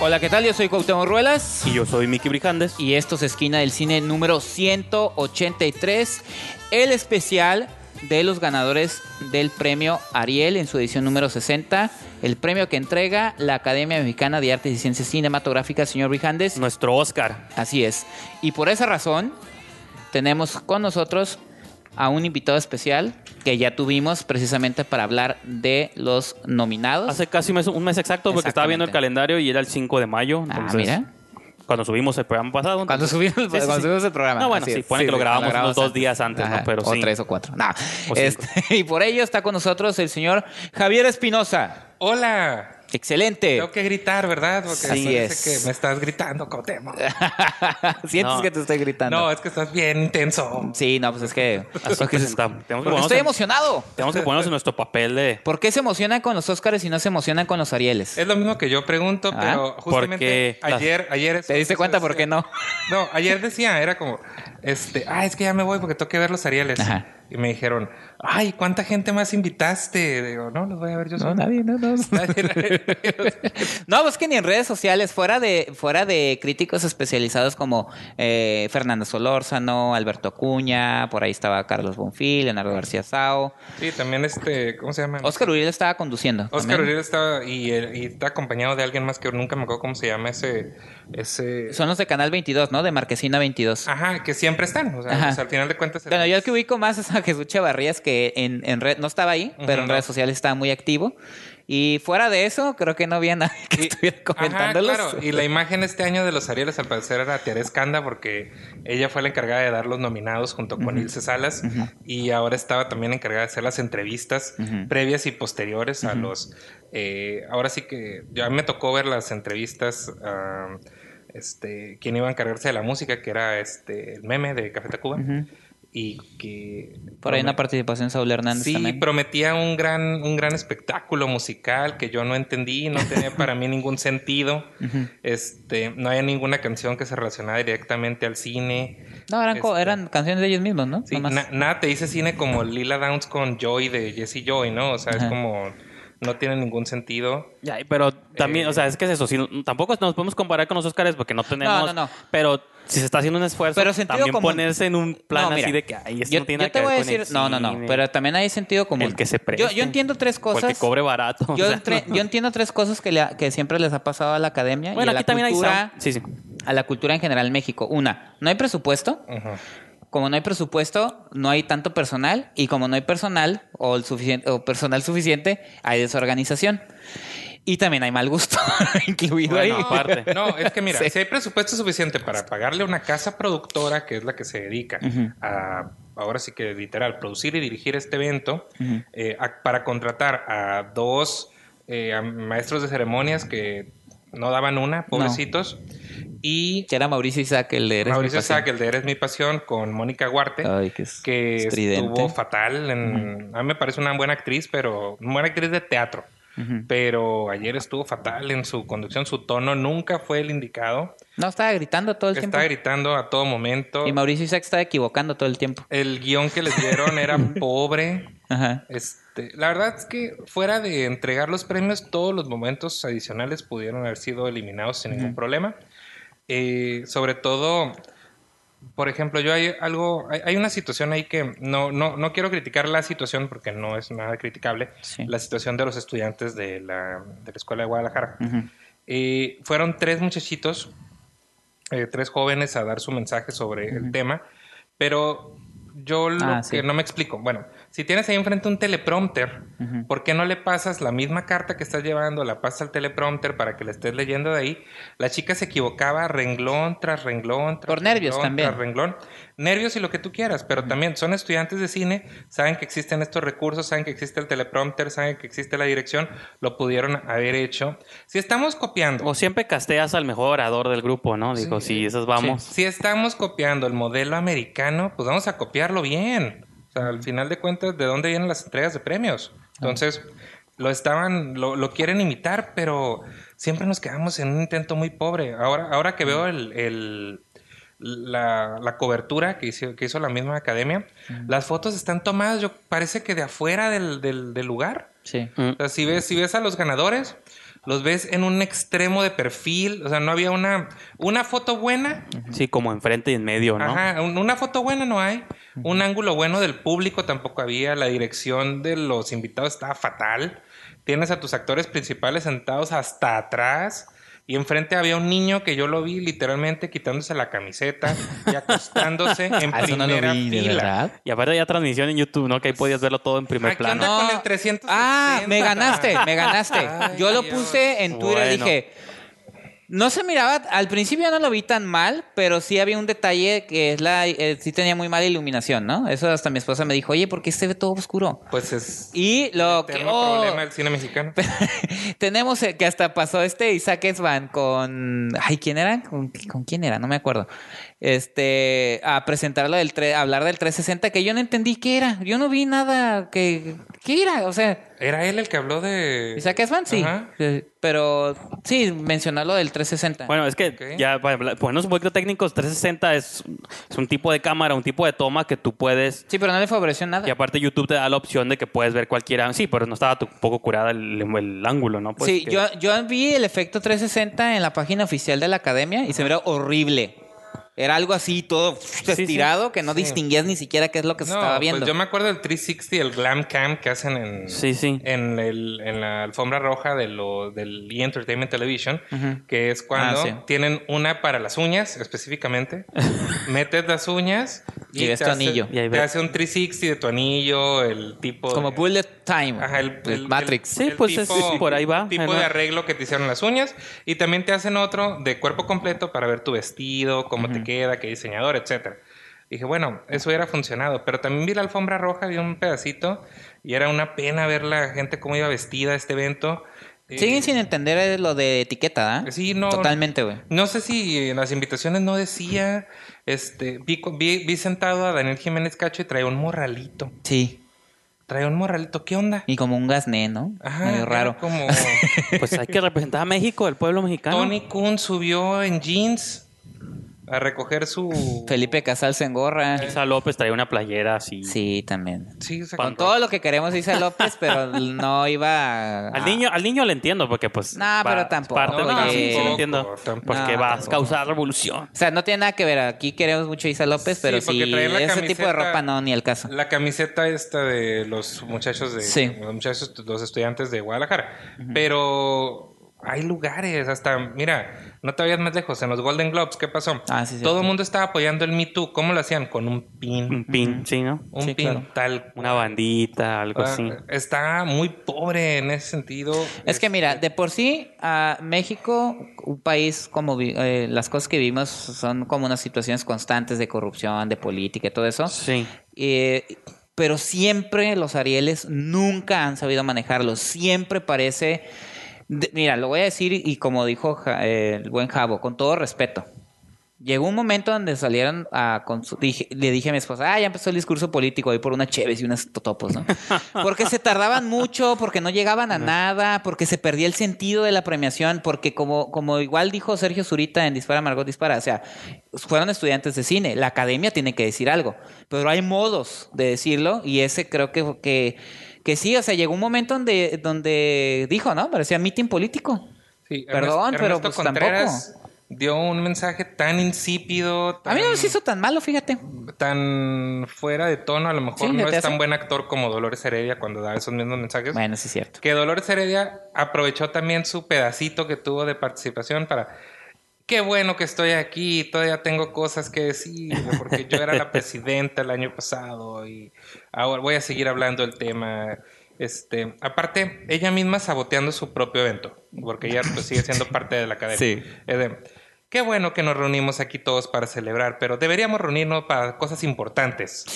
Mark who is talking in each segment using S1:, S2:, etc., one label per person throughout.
S1: Hola, ¿qué tal? Yo soy Cuauhtémoc Ruelas.
S2: Y yo soy Miki Brijandes.
S1: Y esto es Esquina del Cine número 183, el especial de los ganadores del premio Ariel en su edición número 60, el premio que entrega la Academia Mexicana de Artes y Ciencias Cinematográficas, señor Brijandes.
S2: Nuestro Oscar.
S1: Así es. Y por esa razón, tenemos con nosotros a un invitado especial que ya tuvimos precisamente para hablar de los nominados.
S2: Hace casi un mes, un mes exacto porque estaba viendo el calendario y era el 5 de mayo. Entonces,
S1: ah, mira.
S2: Cuando subimos el programa pasado.
S1: Cuando
S2: entonces-
S1: subimos,
S2: Sí, sí,
S1: cuando
S2: sí.
S1: subimos el programa.
S2: No, bueno,
S1: así
S2: sí,
S1: es.
S2: pone que lo grabamos unos dos
S1: antes.
S2: días antes, ¿no? Pero
S1: o
S2: sí.
S1: tres o cuatro. No.
S2: O cinco.
S1: Este, y por ello está con nosotros el señor Javier Espinosa.
S3: Hola.
S1: Excelente.
S3: Tengo que gritar, ¿verdad? Porque
S1: Así
S3: parece
S1: Eh, es.
S3: que me estás gritando, Cotemo.
S1: Sientes
S2: No.
S1: que te estoy gritando.
S3: No, es que estás bien intenso.
S1: Ah, Sí, no, pues es que.
S2: Así
S1: porque-
S2: presentamos. Tenemos que
S1: porque
S2: ponernos
S1: estoy
S2: en-
S1: emocionado.
S2: Tenemos que ponernos en nuestro papel de...
S1: ¿Por qué se emocionan con los Óscares y no se emocionan con los Arieles?
S3: Es lo mismo que yo pregunto,
S1: Ah,
S3: pero justamente
S2: porque las-
S3: ayer, ayer eso-
S1: ¿Te diste
S3: eso
S1: cuenta por
S3: decía.
S1: qué no?
S3: No, ayer decía, era como, este, ah, es que ya me voy porque tengo que ver los Arieles.
S1: Ajá.
S3: Y me dijeron, ay, ¿cuánta gente más invitaste? Digo, no, los voy a ver yo solo.
S1: no, no. No, pues que ni en redes sociales, fuera de, fuera de críticos especializados como eh, Fernando Solórzano, Alberto Acuña, por ahí estaba Carlos Bonfil, Leonardo García Sao.
S3: Sí, también este, ¿cómo se llama?
S1: Oscar Uriel estaba conduciendo.
S3: Oscar
S1: también.
S3: Uriel estaba y, eh, y está acompañado de alguien más que nunca me acuerdo cómo se llama ese ese
S1: Son los de Canal 22, ¿no? De Marquesina 22.
S2: Ah,
S3: Ajá, que siempre están. O sea,
S1: Ajá.
S3: o sea, al final de cuentas.
S1: Bueno, yo el que ubico más es a Jesús Chavarrías, que en, en red no estaba ahí,
S3: Ujú,
S1: pero en
S3: no.
S1: redes sociales estaba muy activo. Y fuera de eso, creo que no había nadie que estuviera
S3: Ajá,
S1: comentándolos.
S3: claro. Y la imagen este año de los Arieles, al parecer, era Teresa Canda, porque ella fue la encargada de dar los nominados junto con Ilse Salas. Y ahora estaba también encargada de hacer las entrevistas
S1: Ujú.
S3: previas y posteriores a los. eh, ahora sí que. Yo, a mí me tocó ver las entrevistas. ah, este, quien iba a encargarse de la música, que era este el meme de Café Tacuba.
S1: Ujú.
S3: Y que.
S1: Por ahí
S3: promet-
S1: una participación Saúl Hernández
S3: Sí,
S1: también.
S3: prometía un gran, un gran espectáculo musical que yo no entendí, no tenía para mí ningún sentido.
S1: Ujú.
S3: Este, no había ninguna canción que se relacionara directamente al cine.
S1: No, eran, co-
S3: Este-
S1: eran canciones de ellos mismos, ¿no?
S3: Sí,
S1: Nomás.
S3: na- nada te dice cine como Lila Downs con Joy de Jesse Joy, ¿no? O sea, es
S1: Ajá.
S3: como no tiene ningún sentido.
S2: Ay, pero también, o sea, es que es eso. sí, no- tampoco nos podemos comparar con los Oscars porque no tenemos...
S1: no, no.
S2: Pero si se está haciendo un esfuerzo,
S1: Pero sentido
S2: también
S1: común.
S2: ponerse en un plan
S1: No, mira,
S2: así de que... Ay, esto
S1: yo,
S2: no tiene
S1: yo
S2: nada
S1: te
S2: que
S1: voy a
S2: ver con el
S1: decir, no, no, no,
S2: cine,
S1: pero también hay sentido común.
S2: El que se
S1: yo,
S2: preste,
S1: yo entiendo tres
S2: o el
S1: cosas.
S2: que cobre barato. o
S1: yo,
S2: sea.
S1: entre- yo entiendo tres cosas que, le- que siempre les ha pasado a la academia
S2: Bueno,
S1: y a
S2: aquí
S1: la
S2: también hay...
S1: cultura,
S2: sound. Sí, sí.
S1: a la cultura en general en México. Una, no hay presupuesto.
S3: Ujú.
S1: Como no hay presupuesto, no hay tanto personal y como no hay personal o, el suficien- o personal suficiente, hay desorganización. Y también hay mal gusto incluido
S2: Bueno,
S1: ahí.
S2: aparte.
S3: No, es que mira,
S1: Sí.
S3: si hay presupuesto suficiente para pagarle a una casa productora, que es la que se dedica
S1: Ujú.
S3: a, ahora sí que literal, producir y dirigir este evento,
S1: Ujú.
S3: eh, a- para contratar a dos eh, a maestros de ceremonias que no daban una, pobrecitos, y
S1: Que era Mauricio Isaac, el de Eres mi
S3: Mauricio
S1: pasión.
S3: Sack, el de Eres mi pasión, con Mónica Guarte
S1: Ay, que es
S3: que
S1: estridente.
S3: estuvo fatal. en- A mí me parece una buena actriz, pero una buena actriz de teatro.
S1: Ujú.
S3: Pero ayer estuvo fatal en su conducción, su tono nunca fue el indicado.
S1: No, estaba gritando todo el tiempo.
S3: Estaba gritando a todo momento.
S1: Y Mauricio Isaac estaba equivocando todo el tiempo.
S3: El guión que les dieron era pobre.
S1: Ajá.
S3: Este, la verdad es que fuera de entregar los premios, todos los momentos adicionales pudieron haber sido eliminados sin ningún problema. Eh, sobre todo, por ejemplo, yo hay algo, hay, hay una situación ahí que no, no, no quiero criticar la situación porque no es nada criticable,
S1: Sí.
S3: la situación de los estudiantes de la, de la Escuela de Guadalajara.
S1: Ujú.
S3: Eh, fueron tres muchachitos, eh, tres jóvenes a dar su mensaje sobre el tema, pero yo lo
S1: Ah,
S3: que
S1: sí.
S3: no me explico, bueno, si tienes ahí enfrente un teleprompter,
S1: Ujú.
S3: ¿por qué no le pasas la misma carta que estás llevando, la pasas al teleprompter para que la estés leyendo de ahí? La chica se equivocaba renglón tras renglón. Tras
S1: Por nervios
S3: renglón
S1: también.
S3: tras renglón. Nervios y lo que tú quieras, pero también son estudiantes de cine, saben que existen estos recursos, saben que existe el teleprompter, saben que existe la dirección, lo pudieron haber hecho. Si estamos copiando,
S2: O siempre casteas al mejor orador del grupo, ¿no? Digo, sí, esas vamos.
S3: si estamos copiando el modelo americano, pues vamos a copiarlo bien. O sea, al final de cuentas, ¿de dónde vienen las entregas de premios? Entonces, lo estaban, lo, lo quieren imitar, pero siempre nos quedamos en un intento muy pobre. Ahora, ahora que veo el, el- la, la cobertura que hizo, que hizo la misma academia, las fotos están tomadas, yo parece que de afuera del, del- del lugar.
S1: Sí.
S2: Mm.
S3: O sea, si ves, si ves a los ganadores, los ves en un extremo de perfil, o sea, no había una, una foto buena,
S2: Sí, como enfrente y en medio, ¿no?
S3: ajá, un- una foto buena no hay, un ángulo bueno del público tampoco había, la dirección de los invitados estaba fatal, tienes a tus actores principales sentados hasta atrás. Y enfrente había un niño que yo lo vi literalmente quitándose la camiseta y acostándose en
S1: Ah, eso no lo
S3: primera
S1: vi, de
S3: fila.
S1: verdad.
S2: Y aparte había transmisión en YouTube, ¿no? Que ahí podías verlo todo en primer
S3: Ay, Ah, ¿qué
S2: plano.
S3: onda? con el 360.
S1: Ah, me ganaste, me ganaste.
S3: Ay,
S1: Yo lo
S3: Dios.
S1: puse en Twitter y
S2: Bueno.
S1: dije. No se miraba, al principio no lo vi tan mal, pero sí había un detalle que es la. eh, sí tenía muy mala iluminación, ¿no? Eso hasta mi esposa me dijo, oye, ¿por qué se ve todo oscuro?
S3: Pues es
S1: Y lo que.
S3: eterno
S1: oh,
S3: problema del cine mexicano.
S1: tenemos eh, que hasta pasó este Isaac Esban con. Ay, ¿quién era? ¿Con, con quién era? No me acuerdo. Este. A presentarlo del. tre- a hablar del 360, que yo no entendí qué era. Yo no vi nada que. ¿Qué era? O sea.
S3: ¿Era él el que habló de...?
S1: Isaac Esban, sí.
S3: Ajá.
S1: Eh, Pero sí, mencionó lo del 360.
S2: Bueno, es que
S3: Ok.
S2: ya, para hablar- ponernos un poquito técnicos, 360 es, es un tipo de cámara, un tipo de toma que tú puedes...
S1: sí, pero no le favoreció nada.
S2: Y aparte YouTube te da la opción de que puedes ver cualquiera. Sí, pero no estaba tu- poco curada el, el ángulo, ¿no? Pues
S1: sí,
S2: que-
S1: yo, yo vi el efecto 360 en la página oficial de la academia y se miró horrible. Era algo así, todo
S2: sí.
S1: estirado, que no
S3: Sí.
S1: distinguías ni siquiera qué es lo que se
S3: No,
S1: estaba
S3: pues
S1: viendo.
S3: yo me acuerdo del 360, el glam cam que hacen en...
S2: Sí, sí.
S3: En, el- en la alfombra roja de lo, del E! Entertainment Television,
S1: Ujú.
S3: que es cuando
S1: Ah, sí.
S3: tienen una para las uñas específicamente. Metes las uñas
S1: Y ves
S3: te
S1: tu
S3: hace-
S1: anillo.
S2: Y ahí
S3: Te
S2: ves.
S3: hace un 360 de tu anillo, el tipo.
S1: Como
S3: de-
S1: Bullet Time,
S3: Ajá, el,
S1: de
S3: el-
S1: Matrix.
S2: Sí, pues, es- por ahí va,
S3: Tipo
S2: ahí va.
S3: de arreglo que te hicieron las uñas. Y también te hacen otro de cuerpo completo para ver tu vestido, cómo te queda, qué diseñador, etcétera. Dije, bueno, eso hubiera funcionado. Pero también vi la alfombra roja, vi un pedacito. Y era una pena ver la gente cómo iba vestida a este evento. Eh,
S1: Siguen sin entender eh, lo de etiqueta, ¿ah?
S3: Sí, no.
S1: Totalmente, güey.
S3: No sé si en las invitaciones no decía. Este, vi, co- vi- vi sentado a Daniel Jiménez Cacho y traía un morralito.
S1: Sí.
S3: Traía un morralito. ¿Qué onda?
S1: Y como un gasné, ¿no?
S3: Ajá,
S1: Medio
S3: era
S1: raro.
S3: Como...
S2: Pues hay que representar a México, el pueblo mexicano.
S3: Tony Kun subió en jeans a recoger su.
S1: Felipe Casals en gorra.
S2: Isa López traía una playera así.
S1: Sí, también.
S3: Sí, o sea,
S1: Con todo lo que queremos dice López, pero no iba a-
S2: Al niño, al niño le entiendo, porque pues.
S1: No,
S2: va-
S1: pero
S2: es
S1: tampoco,
S2: Parte, no,
S1: oye.
S2: sí, sí lo entiendo.
S3: Tampoco,
S2: Porque
S1: no,
S2: vas a
S1: tampoco.
S2: causar revolución.
S1: O sea, no tiene nada que ver. Aquí queremos mucho a Isa López,
S3: Sí,
S1: pero
S3: porque
S1: sí,
S3: traer la
S1: ese tipo de
S3: camiseta-
S1: ropa no, ni el caso.
S3: La camiseta esta de los muchachos de.
S1: Sí.
S3: Los muchachos, los estudiantes de Guadalajara. Pero. Hay lugares, hasta, mira, no te vayas más lejos, en los Golden Globes, ¿qué pasó?
S1: Ah, sí,
S3: Todo
S1: cierto.
S3: el mundo estaba apoyando el Me Too, ¿cómo lo hacían? Con un
S2: Un
S3: pin,
S2: pin, sí, ¿no?
S3: un
S1: Sí,
S3: pin
S1: claro.
S3: tal.
S2: Una bandita, algo
S3: Ah,
S2: así.
S3: Está muy pobre en ese sentido.
S1: Es que mira,
S3: Este
S1: de por sí, a México, un país como vi- eh, las cosas que vivimos son como unas situaciones constantes de corrupción, de política y todo eso.
S2: Sí.
S1: Eh, pero siempre los Arieles nunca han sabido manejarlos. Siempre parece. de- mira, lo voy a decir y como dijo Ja- eh, el buen Javo, con todo respeto. Llegó un momento donde salieron a. con su- dije- le dije a mi esposa, ah, ya empezó el discurso político ahí por una Cheves y unas totopos, ¿no? Porque se tardaban mucho, porque no llegaban a nada, porque se perdía el sentido de la premiación, porque como, como igual dijo Sergio Zurita en Dispara, Margot Dispara, o sea, fueron estudiantes de cine, la academia tiene que decir algo, pero hay modos de decirlo y ese creo que, que, que sí, o sea, llegó un momento donde, donde dijo, ¿no? Parecía meeting político.
S3: Sí,
S1: Perdón, pero pues
S3: dio un mensaje tan insípido, tan,
S1: A mí no me hizo tan malo, fíjate.
S3: tan fuera de tono. A lo mejor
S1: Sí, ¿no
S3: no
S1: te
S3: es
S1: hace?
S3: tan buen actor como Dolores Heredia cuando da esos mismos mensajes.
S1: Bueno, sí es cierto.
S3: Que Dolores Heredia aprovechó también su pedacito que tuvo de participación para. Qué bueno que estoy aquí, todavía tengo cosas que decir, porque yo era la presidenta el año pasado y ahora voy a seguir hablando del tema. Este, aparte, ella misma saboteando su propio evento, porque ella pues, sigue siendo parte de la academia.
S1: Sí.
S3: Es de, qué bueno que nos reunimos aquí todos para celebrar, pero deberíamos reunirnos para cosas importantes.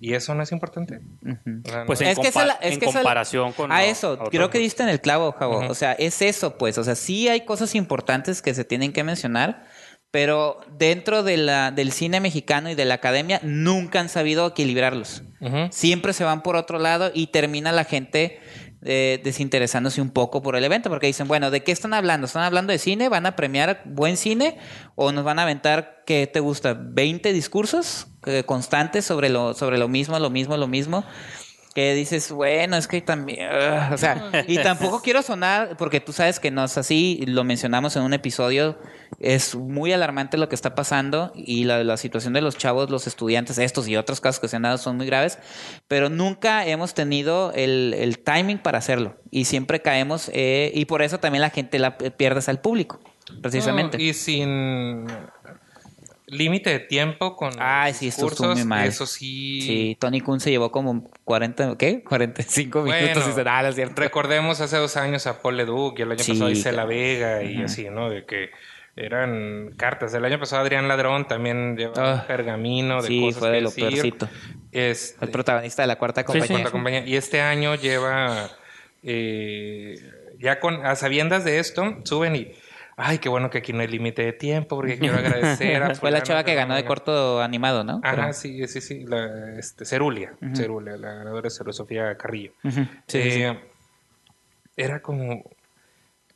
S3: ¿Y eso no es importante?
S1: Ujú.
S3: O sea,
S2: Pues
S3: no-
S2: en, compa-
S1: esa la-
S2: en
S1: que esa la-
S2: comparación con.
S1: A
S2: lo-
S1: eso,
S2: a
S1: creo
S2: otros.
S1: que diste en el clavo, Javo.
S3: Ujú.
S1: O sea, es eso, pues. O sea, sí hay cosas importantes que se tienen que mencionar, pero dentro de la, del cine mexicano y de la academia nunca han sabido equilibrarlos.
S3: Ujú.
S1: Siempre se van por otro lado y termina la gente eh, desinteresándose un poco por el evento, porque dicen, bueno, ¿de qué están hablando? ¿Están hablando de cine? ¿Van a premiar buen cine? ¿O nos van a aventar, qué te gusta, 20 discursos eh, constantes sobre lo, sobre lo mismo, lo mismo, lo mismo? que dices, bueno, es que también, ugh", o sea, y tampoco quiero sonar, porque tú sabes que no es así, lo mencionamos en un episodio, es muy alarmante lo que está pasando y la, la situación de los chavos, los estudiantes, estos y otros casos que se han dado son muy graves, pero nunca hemos tenido el, el timing para hacerlo y siempre caemos, eh, y por eso también la gente la pierdes al público, precisamente.
S3: No, Oh, y sin límite de tiempo con
S1: Ay,
S3: los
S1: sí, esto estuvo
S3: discursos,
S1: muy mal.
S3: Eso sí.
S1: Sí, Tony Kun se llevó como 40, ¿qué? 45
S3: Bueno,
S1: minutos y se nada, no es cierto.
S3: Recordemos hace dos años a Paul Leduc y el año
S1: Sí,
S3: pasado a Isela
S1: claro.
S3: Vega y así, ¿no? De que eran cartas. El año pasado Adrián Ladrón también llevaba
S1: Ah.
S3: un pergamino de
S1: Sí,
S3: cosas
S1: fue de
S3: que
S1: lo
S3: decir.
S1: peorcito.
S3: Este,
S1: El protagonista de la cuarta
S3: Sí, sí.
S1: compañía.
S3: Cuenta compañía. Y este año lleva, eh, ya con, a sabiendas de esto, suben y, ay, qué bueno que aquí no hay límite de tiempo, porque quiero agradecer a...
S1: Ah, Fue la
S3: fulano,
S1: chava que ganó de
S3: fulano".
S1: corto animado, ¿no?
S3: Ajá,
S1: Pero-
S3: sí, sí, sí, la, este, Cerulia, Cerulia, la ganadora de Cerulia, Sofía Carrillo.
S1: Ujú, sí, sí, sí.
S3: Eh, Era como,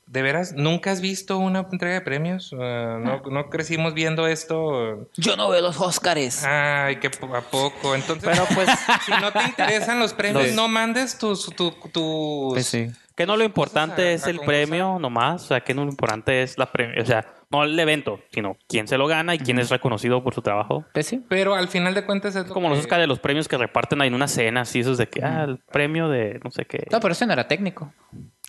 S3: de veras, ¿nunca has visto una entrega de premios? Eh, no, no crecimos viendo esto.
S1: Yo no veo los
S3: Ah,
S1: Óscares.
S3: Ay, que po- a poco. Entonces,
S2: Pero pues,
S3: si no te interesan los premios,
S2: Los-
S3: no mandes tus, tu- tus-
S1: Pues sí.
S2: que no lo
S3: a-
S2: importante
S3: a
S2: es el
S3: concursar.
S2: premio nomás, o sea, que no lo importante es la premio, o sea, no el evento, sino quién se lo gana y quién es reconocido por su trabajo.
S1: Pues sí.
S3: Pero al final de cuentas es lo
S2: Como los
S3: que-
S2: Oscar de los premios que reparten ahí en una cena, así esos de que, ah, el premio de no sé qué.
S1: No, pero ese no era técnico.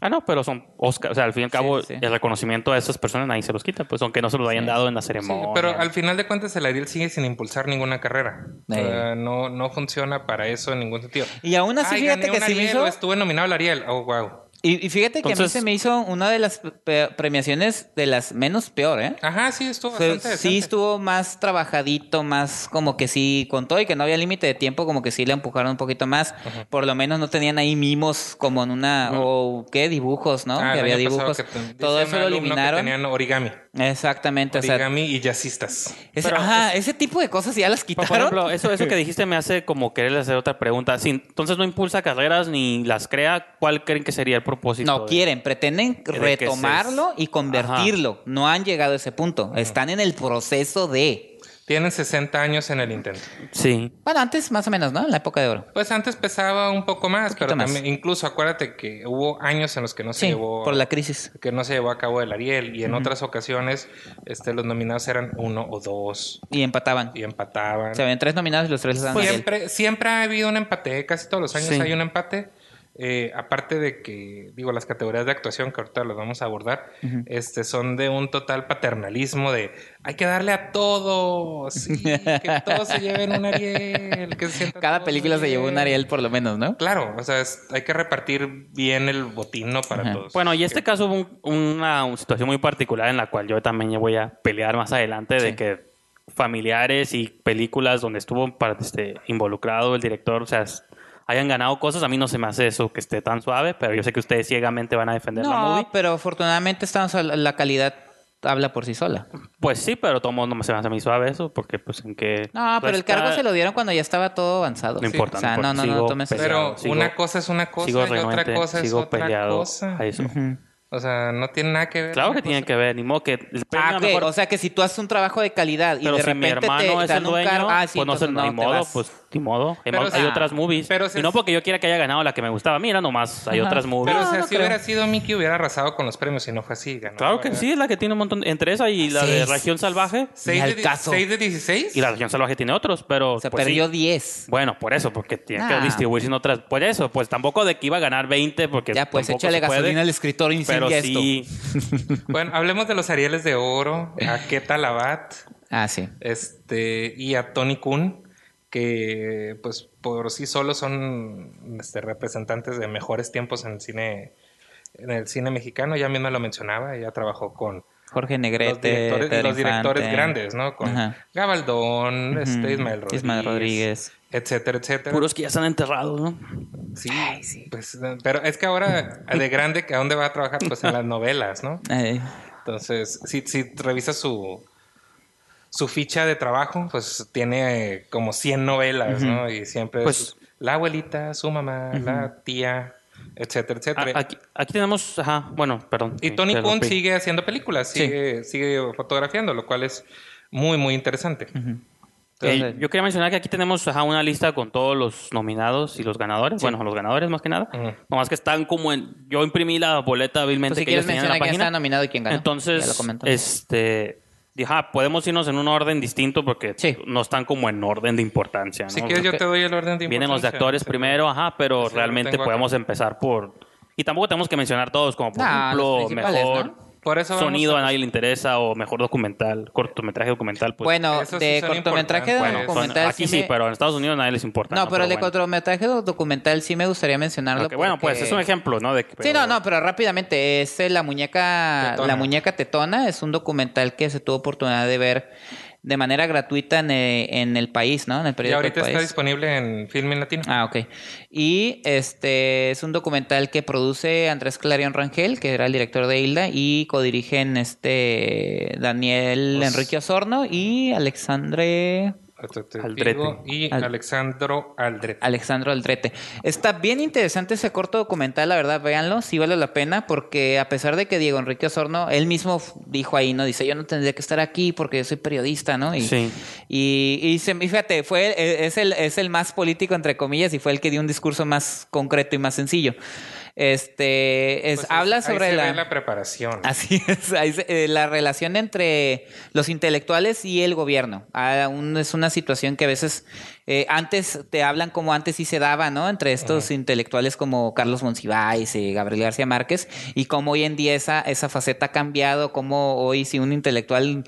S2: Ah, no, pero son Oscar, o sea, al fin y al cabo,
S1: Sí, sí.
S2: el reconocimiento a esas personas nadie se los quita, pues aunque no se los hayan dado en la
S3: Sí,
S2: ceremonia.
S3: pero al final de cuentas el Ariel sigue sin impulsar ninguna carrera.
S1: Ey.
S3: Eh, no, no funciona para eso en ningún sentido.
S1: Y aún así,
S3: Ay,
S1: fíjate
S3: gané
S1: que
S3: un pues.
S1: sí me
S3: Ariel,
S1: hizo.
S3: o Estuve nominado al Ariel. Oh, wow.
S1: Y, y fíjate que a mí
S2: Entonces-
S1: se me hizo una de las pe- premiaciones de las menos peor, ¿eh?
S3: Ajá, sí, estuvo
S1: O sea,
S3: bastante
S1: sí
S3: decente.
S1: estuvo más trabajadito, más como que sí, con todo y que no había límite de tiempo, como que sí le empujaron un poquito más. Por lo menos no tenían ahí mimos como en una, o qué dibujos, ¿no?
S3: Ah, el
S1: que había
S3: año pasado
S1: dibujos.
S3: que te-
S1: todo
S3: dice
S1: eso
S3: un
S1: lo
S3: alumno que
S1: eliminaron.
S3: tenían origami.
S1: Exactamente, o sea,
S3: Origami y jazzistas.
S1: ese,
S2: Pero
S1: ajá, ese tipo de cosas ya las
S2: Por
S1: quitaron.
S2: ejemplo, eso, eso que dijiste me hace como quererle hacer otra pregunta. Si entonces no impulsa carreras ni las crea, ¿cuál creen que sería el propósito?
S1: no
S2: de-
S1: quieren, pretenden
S2: que
S1: retomarlo y convertirlo. No han llegado a ese punto. Están en el proceso de.
S3: Tienen 60 años en el intento.
S2: Sí.
S1: Bueno, antes más o menos, ¿no? En la época de oro.
S3: Pues antes pesaba un poco más,
S1: Poquito
S3: pero
S1: más.
S3: también, incluso acuérdate que hubo años en los que no se
S1: Sí,
S3: llevó
S1: por la crisis.
S3: que no se llevó a cabo el Ariel y en otras ocasiones este, los nominados eran uno o dos
S1: Y empataban.
S3: y empataban.
S1: Se habían tres nominados y los tres les
S2: Pues
S1: dan a Ariel.
S3: Pues, siempre, siempre ha habido un empate, ¿eh? casi todos los años
S2: Sí.
S3: hay un empate. Eh, aparte de que, digo, las categorías de actuación que ahorita las vamos a abordar, este, son de un total paternalismo de hay que darle a todos, sí, que todos se lleven un Ariel. Que se sientan
S1: Cada
S3: todos
S1: película se llevó un
S3: bien".
S1: Ariel por lo menos, ¿no?
S3: Claro, o sea, es- hay que repartir bien el botino para
S1: Ajá.
S3: todos.
S2: Bueno, y este caso hubo un- una, una situación muy particular en la cual yo también ya voy a pelear más adelante
S1: Sí.
S2: de que familiares y películas donde estuvo par- este, involucrado el director, o sea, s- hayan ganado cosas. A mí no se me hace eso que esté tan suave, pero yo sé que ustedes ciegamente van a defender la movie.
S1: No, pero afortunadamente estamos a la- la calidad habla por sí sola.
S2: Pues sí, pero tomo no se me hace muy suave eso, porque pues en qué...
S1: No, pero el
S2: Está-
S1: cargo se lo dieron cuando ya estaba todo avanzado.
S2: No importa,
S1: O sea,
S2: no
S1: no,
S2: importa.
S1: no, no
S2: Sigo
S1: tomes eso.
S3: Pero
S2: peleado, sigo-
S3: una cosa es una cosa y
S2: sigo
S3: otra
S2: renuente,
S3: cosa es
S2: sigo
S3: otra
S2: peleado
S3: cosa.
S2: a eso.
S3: O sea, no tiene nada que ver.
S2: Claro
S3: una
S2: que tiene
S3: cosa-
S2: que ver, ni modo que el premio
S1: Ah,
S2: a
S1: ¿qué?
S2: mejor-
S1: O sea, que si tú haces un trabajo de calidad y
S2: pero
S1: de
S2: si
S1: repente
S2: mi hermano
S1: te
S2: es el
S1: dan un
S2: dueño,
S1: cargo, ah, sí,
S2: pues no sé,
S1: entonces
S2: no, hay
S1: te
S2: modo,
S1: vas.
S2: pues ni modo. Hay,
S3: Pero,
S2: mo-
S3: o
S2: hay
S1: sea,
S2: otras movies.
S3: pero si
S2: y no
S3: es-
S2: porque yo quiera que haya ganado la que me gustaba, mira nomás, hay
S1: Ajá.
S2: otras movies.
S3: Pero
S1: No,
S3: o sea,
S1: no
S3: si
S1: creo.
S3: hubiera sido Mickey, hubiera arrasado con los premios y no fue así. ganó,
S2: claro que
S3: ¿verdad?
S2: sí, es la que tiene un montón, entre esa y la de
S1: Seis.
S2: Región Salvaje,
S1: Ni
S3: ¿Seis
S1: al
S3: de, di-
S1: caso.
S3: seis de 16?
S2: y la Región Salvaje tiene otros, pero...
S1: Se
S2: pues, sí.
S1: perdió 10.
S2: Bueno, por eso, porque tiene que
S1: Nah.
S2: distribuirse en otras. Por eso, pues tampoco de que iba a ganar 20, porque
S1: Ya, pues
S2: tampoco
S1: échale
S2: se puede,
S1: gasolina al escritor e
S2: Pero
S1: incendia esto.
S2: sí,
S3: Bueno, hablemos de los Arieles de Oro, a Keta Labat
S1: Ah, sí.
S3: este, y a Tony Kuhn, que pues por sí solos son este, representantes de mejores tiempos en el cine en el cine mexicano. Ya mismo lo mencionaba, ella trabajó con
S1: Jorge
S3: los
S1: Negrete,
S3: directores,
S1: Pedro
S3: los directores
S1: Infante.
S3: grandes, ¿no? Con
S1: Ajá.
S3: Gabaldón, este, Ismael
S1: Ujú.
S3: Rodríguez,
S1: Ismael Rodríguez.
S3: etcétera, etcétera.
S2: puros que ya están enterrados, ¿no?
S3: Sí, Pues, pero es que ahora de grande, ¿a dónde va a trabajar? Pues en las novelas, ¿no?
S1: Eh,
S3: Entonces, si, si revisas su, su ficha de trabajo, pues tiene eh, como 100 novelas, ¿no? Y siempre
S2: Pues-
S3: es la abuelita, su mamá, la tía,
S2: A-
S3: etcétera, etcétera.
S2: Aquí, aquí tenemos, ajá, bueno, perdón.
S3: y
S2: te
S3: Tony Kuhn
S2: interrumpí.
S3: sigue haciendo películas,
S1: Sí.
S3: sigue, sigue fotografiando, lo cual es muy, muy interesante.
S2: Eh, yo quería mencionar que aquí tenemos ajá, una lista con todos los nominados y los ganadores. Bueno, los ganadores más que nada.
S3: Ujú.
S2: Nomás que están como en. Yo imprimí la boleta
S1: Pues,
S2: vilmente
S1: si
S2: que
S1: quieres
S2: ellos tenían en la
S1: mencionar quién
S2: página.
S1: está nominado y quién ganó.
S2: Entonces,
S1: Ya lo comentamos.
S2: este. Dije, ah, podemos irnos en un orden distinto porque
S1: Sí.
S2: no están como en orden de importancia. ¿no?
S3: Si quieres, yo
S1: que-
S3: te doy el orden de
S2: Vienen los de
S3: importancia.
S2: actores primero, ajá, pero
S3: Sí, lo
S2: realmente
S3: tengo acá.
S2: podemos empezar por. Y tampoco tenemos que mencionar todos, como por
S1: Nah, los
S2: ejemplo,
S1: principales,
S2: mejor
S1: ¿no?
S3: Por eso vamos
S2: sonido a nadie le interesa o mejor documental, cortometraje documental. Pues,
S1: bueno,
S3: esos sí
S1: de
S3: son
S1: cortometraje
S3: importantes.
S2: bueno, son-
S1: documental.
S2: aquí
S1: sí,
S2: sí,
S1: me-
S2: pero en Estados Unidos a nadie les importa.
S1: No, pero de
S2: bueno.
S1: cortometraje documental sí me gustaría mencionarlo.
S2: Ok, Bueno, pues
S1: porque-
S2: es un ejemplo, ¿no? De que-
S1: Sí, no, no, pero rápidamente, es eh, la muñeca,
S3: Tetona.
S1: la muñeca tetona, es un documental que se tuvo oportunidad de ver de manera gratuita en, eh, en el país, ¿no? En el
S3: Y
S1: periódico
S3: ahorita
S1: El
S3: está
S1: País.
S3: disponible en Filmin Latino.
S1: Ah, ok. Y este es un documental que produce Andrés Clarion Rangel, que era el director de Hilda, y codirigen este Daniel
S3: Pues-
S1: Enrique Osorno y Alexandre
S3: Te- te
S2: Aldrete.
S3: digo, Y
S1: Al-
S3: Alexandro Aldrete.
S1: Alexandro Aldrete. Está bien interesante ese corto documental, la verdad, véanlo, sí vale la pena, porque a pesar de que Diego Enrique Osorno, él mismo f- dijo ahí, ¿no? Dice, yo no tendría que estar aquí porque yo soy periodista, ¿no? Y,
S2: Sí.
S1: y, y se, y fíjate, fue, e- es, el, es el más político, entre comillas, y fue el que dio un discurso más concreto y más sencillo. Este, es,
S3: Pues ahí-
S1: habla
S3: ahí
S1: sobre
S3: se
S1: la...
S3: ve la preparación.
S1: Así es, ahí se- eh, la relación entre los intelectuales y el gobierno. Ah, un- es una situación que a veces eh, antes te hablan como antes sí se daba, ¿no? Entre estos intelectuales como Carlos Monsiváis y Gabriel García Márquez, y cómo hoy en día esa, esa faceta ha cambiado, cómo hoy si un intelectual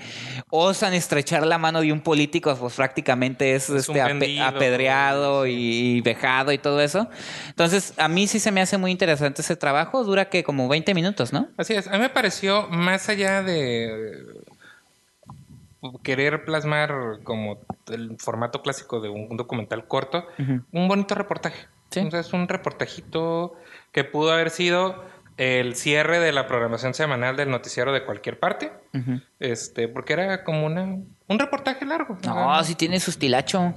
S1: osan estrechar la mano de un político, pues prácticamente es,
S3: Es un
S1: este, ape-
S3: vendido,
S1: apedreado
S3: sí.
S1: y y vejado y todo eso. Entonces, a mí sí se me hace muy interesante ese trabajo. Dura que como 20 minutos, ¿no?
S3: Así es, a mí me pareció más allá de eh, querer plasmar como el formato clásico de un documental corto,
S1: Ujú.
S3: un bonito reportaje.
S1: Sí.
S3: O sea, es un reportajito que pudo haber sido el cierre de la programación semanal del noticiero de cualquier parte,
S1: Ujú.
S3: este, porque era como una un reportaje largo.
S1: No, sí tiene su estilacho.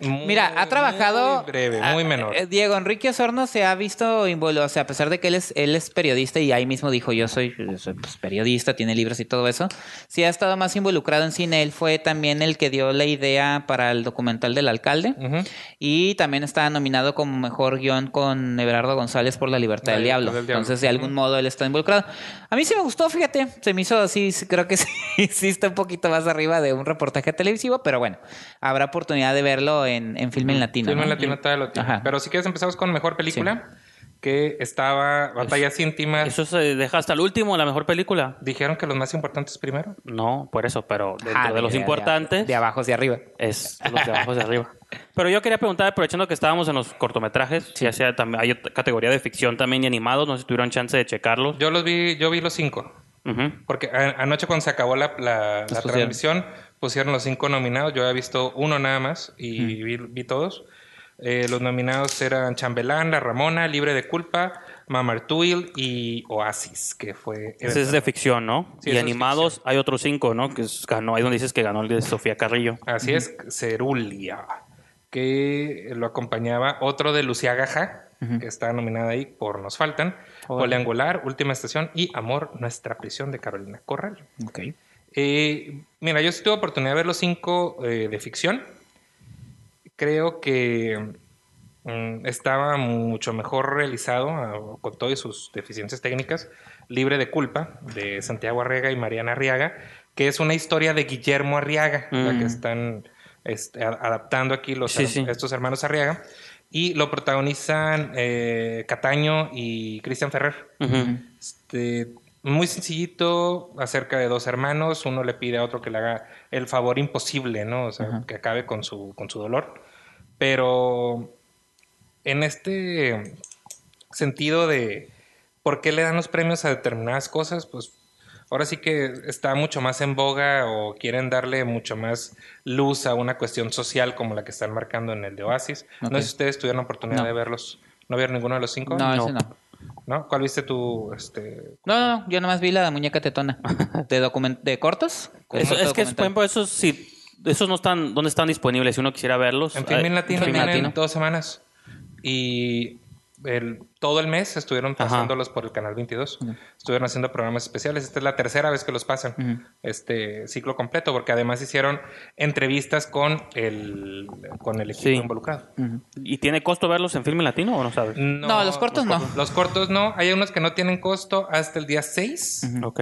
S3: Muy-
S1: Mira, ha trabajado.
S3: muy breve, muy
S1: ah,
S3: menor.
S1: eh, Diego Enrique Osorno se ha visto involucrado, o sea, a pesar de que él es, él es periodista y ahí mismo dijo yo soy, soy, pues, periodista, tiene libros y todo eso, sí ha estado más involucrado en cine. Él fue también el que dio la idea para el documental del alcalde.
S3: Ujú.
S1: Y también está nominado como mejor guión con Everardo González por La Libertad
S3: La
S1: del,
S3: Libertad
S1: Diablo.
S3: del Diablo.
S1: Entonces, de algún modo, él está involucrado. A mí sí me gustó, fíjate. Se me hizo así, sí, creo que sí, sí está un poquito más arriba de un reportaje televisivo, pero bueno, habrá oportunidad de verlo en, en Film en Latino.
S3: Filme
S1: ¿no?
S3: latino todavía lo tiene.
S1: Ajá.
S3: Pero si quieres empezamos con mejor película, que estaba Batallas íntimas.
S2: Eso se deja hasta el último, la mejor película.
S3: Dijeron que los más importantes primero.
S2: No, por eso, pero dentro
S1: Ajá,
S2: de, los importantes.
S1: Ah, De, abajo hacia arriba.
S2: Es los de abajo hacia arriba. Pero yo quería preguntar, aprovechando que estábamos en los cortometrajes, ya sea también hay otra categoría de ficción también y animados, no sé si tuvieron chance de checarlos.
S3: Yo los vi, yo vi los cinco.
S2: Ujú.
S3: Porque a- anoche cuando se acabó la, la- la
S1: pusieron.
S3: transmisión, pusieron los cinco nominados. Yo había visto uno nada más y vi, vi todos. Eh, los nominados eran Chambelán, La Ramona, Libre de Culpa, Mamartuil y Oasis, que fue...
S2: Ese es de ficción, ¿no? y
S3: Sí, eso es
S2: animados hay otros cinco, ¿no? Que es- ganó, ahí donde dices que ganó el de Sofía Carrillo.
S3: Así es, Cerulia, que lo acompañaba otro de Lucía Gaja, que está nominada ahí por Nos Faltan, Poliangular, Última Estación y Amor, Nuestra Prisión de Carolina Corral. Eh, mira, yo sí tuve oportunidad de ver los cinco eh, de ficción. Creo que mm, estaba mucho mejor realizado, a- con todas sus deficiencias técnicas, Libre de Culpa, de Santiago Arriaga y Mariana Arriaga, que es una historia de Guillermo Arriaga, la
S2: Mm.
S3: que están este, a- adaptando aquí los,
S2: Sí, sí.
S3: estos hermanos Arriaga. Y lo protagonizan eh, Cataño y Cristian Ferrer.
S2: Ujú.
S3: Este, muy sencillito, acerca de dos hermanos, uno le pide a otro que le haga el favor imposible, ¿no? O sea, que acabe con su, con su dolor. Pero en este sentido de por qué le dan los premios a determinadas cosas, pues ahora sí que está mucho más en boga o quieren darle mucho más luz a una cuestión social como la que están marcando en el de Oasis.
S1: Ok.
S3: No sé si ustedes tuvieron oportunidad
S1: No.
S3: de verlos. ¿No vieron ninguno de los cinco?
S1: No,
S2: No.
S1: ese no.
S3: ¿No? ¿Cuál viste tú? Este,
S1: No, no, no, yo nomás vi la de muñeca tetona. ¿De, document- de cortos?
S2: Eso-
S1: Corto
S2: es que, por
S1: documental.
S2: ejemplo, esos sí. Esos no están, ¿dónde están disponibles? Si uno quisiera verlos.
S3: En
S2: eh,
S3: Filmin Latino
S1: Filmin
S3: tienen
S1: Latino.
S3: dos semanas. Y el, todo el mes estuvieron pasándolos por el canal 22. Estuvieron haciendo programas especiales. Esta es la tercera vez que los pasan,
S1: Ujú.
S3: este ciclo completo, porque además hicieron entrevistas con el, con el equipo
S2: Sí.
S3: involucrado.
S1: Ujú.
S2: ¿Y tiene costo verlos en filme latino o no sabes?
S1: No, los cortos no.
S3: Los cortos no. Hay unos que no tienen costo hasta el día 6
S1: Ujú.
S2: Ok.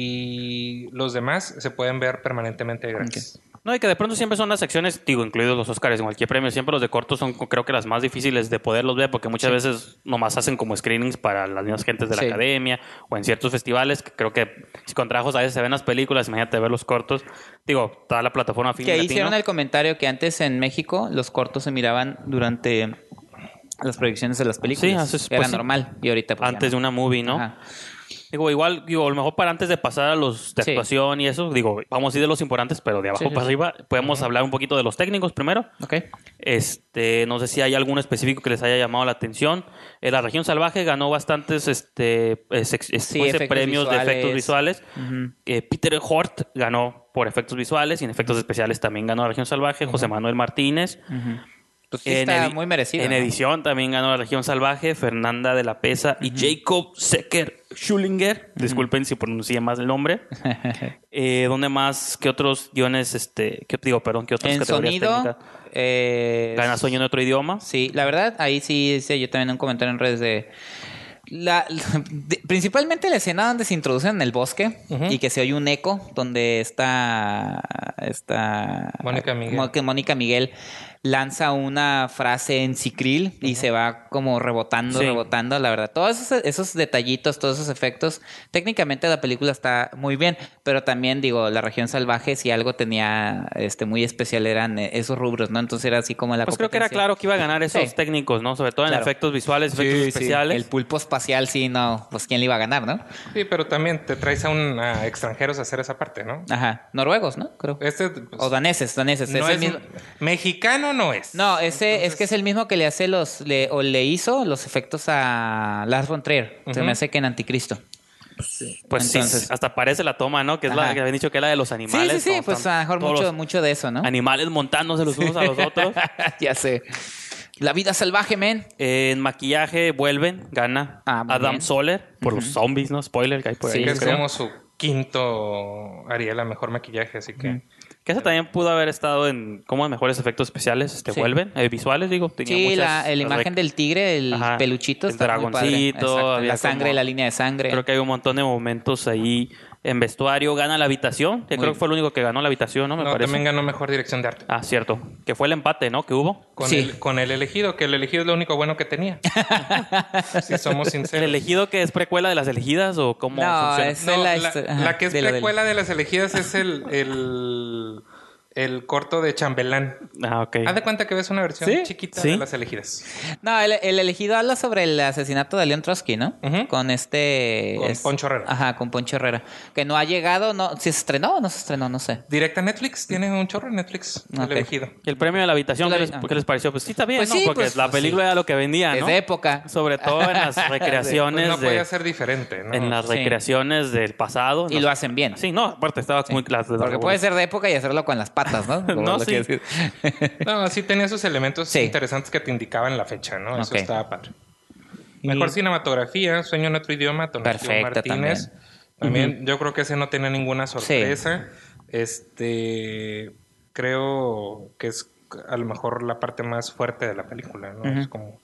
S3: y los demás se pueden ver permanentemente gratis.
S2: No, y que de pronto siempre son las secciones, digo, incluidos los Oscars en cualquier premio, siempre los de cortos son creo que las más difíciles de poderlos ver porque muchas veces nomás hacen como screenings para las mismas gentes de la
S1: Sí.
S2: academia o en ciertos festivales, que creo que si contrajos a veces se ven las películas, imagínate ver los cortos. Digo, toda la plataforma
S1: Que
S2: Filme
S1: ahí
S2: Latino.
S1: hicieron el comentario que antes en México los cortos se miraban durante las proyecciones de las películas.
S2: Sí, haces-
S1: Era
S2: pues sí.
S1: normal. Y ahorita pues, ya
S2: antes de
S1: no.
S2: una movie, ¿no?
S1: Ajá.
S2: Digo, igual, digo, a lo mejor para antes de pasar a los de
S1: Sí.
S2: actuación y eso, digo, vamos a ir de los importantes, pero de abajo
S1: Sí, sí,
S2: para
S1: sí.
S2: arriba, podemos hablar un poquito de los técnicos primero.
S1: Ok.
S2: Este, no sé si hay alguno específico que les haya llamado la atención. Eh, la región salvaje ganó bastantes este, eh, sex- eh,
S1: Sí,
S2: ¿cómo se dice?
S1: efectos
S2: premios de efectos
S1: visuales.
S2: visuales. Eh, Peter Hort ganó por efectos visuales y en efectos especiales también ganó la región salvaje. José Manuel Martínez.
S1: Ujú. Pues sí está
S2: edi-
S1: muy merecido.
S2: En
S1: ¿no?
S2: edición también ganó la región salvaje. Fernanda de la Pesa y Jacob Secker Schulinger. Disculpen si pronuncié más el nombre. Eh, ¿Dónde más? ¿Qué otros guiones? Este, ¿qué, digo, perdón, ¿qué otras
S1: En
S2: categorías
S1: sonido.
S2: técnicas?
S1: eh,
S2: ¿Gana sueño en otro idioma?
S1: Sí, la verdad, ahí sí hice yo también un comentario en redes de... La, de- principalmente la escena donde se introducen en el bosque
S3: Ujú.
S1: y que se oye un eco donde está está
S3: Mónica Miguel.
S1: Mo- que Mónica Miguel lanza una frase en cicril y se va como rebotando,
S2: Sí.
S1: rebotando, la verdad. Todos esos, esos detallitos, todos esos efectos, técnicamente la película está muy bien, pero también digo, la región salvaje si algo tenía este muy especial eran eh, esos rubros, ¿no? Entonces era así como la
S2: Pues creo que era
S1: competencia.
S2: claro que iba a ganar esos
S1: Sí.
S2: técnicos, ¿no? Sobre todo en
S1: Claro.
S2: efectos visuales, efectos especiales.
S1: El pulpo espacial, sí, no, pues quién le iba a ganar, ¿no?
S3: Sí, pero también te traes a, un, a extranjeros a hacer esa parte, ¿no?
S1: Ajá, noruegos, ¿no? Creo.
S2: Eh,
S3: Este pues,
S1: o daneses, daneses.
S3: no
S1: es el
S3: es
S1: mismo-
S3: mexicano, no es.
S1: No, ese es que es el mismo que le hace los, le- o le hizo los efectos a Lars von Trier. Se
S3: Ujú.
S1: me hace que en Anticristo.
S2: pues
S1: entonces-
S2: sí, hasta parece la toma, ¿no? Que es
S1: Ajá.
S2: la que habían dicho que era de los animales.
S1: sí, sí, sí,
S2: ¿no?
S1: pues
S2: Están
S1: a lo mejor
S2: todos
S1: mucho,
S2: los
S1: mucho de eso, ¿no?
S2: Animales montándose los unos a los otros.
S1: ya sé. La vida salvaje, men.
S2: Eh, en maquillaje vuelven, gana
S1: Ah, muy
S2: Adam
S1: bien.
S2: Soler por los zombies, ¿no? Spoiler que hay por
S1: Sí,
S2: ahí.
S3: que
S2: yo
S3: es
S2: creo.
S3: como su quinto Ariel a mejor maquillaje, así que
S2: Que esa también pudo haber estado en como en mejores efectos especiales, este,
S1: Sí.
S2: vuelven, eh, visuales, digo. Tenía
S1: Sí,
S2: muchas-
S1: la, el
S2: las
S1: imagen
S2: rec-
S1: del tigre, el
S2: Ajá,
S1: peluchito.
S2: el
S1: está muy padre.
S2: dragoncito,
S1: Exacto, La
S2: había
S1: sangre,
S2: como-
S1: la línea de sangre.
S2: Creo que hay un montón de momentos ahí en vestuario. Gana la habitación. que
S1: Muy
S2: creo
S1: bien.
S2: que fue el único que ganó la habitación, ¿no? Me
S3: no,
S2: parece.
S3: también ganó mejor dirección de arte.
S2: Ah, cierto. Que fue el empate, ¿no? Que hubo.
S3: Con,
S1: Sí.
S3: el, con el elegido, que el elegido es lo único bueno que tenía. si somos
S2: ¿El
S3: sinceros.
S2: elegido que es precuela de las elegidas o cómo
S1: No,
S2: funciona?
S1: es-
S3: No,
S1: la
S3: la,
S1: histo- ajá,
S3: la que es
S1: de lo del-
S3: precuela de las elegidas es el, el, el corto de Chambelán.
S2: Ah, ok.
S3: Haz de cuenta que ves una versión
S2: ¿Sí?
S3: chiquita
S2: Sí.
S3: de las elegidas.
S1: No, el, el elegido habla sobre el asesinato de León Trotsky, ¿no?
S3: Ujú.
S1: Con este...
S3: Con Poncho Herrera.
S1: Ajá, con Poncho Herrera. Que no ha llegado, no... ¿Se estrenó o no se estrenó? No sé.
S3: Directa Netflix, tiene un chorro en Netflix,
S1: Ok.
S3: el elegido.
S2: ¿Y el premio de la habitación
S1: La
S2: ¿qué les,
S1: habi- ah.
S2: qué les pareció? Pues sí, está bien,
S1: Pues
S2: ¿no?
S1: sí,
S2: Porque
S1: pues,
S2: la
S1: pues,
S2: película
S1: sí.
S2: era lo que vendía,
S1: Es
S2: ¿no?
S1: de época.
S2: Sobre todo en las
S3: Pues
S2: recreaciones
S3: no
S2: de-
S3: podía ser diferente, ¿no?
S2: en las
S1: Sí.
S2: recreaciones del pasado.
S1: Y
S2: ¿no?
S1: lo hacen bien.
S2: Sí, no, aparte estaba muy claro.
S1: Porque puede ser de época y hacerlo con las patas, ¿no? Como
S2: No,
S1: lo
S2: sí.
S1: que decir.
S3: No, sí tenía esos elementos
S1: Sí.
S3: interesantes que te indicaban la fecha, ¿no? Eso
S1: Ok.
S3: estaba padre. Mejor cinematografía, Sueño en otro idioma, Tonatiu
S1: Perfecta
S3: Martínez. También, yo creo que ese no tenía ninguna sorpresa. Este, creo que es a lo mejor la parte más fuerte de la película, ¿no? Es como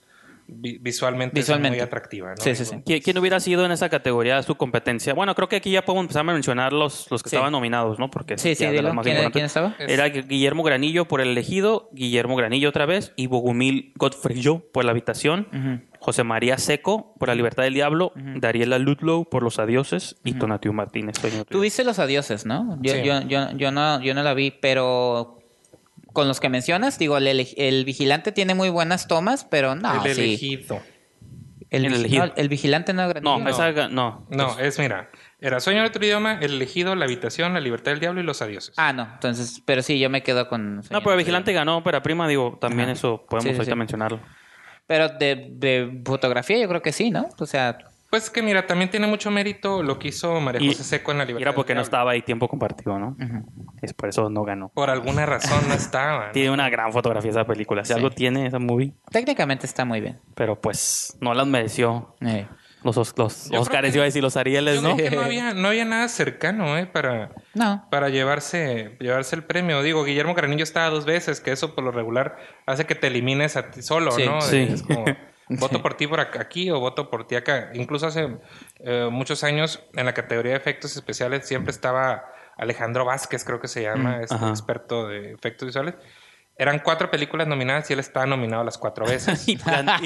S3: vi- visualmente, es
S1: Visualmente.
S3: muy atractiva, ¿no?
S1: Sí, sí,
S3: Digo,
S1: sí.
S2: ¿Qui- ¿Quién hubiera sido en esa categoría su competencia? Bueno, creo que aquí ya podemos empezar a mencionar los, los que
S1: Sí.
S2: estaban nominados, ¿no? Porque
S1: Sí, sí,
S2: ya de
S1: dilo.
S2: los más
S1: ¿Quién-
S2: importantes.
S1: quién estaba?
S2: Era Gu- Guillermo Granillo por el elegido, Guillermo Granillo otra vez, y Bogumil Godfreyó por la habitación, José María Seco por la libertad del diablo, Dariela Ludlow por los adioses y Tonatiu Martínez. Sueño en otro
S1: Tú viste Los Adioses, ¿no? Yo,
S3: Sí.
S1: yo, yo, yo, no, yo no la vi, pero... Con los que mencionas, digo, el, ele- el vigilante tiene muy buenas tomas, pero no,
S3: el
S1: sí.
S3: elegido.
S1: El,
S2: El
S1: vigi-
S2: elegido.
S1: no, el vigilante no
S2: idioma. No,
S1: Granillo.
S2: esa ga- no.
S3: No,
S1: Pues
S3: es mira, era Sueño en otro idioma, El elegido, La habitación, La libertad del diablo y Los adioses.
S1: Ah, no, entonces, pero sí, yo me quedo con.
S2: pues. No, pero Vigilante ganó Ópera Prima, digo, también
S1: Ajá.
S2: eso
S1: Sí,
S2: podemos
S1: sí,
S2: ahorita
S1: sí.
S2: mencionarlo.
S1: Pero de, de fotografía yo creo que sí, ¿no? O sea,
S3: Pues que mira, también tiene mucho mérito lo que hizo María
S2: Y-
S3: José Seco en la
S2: Y
S3: libertad.
S2: era porque
S3: del
S2: no
S3: Diablo.
S2: estaba ahí tiempo compartido, ¿no? Es por eso no ganó.
S3: Por alguna razón no estaba. ¿no?
S2: Tiene una gran fotografía esa película. Si
S1: Sí.
S2: algo tiene esa movie,
S1: Técnicamente está muy bien.
S2: pero pues no las mereció.
S1: Eh,
S2: Los, os- los
S3: creo
S2: Oscars
S3: que-
S2: iba a decir los Arieles,
S3: Yo
S2: ¿no?
S3: creo que no había, no había nada cercano, ¿eh? Para,
S1: No.
S3: para llevarse, llevarse el premio. Digo, Guillermo Carrillo estaba dos veces, que eso por lo regular hace que te elimines a ti solo,
S1: Sí,
S3: ¿no?
S2: sí.
S3: Es como, voto por ti por ac- aquí o voto por ti acá. Incluso hace eh, muchos años en la categoría de efectos especiales siempre estaba Alejandro Vázquez, creo que se llama, este
S2: Mm, ajá.
S3: experto de efectos visuales. Eran cuatro películas nominadas y él estaba nominado las cuatro veces.
S2: Y, gan- y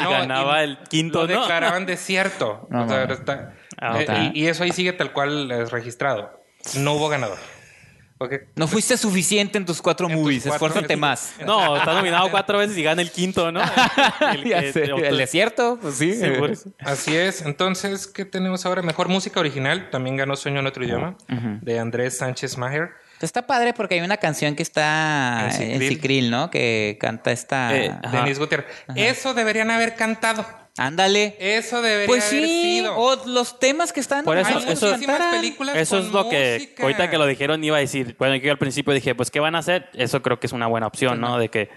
S2: y
S3: No,
S2: ganaba
S3: y
S2: el quinto,
S3: Lo
S2: ¿no?
S3: declaraban desierto.
S1: No,
S3: O sea,
S1: mames.
S3: está-
S2: Ah,
S3: eh,
S2: ok.
S3: y, y eso ahí sigue tal cual es registrado. No hubo ganador. Porque
S1: No fuiste suficiente en tus cuatro
S3: tus
S1: movies.
S3: cuatro-
S1: Esfuérzate más.
S2: No, está nominado cuatro veces y gana el quinto, ¿no? El,
S1: Ya
S2: que-
S1: sé,
S2: otro-
S1: Eh, el desierto, pues sí.
S2: Sí, por eso.
S3: así es. Entonces, ¿qué tenemos ahora? Mejor música original. También ganó Sueño en otro idioma de Andrés Sánchez Maher.
S1: Está padre porque hay una canción que está
S3: En
S1: en
S3: Cicril.
S1: Cicril, ¿no? Que canta esta.
S2: Eh, Ajá.
S3: Denis Gutiérrez. Eso deberían haber cantado.
S1: Ándale.
S3: Eso debería
S1: pues
S3: haber
S1: sí.
S3: sido.
S1: O los temas que están.
S2: Por eso-
S1: Hay
S3: Hay
S2: eso-
S3: muchísimas
S1: cantaran.
S3: películas
S2: Eso
S3: con
S2: es lo que
S3: música.
S2: ahorita que lo dijeron iba a decir. Bueno, yo al principio dije, pues ¿qué van a hacer? Eso creo que es una buena opción, ¿no? De que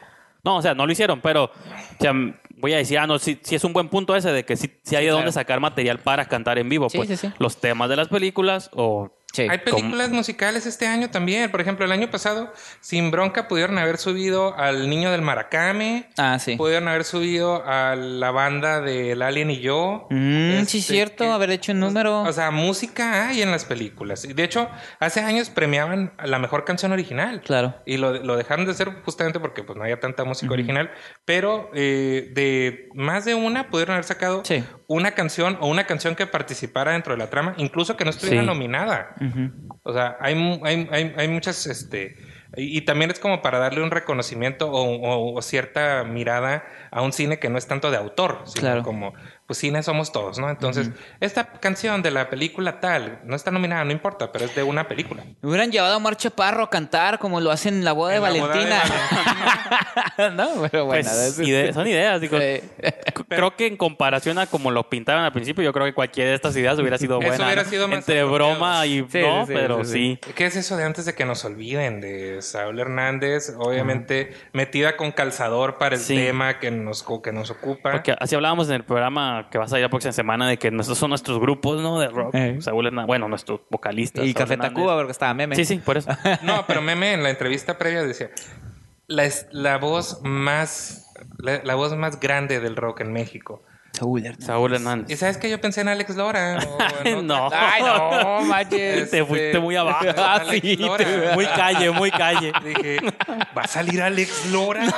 S2: no, o sea, no lo hicieron, pero o sea, m- voy a decir, ah, no, sí, sí es un buen punto ese de que sí, sí hay de dónde sacar material para cantar en vivo,
S1: Sí,
S2: pues
S1: sí, sí.
S2: los temas de las películas o
S1: Sí.
S3: Hay películas musicales este año también. Por ejemplo, el año pasado, sin bronca, pudieron haber subido al Niño del Maracame.
S1: Ah, sí.
S3: Pudieron haber subido a la banda del Alien y yo. Este,
S1: Mm, sí, cierto, haber hecho un
S3: o-
S1: número.
S3: pues, O sea, música hay en las películas. Y De hecho, hace años premiaban a la mejor canción original.
S1: Claro.
S3: Y lo, lo dejaron de hacer justamente porque pues no había tanta música original. Pero eh, de más de una pudieron haber sacado
S1: Sí.
S3: una canción o una canción que participara dentro de la trama, incluso que no estuviera
S2: Sí.
S3: nominada.
S1: Ujú.
S3: O sea, hay, mu- hay, hay, hay muchas, este, y, y también es como para darle un reconocimiento o, o- o cierta mirada a un cine que no es tanto de autor, sino
S1: Claro.
S3: como, pues cine somos todos, ¿no? Entonces, esta canción de la película tal, no está nominada, no importa, pero es de una película.
S1: Me hubieran llevado a Omar Chaparro a cantar como lo hacen en la boda de
S3: En la boda de
S1: Valentina. no, pero bueno.
S2: pues,
S1: eso es-
S2: ide- son ideas, digo.
S1: Sí.
S2: C- Creo que en comparación a como lo pintaron al principio, yo creo que cualquiera de estas ideas hubiera sido
S3: Eso
S2: buena.
S3: hubiera
S2: ¿no?
S3: sido más
S2: Entre
S3: apropiado.
S2: broma y
S1: Sí,
S2: no,
S1: sí, sí,
S2: pero
S1: sí,
S2: sí.
S1: sí.
S3: ¿Qué es eso de antes de que nos olviden? De Saúl Hernández, obviamente metida con calzador para el
S2: Sí.
S3: tema que nos, co- que nos ocupa.
S2: Porque así hablábamos en el programa que vas a ir la próxima semana de que nuestros son nuestros grupos, ¿no? De rock.
S1: Eh.
S2: Saúl Hernández, bueno, nuestro vocalista.
S1: Y
S2: Saúl
S1: Café
S2: Hernández.
S1: Tacuba, porque estaba meme.
S2: Sí, sí, por eso.
S3: No, pero Meme en la entrevista previa decía la, es- la voz más la, la voz más grande del rock en México.
S1: Saúl Hernández.
S2: Saúl
S3: Y
S2: Hernández.
S3: sabes que yo pensé en Alex Lora. o en
S2: No.
S3: otra-
S1: Ay, no,
S3: Este,
S1: manches.
S2: Te fuiste muy abajo.
S3: pensé en
S2: Ah,
S3: Alex
S1: sí,
S3: Lora.
S1: te-
S2: Muy calle, muy calle.
S3: Dije, va a salir Alex Lora.
S1: Eso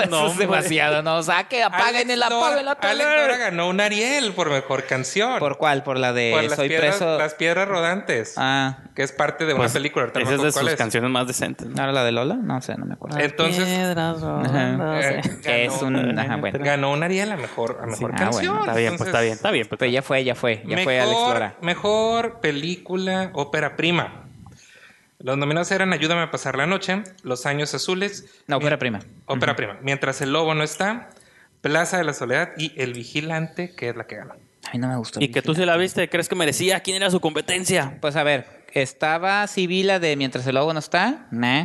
S1: es
S2: hombre.
S1: demasiado. No, saque, apaguen el
S3: Alex Lora-
S1: apaguen la
S3: Alex Lora
S1: tele.
S3: ganó un Ariel por mejor canción.
S1: ¿Por cuál? ¿Por la de
S3: Por las,
S1: Soy
S3: piedras,
S1: preso?
S3: las piedras rodantes,
S1: Ah,
S3: que es parte de una
S2: Pues,
S3: película. ahorita no
S2: Esa es
S3: me
S2: de
S3: acuerdo
S2: sus
S3: cuál es.
S2: canciones más decentes. ¿no?
S1: ¿no era la de Lola? No sé, no me acuerdo.
S3: Entonces,
S2: Piedras rodantes.
S1: Ajá.
S3: eh,
S1: Que es
S3: ganó-
S1: un... Ajá, bueno.
S3: Ganó un Ariel a mejor, a mejor
S1: ah, bueno,
S3: canción.
S2: Está bien, pues está bien,
S3: Entonces,
S2: está bien. pues,
S1: Pero ya fue, ya fue. Ya fue Alex Lora.
S3: mejor película ópera prima. Los nominados eran Ayúdame a pasar la noche, Los años azules,
S1: No, fuera prima.
S3: ópera prima, Mientras el lobo no está, Plaza de la soledad y El vigilante, que es la que gana.
S1: Ay, no me gustó.
S2: Y que tú sí la viste, ¿crees que merecía? ¿Quién era su competencia?
S1: Pues a ver, estaba Sibila de Mientras el lobo no está. Nah.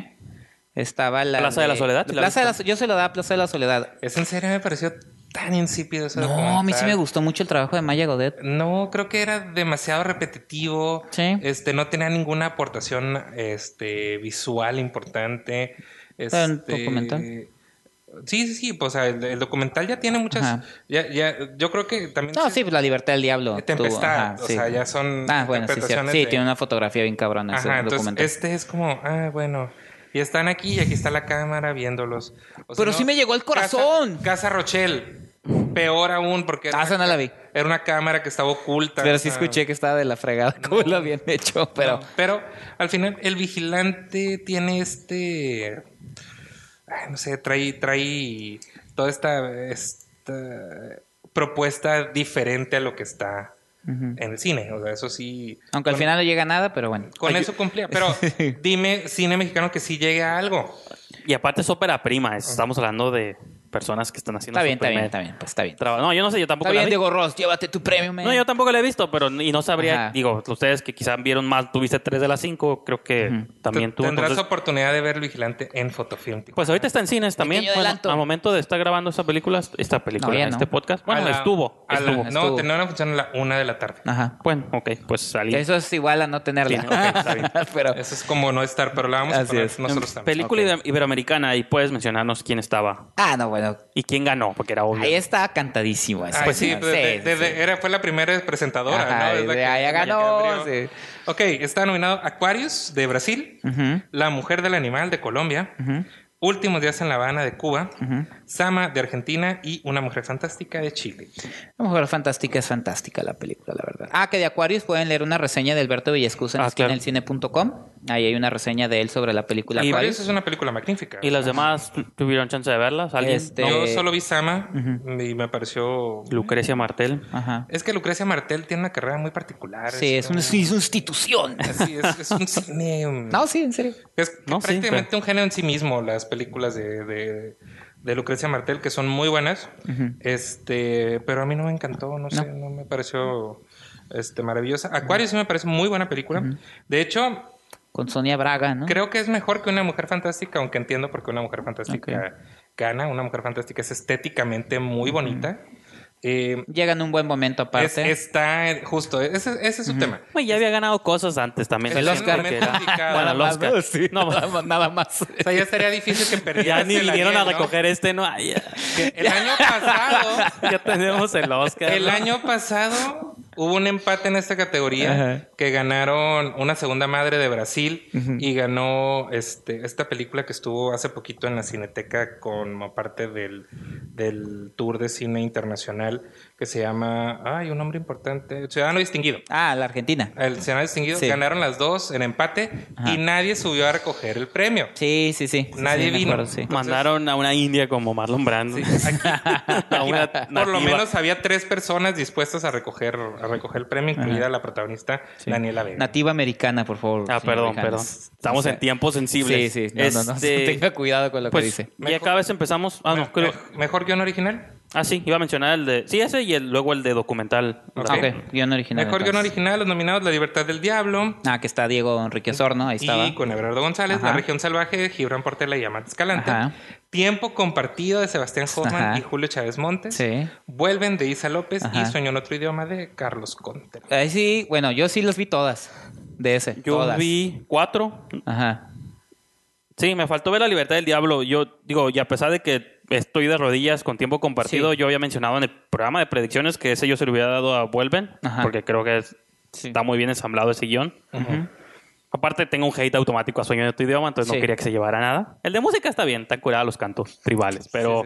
S1: Estaba la.
S2: Plaza de la Soledad, ¿sí la
S1: Plaza de la
S2: viste?
S1: So- yo se lo daba a Plaza de la Soledad.
S3: Es en serio, me pareció tan insípido ese
S1: No,
S3: documental.
S1: a mí sí me gustó mucho el trabajo de Maya Godet.
S3: No, creo que era demasiado repetitivo.
S1: Sí.
S3: Este, no tenía ninguna aportación este, visual importante. Este,
S1: Era un documental.
S3: Sí, sí, sí. Pues, o sea, el, el documental ya tiene muchas.
S1: Ajá.
S3: Ya, ya, yo creo que también.
S1: No,
S3: se-
S1: sí, pues, la libertad del diablo.
S3: Tempestad,
S1: Tuvo,
S3: o sea, ya son
S1: Ah, bueno, sí, cierto.
S3: interpretaciones
S1: Sí,
S3: de-
S1: tiene una fotografía bien cabrona ese
S3: Ajá, entonces
S1: documental.
S3: este es como, ah, bueno. Y están aquí y aquí está la cámara viéndolos. O sea,
S1: Pero
S3: no,
S1: sí me llegó al
S3: Casa-
S1: corazón.
S3: Casa, Rochelle. Peor aún, porque
S1: Ah, esa no la vi.
S3: era una cámara que estaba oculta.
S1: Pero
S3: o
S1: sí
S3: sea,
S1: escuché que estaba de la fregada, como lo habían hecho. Pero.
S3: no, pero al final el vigilante tiene este. ay, no sé, trae, trae toda esta, esta propuesta diferente a lo que está en el cine. O sea, eso sí.
S1: Aunque al
S3: con-
S1: final no llega nada, pero bueno.
S3: Con eso cumplía. Pero dime, cine mexicano que sí llegue a algo.
S2: Y aparte es ópera prima, es- estamos hablando de personas que están haciendo
S1: Está
S2: su
S1: bien, está bien,
S2: primer
S1: está bien. Pues está bien.
S2: trabajo. No, yo no sé, yo tampoco
S1: Está
S2: la
S1: bien,
S2: vi.
S1: Diego Ross, llévate tu premio, man.
S2: No, yo tampoco la he visto, pero y no sabría,
S1: Ajá.
S2: digo, ustedes que quizás vieron más, tuviste tres de las cinco, creo que también tú.
S3: Tendrás
S2: entonces-
S3: oportunidad de ver Vigilante en Fotofilm. tío.
S2: pues ahorita está en cines también.
S1: Pequeño
S2: Bueno,
S1: adelanto.
S2: al momento de estar grabando esta película, esta película,
S1: No, ya
S2: este
S1: no.
S2: podcast,
S3: A
S2: bueno,
S3: la-
S2: estuvo,
S3: a la-
S2: estuvo.
S3: no,
S1: estuvo.
S3: tenía una función a la una de la tarde.
S1: Ajá.
S2: Bueno, ok, pues salí.
S1: Eso es igual a no tenerla.
S2: Sí, ok, está bien.
S1: Pero
S3: Eso es como no estar, pero la vamos a
S1: Así
S3: poner
S1: es.
S3: nosotros también.
S2: Película
S1: Ok.
S2: ibe- iberoamericana y puedes mencionarnos quién estaba
S1: ah, no, bueno,
S2: y quién ganó, porque era obvio. Pues
S1: ahí está cantadísimo eso.
S3: Ay, Pues sí,
S1: Sí,
S3: desde-
S1: sí,
S3: desde-
S1: sí.
S3: era, fue la primera presentadora,
S1: Ajá,
S3: ¿no? Es la
S1: desde
S3: que-
S1: ahí
S3: la que
S1: ganó,
S3: abrió.
S1: sí.
S3: Ok, está nominado Aquarius de Brasil,
S1: Ujú,
S3: La Mujer del Animal de Colombia,
S1: ujú,
S3: Últimos Días en La Habana de Cuba,
S1: ujú.
S3: Sama de Argentina y Una Mujer Fantástica de Chile.
S1: A lo mejor Fantástica es fantástica la película, la verdad. Ah, que de Aquarius pueden leer una reseña de Alberto Villescusa en
S2: Ah, claro.
S1: esquinaelcine.com. Ahí hay una reseña de él sobre la película
S2: Y
S3: Aquarius
S1: Aquarius.
S3: es una película magnífica.
S2: ¿Y las demás tu- tuvieron chance de verlas? ¿Alguien?
S1: Este-
S2: No.
S3: Yo
S1: Eh,
S3: solo vi Sama y me pareció...
S2: Lucrecia Martel.
S1: Ajá.
S3: Es que Lucrecia Martel tiene una carrera muy particular.
S1: Sí, es una
S3: cine.
S1: es una institución.
S3: es, es un cine... mm,
S1: No, sí, en serio.
S3: Es
S2: No, sí,
S3: prácticamente un género en sí mismo, las películas de, de- de Lucrecia Martel, que son muy buenas. Este, pero a mí no me encantó, no sé, no, me pareció este, maravillosa. Aquarius sí me parece muy buena película. De hecho,
S1: Con Sonia Braga, ¿no?
S3: creo que es mejor que Una Mujer Fantástica, aunque entiendo por qué Una Mujer Fantástica gana. Una Mujer Fantástica es estéticamente muy bonita. Eh,
S1: Llega en un buen momento
S3: es-
S1: aparte.
S3: está justo, ese, ese es su tema.
S2: Güey, ya había ganado cosas antes también.
S3: El
S2: Siento
S3: Oscar.
S2: que era-
S3: Indicado.
S2: Bueno,
S1: Nada
S2: el
S1: más,
S2: Oscar.
S1: Ah, ¿no? Sí,
S2: No,
S1: nada más- nada más.
S3: O sea, ya estaría difícil que perdiera.
S2: ya ni
S3: el
S2: vinieron a
S3: Ariel, ¿no?
S2: recoger este, no. Ay, ya.
S3: El año pasado,
S2: Ya tenemos el Oscar.
S3: El
S2: ¿no?
S3: año pasado hubo un empate en esta categoría
S1: Ajá.
S3: que ganaron una segunda madre de Brasil y ganó este, esta película que estuvo hace poquito en la Cineteca como parte del, del tour de cine internacional que se llama, ay, un nombre importante, Ciudadano Distinguido.
S1: Ah, la Argentina.
S3: El Ciudadano Distinguido
S1: Sí.
S3: ganaron las dos en empate
S1: Ajá.
S3: y nadie subió a recoger el premio.
S1: Sí, sí, sí. Sí,
S3: Nadie
S1: sí, me
S3: vino.
S1: acuerdo, sí.
S2: Mandaron a una india como Marlon Brando. a una
S3: Por lo
S2: nativa.
S3: menos había tres personas dispuestas a recoger, a recoger el premio, incluida la protagonista Daniela Vega.
S1: Nativa americana, por favor.
S2: Ah,
S1: señor
S2: perdón,
S1: Rijanes.
S2: perdón. Estamos
S1: O sea,
S2: en tiempos sensibles.
S1: Sí, sí. No, no, no.
S2: Este,
S1: Tenga cuidado con lo
S2: pues,
S1: que dice.
S2: Y acá a veces empezamos. Ah, no, creo.
S3: Mej- ¿Mejor guión original?
S2: Ah, sí, iba a mencionar el de. Sí, ese y el, luego el de documental.
S3: Ok.
S1: Ah, ok. Guión original.
S3: Mejor guión
S1: entonces.
S3: original, los nominados La Libertad del Diablo
S1: Ah, que está Diego Enrique Osorno, ahí estaba.
S3: y con Everardo González,
S1: Ajá.
S3: La Región Salvaje, Gibran Portela y Amante Escalante.
S1: Ajá.
S3: Tiempo compartido de Sebastián Hoffman
S1: Ajá.
S3: y Julio Chávez Montes.
S1: Sí.
S3: Vuelven de Isa López
S1: Ajá.
S3: y Sueño en otro idioma de Carlos Conte.
S1: Ahí sí, bueno, yo sí los vi todas. De ese.
S2: Yo
S1: todas.
S2: vi cuatro.
S1: Ajá.
S2: Sí, me faltó ver la libertad del diablo. Yo digo, y a pesar de que estoy de rodillas con tiempo compartido,
S1: Sí.
S2: yo había mencionado en el programa de predicciones que ese yo se lo hubiera dado a Vuelven,
S1: Ajá.
S2: porque creo que es-
S1: Sí.
S2: está muy bien ensamblado ese guión.
S1: Ujú.
S2: Aparte, tengo un hate automático a sueño de tu idioma, entonces
S1: Sí.
S2: no quería que se llevara nada. El de música está bien, están curados los cantos tribales, pero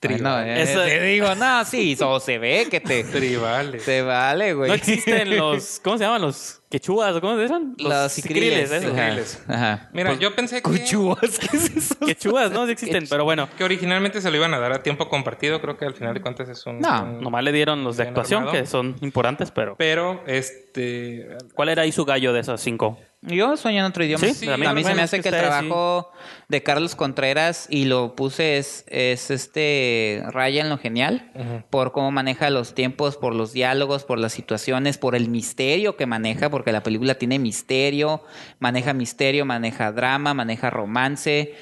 S1: Ay, no, eh,
S2: Eso-
S1: te digo, no, sí, o se ve que te,
S3: Tribales.
S1: eh, te vale, güey.
S2: no existen los. ¿Cómo se llaman? Los quechúas, ¿cómo se llaman?
S1: los
S2: sicriles,
S1: sicriles.
S2: esos.
S1: ajá,
S3: Sicriles.
S1: Ajá.
S3: Mira, yo pensé que,
S1: Cuchúas, ¿qué es eso?
S2: Quechúas, ¿no? Sí existen, pero bueno.
S3: que originalmente se lo iban a dar a tiempo compartido. Creo que al final de cuentas es un.
S1: No,
S3: un-
S2: Nomás le dieron los de
S3: Bien
S2: actuación,
S3: armado.
S2: que son importantes, pero.
S3: Pero este.
S2: ¿Cuál era ahí su gallo de esas cinco?
S1: Yo sueño en otro idioma.
S2: Sí,
S1: Sí,
S2: a
S1: a
S2: mí
S1: mí,
S2: también,
S1: se me
S2: es
S1: hace
S2: que
S1: que el
S2: ustedes
S1: trabajo de Carlos Contreras y lo puse es, es este raya en lo genial por cómo maneja los tiempos, por los diálogos, por las situaciones, por el misterio que maneja, porque la película tiene misterio, maneja misterio, maneja drama, maneja romance.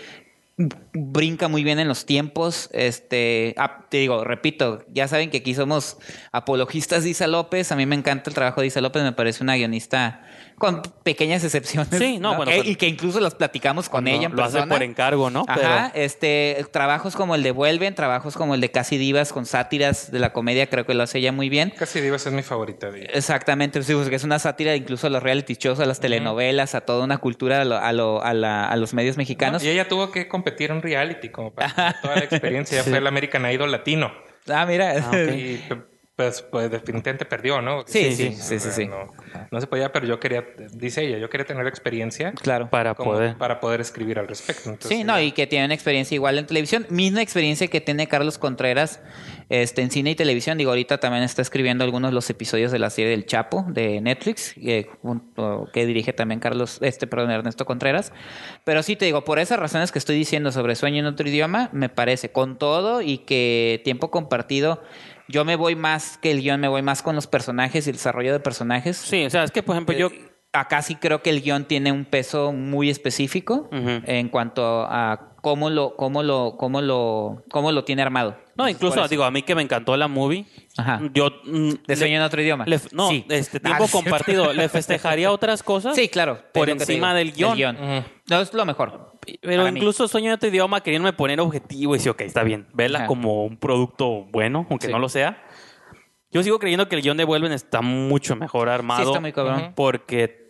S1: Brinca muy bien en los tiempos. Este, ah, te digo, repito, ya saben que aquí somos apologistas de Isa López. A mí me encanta el trabajo de Isa López, me parece una guionista con pequeñas excepciones.
S2: Sí, no, bueno,
S1: Eh,
S2: pero-
S1: y que incluso las platicamos con ella en
S2: lo hace
S1: persona.
S2: por encargo, ¿no?
S1: Ajá, este, trabajos como el de Vuelven, trabajos como el de Casi Divas con sátiras de la comedia, creo que lo hace ella muy bien.
S3: Casi Divas es mi favorita
S1: Eh,
S3: de ella.
S1: Exactamente, sí, pues, que es una sátira incluso a los reality shows, a las telenovelas, a toda una cultura, a, lo- a lo- a la- a los medios mexicanos.
S3: Y ella tuvo que competir en reality como para tener toda la experiencia. Ella Fue el American Idol latino.
S1: Ah, mira,
S2: Ah, ok.
S3: Y pe- pues, pues definitivamente perdió, ¿no?
S1: Sí, sí, sí, sí, sí.
S3: No, no se podía, pero yo quería, dice ella, yo quería tener experiencia
S1: Claro.
S2: Para
S3: como
S2: poder.
S3: para poder escribir al respecto. Entonces,
S1: Sí, no, y que tienen experiencia igual en televisión. Misma experiencia que tiene Carlos Contreras este, en cine y televisión. Digo, ahorita también está escribiendo algunos de los episodios de la serie del Chapo de Netflix, que, junto- que dirige también Carlos, este, perdón, Ernesto Contreras. Pero sí te digo, por esas razones que estoy diciendo sobre sueño en otro idioma, me parece, con todo y que tiempo compartido, yo me voy más que el guión, me voy más con los personajes y el desarrollo de personajes.
S2: Sí, o sea, es que, por ejemplo, yo.
S1: Eh, acá sí creo que el guión tiene un peso muy específico
S2: Ujú.
S1: en cuanto a cómo lo, cómo lo, cómo lo, cómo lo tiene armado.
S2: No,
S1: Entonces, por
S2: incluso
S1: eso-
S2: digo, a mí que me encantó la movie.
S1: Ajá.
S2: Yo. mm,
S1: de
S2: le-
S1: sueño en otro idioma.
S2: le- no,
S1: sí.
S2: este
S1: Ah,
S2: tiempo
S1: sí.
S2: compartido. le festejaría otras cosas.
S1: Sí, claro. es
S2: Por
S1: lo que te
S2: encima
S1: digo,
S2: del guión.
S3: Ujú.
S1: No es lo mejor.
S2: Pero
S1: para mí.
S2: incluso sueño en otro idioma, queriéndome poner objetivo y decir, ok, está bien, verla
S1: Ajá.
S2: como un producto bueno, aunque
S1: Sí.
S2: no lo sea. Yo sigo creyendo que el guión de Vuelven está mucho mejor armado.
S1: Sí, está muy cabrón.
S2: Ujú. Porque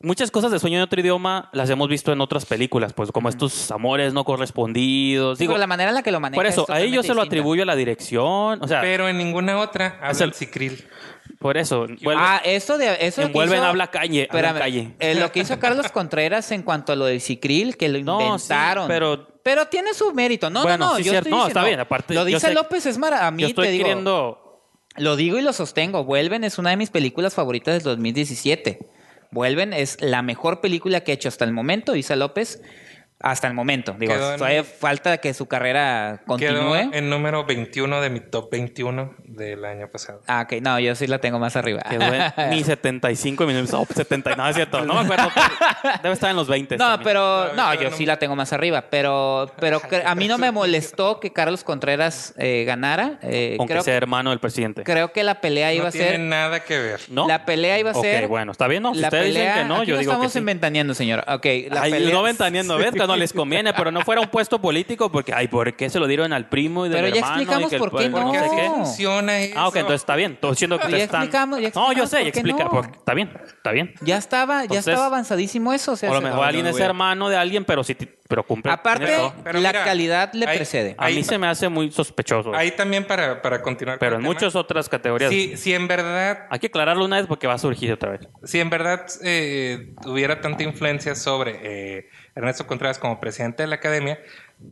S2: muchas cosas de sueño en otro idioma las hemos visto en otras películas, pues como estos amores no correspondidos.
S1: Digo,
S2: Digo,
S1: la manera en la que lo maneja.
S2: por eso,
S1: es
S2: a ellos se lo
S1: totalmente
S2: atribuyo a la dirección. O sea,
S3: Pero en ninguna otra habla
S2: sea,
S3: el Cicril.
S2: por eso.
S1: distinta.
S2: Vuelven,
S1: Ah, eso de eso que
S2: envuelven,
S1: hizo-
S2: habla calle. habla
S1: Espérame,
S2: calle.
S1: eh, lo que hizo Carlos Contreras en cuanto a lo del Cicril, que lo
S2: No, sí,
S1: inventaron.
S2: pero-
S1: pero tiene su mérito. No,
S2: Bueno,
S1: no, no.
S2: sí,
S1: yo
S2: cierto.
S1: estoy
S2: No, está
S1: diciendo-
S2: bien, aparte,
S1: Lo
S2: yo
S1: dice
S2: sé-
S1: López, es mara. A mí
S2: Yo
S1: te
S2: estoy
S1: digo.
S2: queriendo.
S1: Lo digo y lo sostengo. Vuelven es una de mis películas favoritas del 2017. Vuelven es la mejor película que ha hecho hasta el momento, Isa López. Hasta el momento. Digo,
S3: Quedó en-
S1: todavía falta que su carrera
S3: Quedó
S1: continúe.
S3: en número 21 de mi top 21 del año pasado.
S1: Ah, ok. No, yo sí la tengo más arriba.
S2: Quedó en mi 75 minutos. Oh, 79, es cierto. No me acuerdo. pero Debe estar en los 20.
S1: No,
S2: también.
S1: pero
S3: Todavía
S1: no,
S3: quedó
S1: yo
S3: en
S1: sí
S3: un-
S1: la tengo más arriba, pero pero cre- a mí no me molestó que Carlos Contreras eh, ganara. eh,
S2: Aunque
S1: creo,
S2: sea hermano del presidente.
S1: creo que la pelea iba
S3: No
S1: a
S3: tiene
S1: ser
S3: nada que ver.
S2: ¿No?
S1: la pelea iba a
S2: Ok,
S1: ser
S2: bueno, está bien, ¿no? Si
S1: la
S2: ustedes
S1: pelea,
S2: dicen que no,
S1: aquí
S2: yo digo
S1: estamos
S2: que sí.
S1: inventaneando, señor. Ok, la
S2: Ay,
S1: pelea-
S2: no ventaneando, ¿ves? Cuando les conviene, pero no fuera un puesto político porque, ay, ¿por qué se lo dieron al primo y del
S1: Pero ya
S2: hermano? y
S1: explicamos
S2: que el
S1: por qué
S2: pueblo
S1: no.
S3: Porque
S2: sé
S3: así
S2: qué?
S3: funciona eso.
S2: Ah, ok, entonces está bien. Todo siendo que
S1: Ya
S2: te están...
S1: explicamos, ya
S2: no, yo
S1: explicamos
S2: sé,
S1: por
S2: ya
S1: qué
S2: explica.
S1: no.
S2: por- Está bien, está bien.
S1: Ya estaba, ya
S2: Entonces,
S1: estaba avanzadísimo eso. O, sea,
S2: o a lo
S1: se-
S2: mejor alguien es hermano de alguien, pero sí, ti- pero cumple.
S1: Aparte,
S2: tiene todo.
S3: Pero
S1: la
S3: mira, ah,
S1: calidad le
S3: ahí-
S1: precede.
S2: a mí se me hace muy sospechoso.
S3: Ahí también para, para continuar.
S2: pero
S3: con
S2: en
S3: el tema.
S2: muchas otras categorías.
S3: Si, si en verdad,
S2: Hay que aclararlo una vez porque va a surgir otra vez.
S3: si en verdad eh, tuviera tanta influencia sobre eh, Ernesto Contreras como presidente de la academia,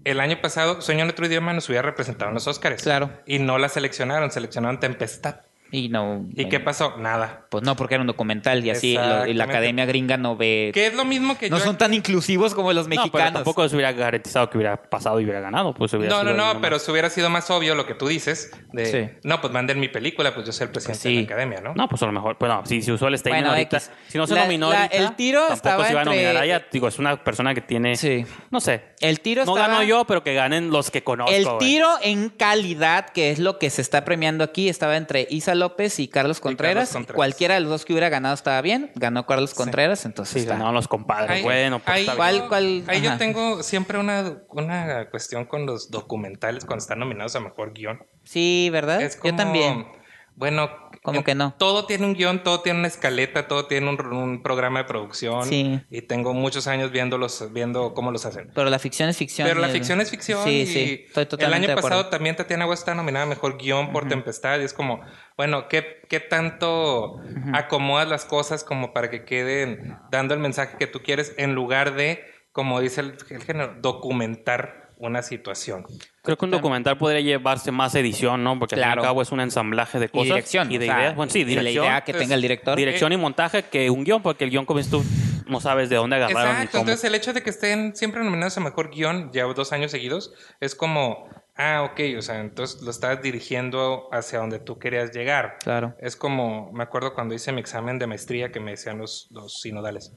S3: el año pasado Sueño en otro idioma nos hubiera representado en los Óscares.
S1: Claro.
S3: Y no la seleccionaron, seleccionaron Tempestad.
S1: Y no.
S3: ¿Y
S1: eh,
S3: qué pasó? Nada.
S1: Pues no, porque era un documental y así lo- y la
S3: Exactamente.
S1: academia gringa no ve.
S3: Que es lo mismo que
S1: No
S3: yo.
S1: son tan inclusivos como los
S2: No, pero
S1: mexicanos.
S2: tampoco se hubiera garantizado que hubiera pasado y hubiera ganado. Pues hubiera
S3: No,
S2: sido
S3: no,
S2: algo
S3: no,
S2: más.
S3: pero si hubiera sido más obvio lo que tú dices, de
S1: Sí.
S3: no, pues manden mi película, pues yo soy el
S1: Pues
S3: presidente
S1: sí.
S3: de la academia, ¿no?
S2: No, pues a lo mejor. Pues no, si se usó el statement
S1: Bueno,
S2: ahorita.
S1: X.
S2: Si no se
S1: La-
S2: nominó
S1: la-
S2: ahorita,
S1: el tiro
S2: tampoco
S1: estaba
S2: se iba a nominar
S1: entre-
S2: a ella. Digo, es una persona que tiene.
S1: Sí.
S2: No sé.
S1: El tiro
S2: eh, no
S1: estaba-
S2: gano yo, pero que ganen los que conozco.
S1: El
S2: güey.
S1: tiro en calidad, que es lo que se está premiando aquí, estaba entre Isa López y Carlos Contreras.
S3: Contreras.
S1: Cualquiera de los dos que hubiera ganado estaba bien. Ganó Carlos Contreras, entonces
S2: Sí,
S1: está.
S2: ganaron los compadres.
S3: Ahí-
S2: bueno, pues
S3: ahí
S2: está
S1: ¿Cuál-
S2: bien.
S3: yo-
S1: cuál?
S3: ahí yo
S1: Ajá.
S3: tengo siempre una, una cuestión con los documentales cuando están nominados a mejor guión.
S1: Sí, ¿verdad?
S3: Es como,
S1: Yo también.
S3: Bueno,
S1: Como
S3: en-
S1: que no.
S3: Todo tiene un guión, todo tiene una escaleta, todo tiene un, un programa de producción.
S1: Sí.
S3: Y tengo muchos años viéndolos, viendo cómo los hacen.
S1: Pero la ficción es ficción.
S3: Pero la
S1: y-
S3: ficción es ficción.
S1: Sí,
S3: y
S1: sí. Estoy
S3: el
S1: totalmente
S3: año
S1: de acuerdo.
S3: pasado también Tatiana Huesca está nominada a Mejor Guión por Tempestad. Y es como, bueno, ¿qué, qué tanto acomodas las cosas como para que queden dando el mensaje que tú quieres en lugar de, como dice el, el género, documentar una situación?
S2: Creo que un documental podría llevarse más edición, ¿no? Porque al fin y
S1: Claro.
S2: al cabo es un ensamblaje de
S1: Y
S2: cosas.
S1: dirección.
S2: Y de
S1: o sea,
S2: ideas. Bueno, sí,
S1: y
S2: dirección.
S1: La idea que
S3: Entonces,
S1: tenga el director.
S2: Dirección y montaje que un guión, porque el guión, como dices tú, no sabes de dónde agarraron y
S3: Exacto.
S2: cómo.
S3: Entonces, el hecho de que estén siempre nominados a Mejor Guión ya dos años seguidos es como, ah, ok, o sea, entonces lo estás dirigiendo hacia donde tú querías llegar.
S1: Claro.
S3: Es como, me acuerdo cuando hice mi examen de maestría que me decían los, los sinodales.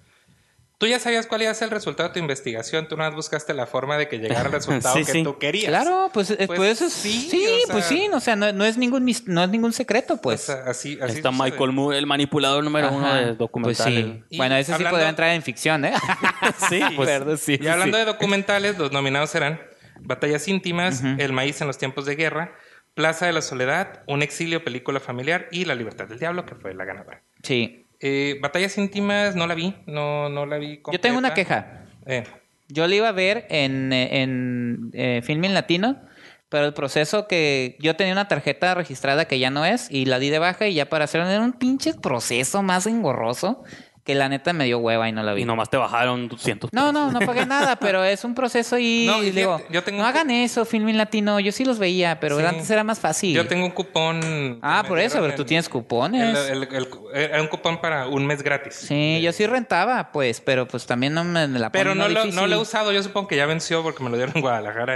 S3: Tú ya sabías cuál iba a ser el resultado de tu investigación, tú nada más buscaste la forma de que llegara el resultado
S2: Sí,
S3: que
S2: sí.
S3: tú querías.
S1: Claro, pues, eh,
S3: Pues
S1: pues eso es-
S3: sí,
S1: sí,
S3: o
S1: pues
S3: sea-
S1: sí, o sea, no, no es ningún mis- no es ningún secreto,
S3: O
S1: pues.
S3: sea, así, así
S2: Está
S3: sucede.
S2: Michael Moore, el manipulador número uno
S1: Ajá.
S2: de documentales.
S1: Pues sí.
S3: Y
S1: Bueno, ese sí
S3: hablando-
S1: podría entrar en ficción, ¿eh?
S2: Sí, pues.
S1: Perdón, sí,
S3: Y hablando de documentales, los nominados serán Batallas íntimas, El maíz en los tiempos de guerra, Plaza de la Soledad, Un exilio, película familiar y La libertad del diablo, que fue la ganadora.
S1: Sí.
S3: Eh, Batallas íntimas no la vi, no, no la vi.
S1: Yo tengo una
S3: completa.
S1: queja.
S3: Eh,
S1: Yo la iba a ver en, eh, en eh, Filmin Latino, Pero el proceso que yo tenía una tarjeta registrada que ya no es y la di de baja y ya para hacer era un pinche proceso más engorroso que la neta me dio hueva y no la vi.
S2: Y nomás te bajaron 200
S1: No, no, no pagué nada, pero es un proceso y
S3: No, y
S1: digo,
S3: fíjate, yo tengo
S1: no
S3: un-
S1: hagan eso, Filmin Latino. Yo sí los veía, pero
S3: Sí.
S1: antes era más fácil.
S3: Yo tengo un cupón.
S1: Ah,
S3: que me
S1: por eso,
S3: dieron
S1: pero tú
S3: en-
S1: tienes cupones.
S3: el- el- el- era un cupón para un mes gratis.
S1: Sí, yo sí rentaba, pues, pero pues también no me la
S3: Pero
S1: ponen
S3: no lo,
S1: difícil.
S3: no lo he usado, yo supongo que ya venció porque me lo dieron en Guadalajara.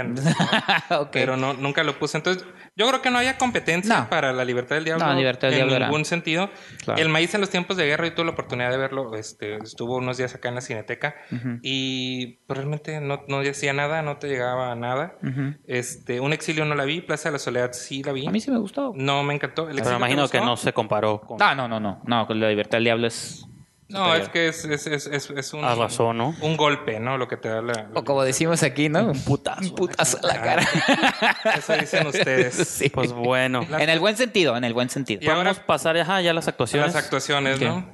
S3: en-
S1: Ok.
S3: Pero no, nunca lo puse. Entonces, yo creo que no había competencia
S1: No.
S3: para la libertad del diablo
S1: No, Libertad del
S3: en
S1: Diablo era-
S3: ningún sentido.
S1: Claro.
S3: El maíz en los tiempos de guerra, y tuve la oportunidad de verlo, este, estuvo unos días acá en la cineteca y pues, realmente no, no decía nada, no te llegaba a nada.
S1: Ujú.
S3: este, un exilio no la vi, Plaza de la Soledad sí la vi.
S1: A mí sí me gustó.
S3: No, me encantó. El
S2: Pero
S3: Exilio te
S2: imagino que
S3: gustó?
S2: no se comparó con...
S1: No, no, no, no. No, con la libertad del diablo es.
S3: No, es que es, es, es, es- es un,
S2: A razón, ¿no?
S3: un golpe, ¿no? Lo que te da la... la-
S1: Ah, O como decimos aquí, ¿no? Un
S2: putazo.
S1: Un putazo a la cara.
S3: Eso dicen ustedes.
S1: Sí.
S2: Pues bueno.
S1: En el buen sentido, en el buen sentido.
S3: Y ahora
S2: Podemos pasar ajá, ya a las actuaciones.
S3: las actuaciones, ¿no?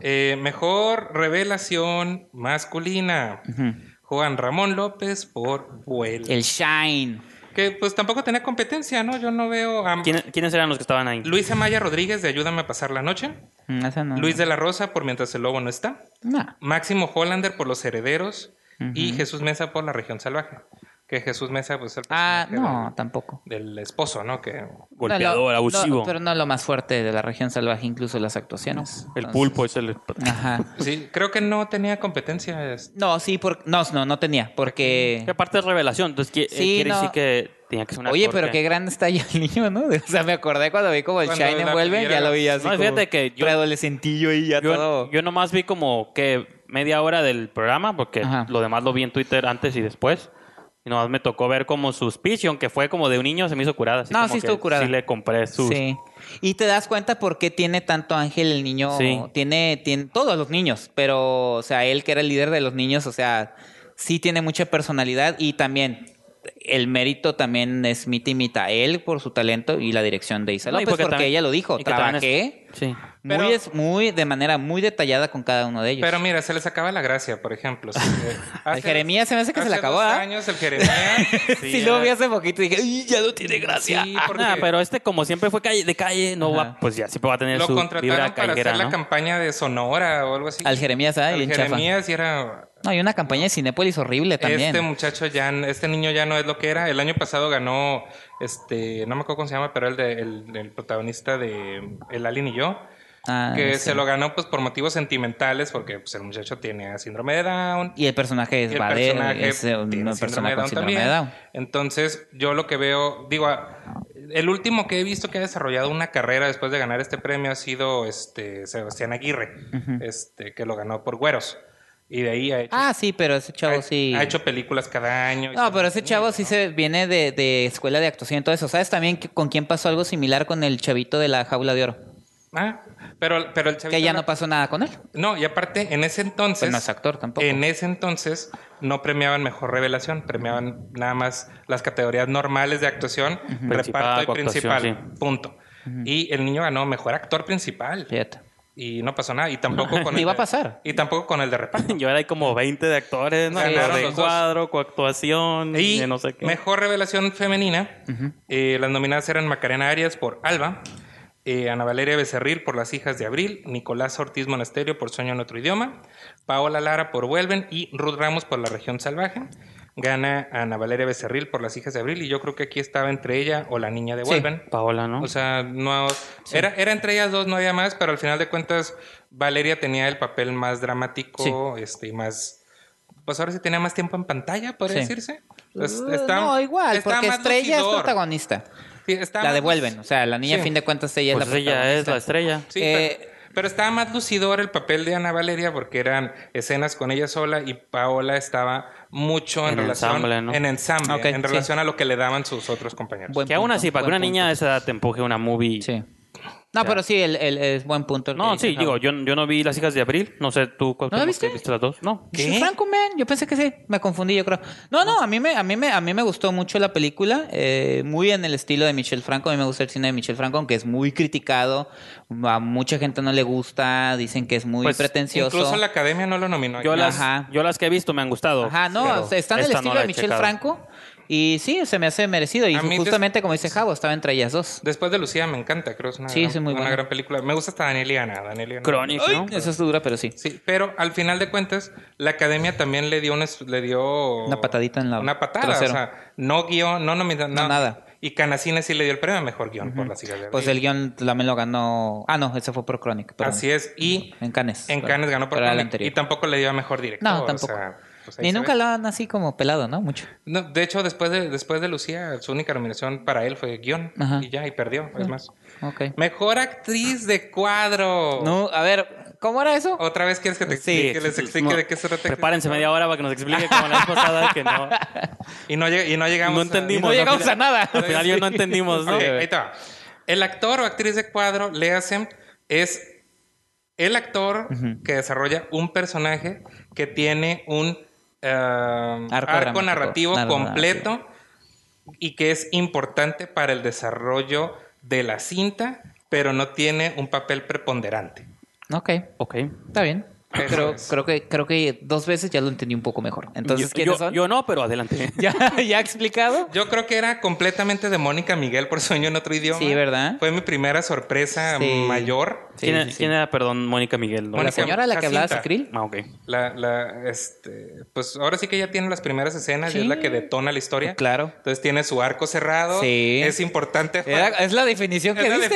S3: Eh, mejor revelación masculina. Juan Ramón López por Buel.
S1: El Shine.
S3: Que pues tampoco tenía competencia, ¿no? Yo no veo a...
S2: ¿Quién- ¿Quiénes eran los que estaban ahí?
S3: Luis Amaya Rodríguez de Ayúdame a pasar la noche.
S1: Mm, esa no.
S3: Luis de la Rosa por Mientras el Lobo no está.
S1: No.
S3: Máximo Hollander por Los Herederos y Jesús Mesa por La Región Salvaje. Que Jesús Mesa, pues, es el
S1: Ah,
S3: personaje
S1: no, tampoco.
S3: del, del esposo, ¿no? Que
S2: Golpeador,
S1: No, lo-
S2: abusivo.
S1: no, pero no lo más fuerte de la región salvaje, incluso las actuaciones.
S2: El
S1: Entonces-
S2: pulpo es el...
S1: Ajá.
S3: pues, sí, creo que no tenía competencia. este, es-
S1: No, sí, porque. No, no, no tenía. Porque.
S2: Que aparte es revelación, entonces qui- eh,
S1: Sí,
S2: quiere
S1: no.
S2: decir que tenía que ser una
S1: Oye, pero qué grande está ya el niño, ¿no? O sea, me acordé cuando vi como el
S3: Cuando
S1: Shine
S3: la
S1: envuelve, ya
S3: primera-
S1: lo vi así.
S2: No,
S1: como
S2: fíjate que yo-
S1: Preadolescentillo ahí ya todo.
S2: Yo, yo nomás vi como que media hora del programa, porque
S1: Ajá.
S2: lo demás lo vi en Twitter antes y después. Y nomás me tocó ver como su speech, y aunque fue como de un niño, se me hizo curada. así
S1: No,
S2: como
S1: sí
S2: que
S1: estuvo curada.
S2: Sí le compré sus...
S1: Sí. Y te das cuenta por qué tiene tanto ángel el niño.
S2: Sí.
S1: Tiene, tiene todos los niños, pero, o sea, él que era el líder de los niños, o sea, sí tiene mucha personalidad y también el mérito también es mita y mita él por su talento y la dirección de Isa
S2: No, y
S1: López, pues porque,
S2: también-
S1: ella lo dijo,
S2: y que también es-
S1: trabajé
S2: Sí.
S1: muy,
S3: Pero-
S1: es, muy, de manera muy detallada con cada uno de ellos.
S3: Pero mira, se les acaba la gracia, por ejemplo. sí, eh, hace-
S1: Jeremías se me hace que se le
S3: hace
S1: acabó,
S3: dos
S1: ¿ah?
S3: años el Jeremías.
S1: Sí,
S2: Sí,
S1: lo
S2: era-
S1: vi hace poquito y dije, "Ay, ya no tiene gracia.
S3: sí,
S2: Ah,
S3: porque
S2: nah, pero este como siempre fue calle, de calle, no
S1: Ajá.
S2: va, pues ya siempre va a tener
S3: lo
S2: su
S3: contrataron
S2: vibra
S3: para hacer
S2: caguera,
S3: la
S2: ¿no?
S3: campaña de Sonora o algo así.
S1: Al Jeremías, ¿ah?
S3: Al
S1: Bien chafa.
S3: Jeremías y era...
S1: No, hay una campaña de Cinépolis horrible también.
S3: Este muchacho ya, n- este niño ya no es lo que era. El año pasado ganó, este, no me acuerdo cómo se llama, pero el, de, el, el protagonista de El Alien y yo,
S1: Ah,
S3: que
S1: sí.
S3: se lo ganó pues por motivos sentimentales, porque pues, el muchacho tiene síndrome de Down.
S1: Y el personaje es
S3: y el
S1: Bader,
S3: personaje
S1: es eh,
S3: tiene
S1: una
S3: síndrome
S1: persona
S3: de
S1: con
S3: Down
S1: síndrome de
S3: también.
S1: Down.
S3: Entonces, yo lo que veo, digo, ah, el último que he visto que ha desarrollado una carrera después de ganar este premio ha sido este Sebastián Aguirre, este, que lo ganó por Güeros. Y de ahí ha hecho,
S1: Ah, sí, pero ese chavo
S3: ha-
S1: sí.
S3: ha hecho películas cada año. y
S1: No,
S3: todo.
S1: pero ese chavo sí se viene de, de escuela de actuación y todo eso. ¿Sabes también que- con quién pasó algo similar con el chavito de la jaula de oro?
S3: Ah, pero, pero el chavito
S1: Que ya
S3: era-
S1: no pasó nada con él.
S3: No, y aparte, en ese entonces.
S1: Pues no es actor tampoco.
S3: En ese entonces no premiaban mejor revelación, premiaban nada más las categorías normales de actuación, reparto
S2: Principal,
S3: y principal.
S2: actuación,
S3: Punto. Y el niño ganó mejor actor principal.
S1: Fíjate.
S3: Y no pasó nada. Y tampoco con
S1: Ni
S3: el
S1: va a
S3: de-
S1: pasar.
S3: Y tampoco con el de reparto.
S2: Y ahora hay como 20 de actores, ¿no?
S3: Ganaron
S2: Actor de
S3: los dos.
S2: cuadro, coactuación,
S3: Y
S2: de no sé qué.
S3: mejor revelación femenina. eh, las nominadas eran Macarena Arias por Alba, eh, Ana Valeria Becerril por Las Hijas de Abril, Nicolás Ortiz Monasterio por Sueño en otro idioma, Paola Lara por Vuelven y Ruth Ramos por La Región Salvaje. Gana Ana Valeria Becerril por Las Hijas de Abril y yo creo que aquí estaba entre ella o la niña de
S1: Sí.
S3: Vuelven.
S2: Paola, ¿no?
S3: O sea, no era, era entre ellas dos, no había más, pero al final de cuentas Valeria tenía el papel más dramático este, y más... Pues ahora sí tenía más tiempo en pantalla, podría
S1: Sí.
S3: decirse. Pues,
S1: Uh,
S3: está-
S1: no, igual,
S3: está
S1: porque
S3: más
S1: Estrella es
S3: lucidor.
S1: protagonista.
S3: Sí, está
S1: La
S3: más-
S1: devuelven. O sea, la niña,
S3: Sí.
S1: a fin de cuentas, ella
S2: pues
S1: es la
S2: ella es la estrella.
S3: Sí,
S1: Eh,
S3: pero, pero estaba más lucidor el papel de Ana Valeria porque eran escenas con ella sola y Paola estaba mucho en,
S2: En
S3: relación
S2: ensamble, ¿no?
S3: en ensamble,
S1: Ok,
S3: en
S1: sí.
S3: relación a lo que le daban sus otros compañeros.
S1: Buen
S2: que aún
S1: punto,
S2: así, para que
S1: buen
S2: una niña
S1: punto.
S2: de esa edad te empuje una movie...
S1: Sí. No,
S2: O sea-
S1: pero sí, el, el- es buen punto. el que
S2: No,
S1: dice
S2: sí, digo,
S1: Raúl.
S2: yo, yo no vi Las Hijas de Abril. No sé, ¿tú cuál
S1: ¿No la viste?
S2: ¿Viste las dos? No.
S1: Sí, Franco, man. Yo pensé que sí. Me confundí, yo creo. No,
S3: Ah.
S1: no, a mí me, a mí me, a mí me gustó mucho la película. eh, muy en el estilo de Michel Franco. A mí me gusta el cine de Michel Franco, aunque es muy criticado. A mucha gente no le gusta. Dicen que es muy
S2: Pues,
S1: pretencioso.
S3: Incluso la academia no lo nominó.
S2: Yo las,
S1: Ajá.
S2: yo las que he visto me han gustado.
S1: Ajá, no,
S2: pero
S1: o sea, está en el
S2: esta no
S1: estilo
S2: la he
S1: de Michel
S2: checado.
S1: Franco. Y sí, se me hace merecido. Y
S3: A mí
S1: justamente como dice Javo, estaba entre ellas dos.
S3: Después de Lucía me encanta, creo. Es una,
S1: Sí,
S3: gran,
S1: es muy
S3: una
S1: buena.
S3: gran película. Me gusta hasta Danieliana. Danieliana.
S2: Chronic, ¿no?
S1: Esa es dura, pero sí.
S3: Sí, pero al final de cuentas, la academia también le dio una, le dio
S1: Una patadita en la-
S3: Una patada,
S1: trasero.
S3: o sea, no guión, no nominado,
S1: No, nada.
S3: Y Canacina sí le dio el premio a mejor guión por las hijas de
S1: Pues el guión también lo ganó. Ah, no, ese fue por Chronic. perdón.
S3: Así es, y
S1: En Cannes.
S3: en
S1: Perdón.
S3: Cannes ganó por
S1: Pero era la
S3: Chronic,
S1: anterior.
S3: y tampoco le dio a mejor director.
S1: No,
S3: o
S1: tampoco.
S3: sea, pues ahí
S1: Ni
S3: se
S1: nunca
S3: ve.
S1: lo han así como pelado, ¿no? Mucho.
S3: No, de hecho, después de, después de Lucía, su única nominación para él fue guión,
S1: Ajá.
S3: y ya, y perdió, es más.
S1: Ok.
S3: Mejor actriz de cuadro.
S1: No, a ver, ¿cómo era eso?
S3: Otra vez quieres que te
S1: Sí,
S3: explique, les explique
S2: No.
S3: de qué se trata.
S2: Prepárense media hora para que nos explique como la vez pasada que no.
S3: Y no, lleg- y no llegamos.
S2: No
S3: a-
S2: entendimos.
S1: No llegamos a
S2: al final-
S1: nada.
S2: Al final yo no entendimos, ¿no?
S3: Ok, ahí te va. El actor o actriz de cuadro, le hacen es el actor que desarrolla un personaje que tiene un eh, arco,
S1: dramático.
S3: narrativo
S1: Narra-
S3: completo y que es importante para el desarrollo de la cinta, pero no tiene un papel preponderante.
S1: Ok,
S2: Ok.
S1: está bien.
S3: Eso
S1: Creo,
S3: es.
S1: creo, que, creo que dos veces ya lo entendí un poco mejor. Entonces,
S2: yo,
S1: ¿quiénes
S2: yo-
S1: son?
S2: yo no, pero adelante.
S1: ¿Ya, ¿Ya explicado?
S3: Yo creo que era completamente de Mónica Miguel por sueño en otro idioma.
S1: Sí, ¿verdad?
S3: Fue mi primera sorpresa
S1: Sí.
S3: mayor.
S1: Sí,
S2: ¿Quién,
S1: sí, sí.
S2: quién era, perdón, Mónica Miguel? ¿no?
S1: ¿La
S3: Mónica-
S1: señora de la que hablaba
S3: Jacinta.
S1: Sacril?
S2: Ah, ok.
S3: La, la, este, pues ahora sí que ya tiene las primeras escenas y es
S1: Sí.
S3: la que detona la historia.
S1: Claro.
S3: Entonces tiene su arco cerrado.
S1: Sí.
S3: Es importante. para-
S1: Era- es la definición que
S3: es la
S1: diste.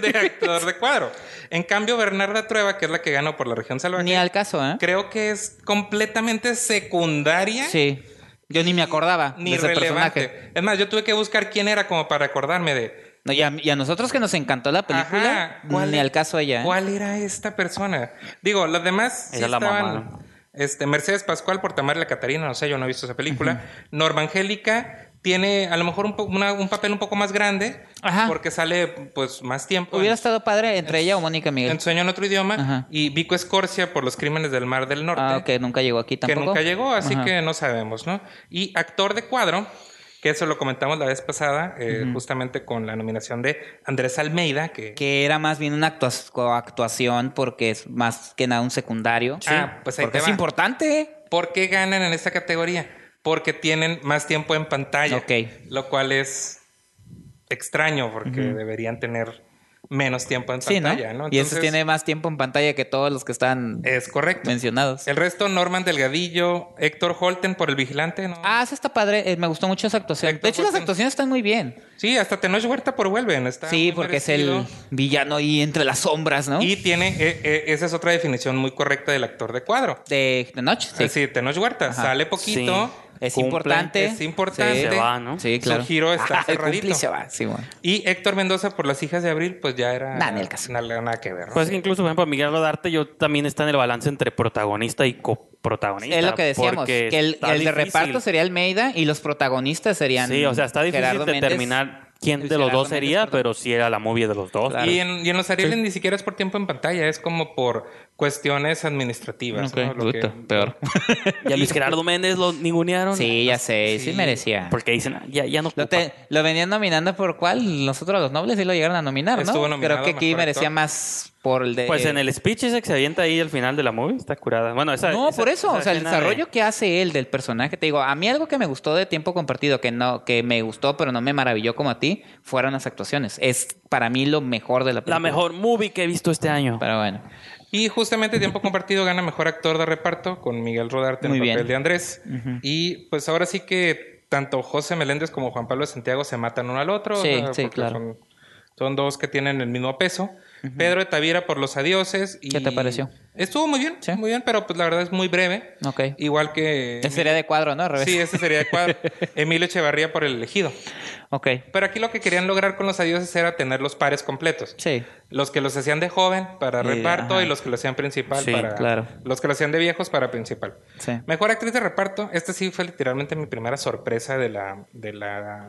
S3: de actor de cuadro. En cambio, Bernarda Trueba, que es la que ganó por la región salvaje,
S1: Ni al caso, ¿eh?
S3: creo que es completamente secundaria.
S1: Sí. Yo ni me acordaba
S3: Ni
S1: de ese
S3: relevante.
S1: personaje.
S3: Es más, yo tuve que buscar quién era como para acordarme de.
S1: No, y, a, y a nosotros que nos encantó la película,
S3: Ajá, ¿cuál
S1: ni
S3: es-
S1: al caso ella. ¿eh?
S3: ¿Cuál era esta persona? Digo, los demás. sí
S2: Era la mamá,
S3: estaban,
S2: ¿no?
S3: Este, Mercedes Pascual por Tamara la Catarina, no sé, yo no he visto esa película. Norma Angélica tiene a lo mejor un, po- una- un papel un poco más grande
S1: Ajá.
S3: porque sale pues más tiempo.
S1: Hubiera
S3: en-
S1: estado padre entre ella o Mónica Miguel.
S3: en Sueño en otro idioma.
S1: Ajá.
S3: Y Vico Escorcia por Los Crímenes del Mar del Norte.
S1: Ah, ok, nunca llegó aquí
S3: Que
S1: tampoco.
S3: nunca llegó, así
S1: Ajá.
S3: que no sabemos, ¿no? Y actor de cuadro, que eso lo comentamos la vez pasada, eh, justamente con la nominación de Andrés Almeida, que...
S1: Que era más bien una actua- actuación porque es más que nada un secundario.
S3: Ah, pues ahí
S1: porque
S3: te
S1: es
S3: va.
S1: importante. ¿eh?
S3: ¿Por qué ganan en esta categoría? Porque tienen más tiempo en pantalla.
S1: Ok.
S3: Lo cual es extraño porque deberían tener menos tiempo en
S1: Sí, ¿no?
S3: pantalla, ¿no?
S1: y eso
S3: Entonces,
S1: tiene más tiempo en pantalla que todos los que están
S3: Es correcto.
S1: mencionados.
S3: El resto, Norman Delgadillo, Héctor Holten por El Vigilante, ¿no?
S1: Ah, esa está padre. eh, me gustó mucho esa actuación.
S3: Héctor
S1: de hecho, las
S3: Huerta.
S1: actuaciones están muy bien.
S3: Sí, hasta Tenoch Huerta por Vuelven. Está
S1: sí,
S3: muy
S1: porque es el
S3: merecido.
S1: villano ahí entre las sombras, ¿no?
S3: Y tiene, eh, eh, esa es otra definición muy correcta del actor de cuadro.
S1: De, de noche, sí.
S3: Es decir, Tenoch Huerta
S1: Ajá.
S3: sale poquito
S1: Es
S2: Cumplen,
S1: importante.
S3: es importante.
S2: Se va, ¿no?
S1: Sí,
S3: Su
S1: claro.
S3: giro está
S1: Ajá, el cumple y
S3: cerradito.
S1: se va, sí, bueno.
S3: y Héctor Mendoza por Las Hijas de Abril, pues ya era...
S1: Nada, ni el caso.
S3: Nada, nada que ver. ¿no?
S2: Pues es que incluso, por ejemplo, Miguel Rodarte, yo también está en el balance entre protagonista y coprotagonista.
S1: Es lo que decíamos,
S2: porque
S1: que el,
S2: está
S1: el de
S2: difícil.
S1: reparto sería Almeida y los protagonistas serían
S2: Sí, o sea, está difícil
S1: Gerardo Méndez.
S2: determinar quién de
S1: Gerardo
S2: los dos
S1: Méndez,
S2: sería,
S1: perdón.
S2: pero sí era la movie de los dos.
S1: Claro.
S3: Y en, y en los Arieles ni siquiera es por tiempo en pantalla, es como por cuestiones administrativas.
S1: Ok,
S3: ¿no? Lo que-
S1: puta, peor.
S2: Y a Luis Gerardo Méndez lo ningunearon.
S1: Sí, ya sé, sí,
S3: Sí.
S1: merecía.
S2: Porque dicen, ah, ya, ya no
S1: Lo,
S2: ocupa.
S1: te- lo venían nominando por cuál, nosotros los nobles sí lo llegaron a nominar, ¿no?
S3: Estuvo nominado
S1: Creo que aquí
S3: mejor
S1: merecía
S3: actor.
S1: más por el de...
S2: Pues en el speech ese que se avienta ahí al final de la movie, está curada. Bueno, esa,
S1: No,
S2: esa-
S1: por eso,
S2: esa
S1: o sea, el
S2: escena de-
S1: desarrollo que hace él del personaje, te digo, a mí algo que me gustó de tiempo compartido, que no, que me gustó, pero no me maravilló como a ti, fueron las actuaciones. Es para mí lo mejor de la película.
S2: La mejor movie que he visto este año.
S1: Pero bueno,
S3: Y justamente Tiempo Compartido gana Mejor Actor de Reparto con Miguel Rodarte en
S1: Muy
S3: el
S1: bien.
S3: papel de Andrés. Y pues ahora sí que tanto José Meléndez como Juan Pablo Santiago se matan uno al otro.
S1: Sí,
S3: ¿no?
S1: sí,
S3: Porque
S1: claro.
S3: Son, son dos que tienen el mismo peso. Pedro de Tavira por Los Adioses. Y
S1: ¿Qué te pareció?
S3: Estuvo muy bien,
S1: Sí.
S3: muy bien, pero pues la verdad es muy breve.
S1: ok.
S3: Igual que...
S1: Ese sería de cuadro, ¿no? Al revés.
S3: Sí, ese sería el cuadro. Emilio Echevarría por El Elegido.
S1: Ok.
S3: Pero aquí lo que querían lograr con Los Adioses era tener los pares completos.
S1: Sí.
S3: Los que los hacían de joven para
S1: Y-
S3: reparto
S1: ajá.
S3: y los que lo hacían principal
S2: Sí,
S3: para.
S1: claro.
S3: Los que lo hacían de viejos para principal.
S1: Sí.
S3: Mejor actriz de reparto. Esta sí fue literalmente mi primera sorpresa de la. De la...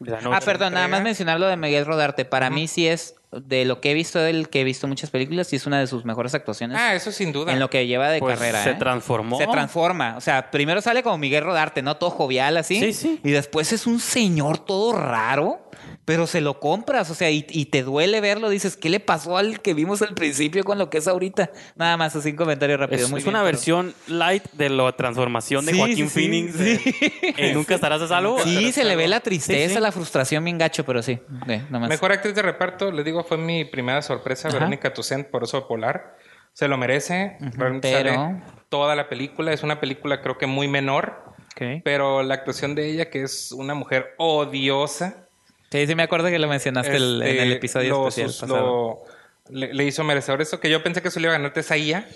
S2: De la noche.
S1: Ah, perdón, nada
S3: entrega.
S1: más mencionar lo de Miguel Rodarte. Para mí sí es, de lo que he visto de él, que he visto muchas películas, sí es una de sus mejores actuaciones
S3: Ah, eso sin duda.
S1: en lo que lleva de
S2: Pues,
S1: carrera.
S2: se
S1: ¿eh?
S2: transformó.
S1: Se transforma. O sea, primero sale como Miguel Rodarte, ¿no? Todo jovial así.
S2: Sí, sí.
S1: Y después es un señor todo raro. pero se lo compras, o sea, y, y te duele verlo, dices, ¿qué le pasó al que vimos al principio con lo que es ahorita? Nada más, así un comentario rápido.
S2: Es,
S1: muy
S2: es
S1: bien,
S2: una
S1: pero-
S2: versión light de la transformación de
S1: Sí,
S2: Joaquín
S1: sí, sí,
S2: Phoenix. de, "Eh, nunca estarás a salvo.
S1: Sí, se le ve la tristeza,
S2: Sí, sí.
S1: la frustración bien gacho, pero sí. sí, nomás.
S3: Mejor actriz de reparto, le digo, fue mi primera sorpresa,
S1: Ajá.
S3: Verónica Tucent, por eso Polar. Se lo merece. Realmente
S1: pero-
S3: sale toda la película. Es una película, creo que muy menor,
S1: Ok.
S3: pero la actuación de ella, que es una mujer odiosa.
S1: Sí, sí me acuerdo que lo mencionaste el- en el
S3: este,
S1: episodio
S3: lo
S1: especial
S3: sus-
S1: pasado.
S3: lo- le, le hizo merecedor eso, que yo pensé que se le iba a ganar Tessaía.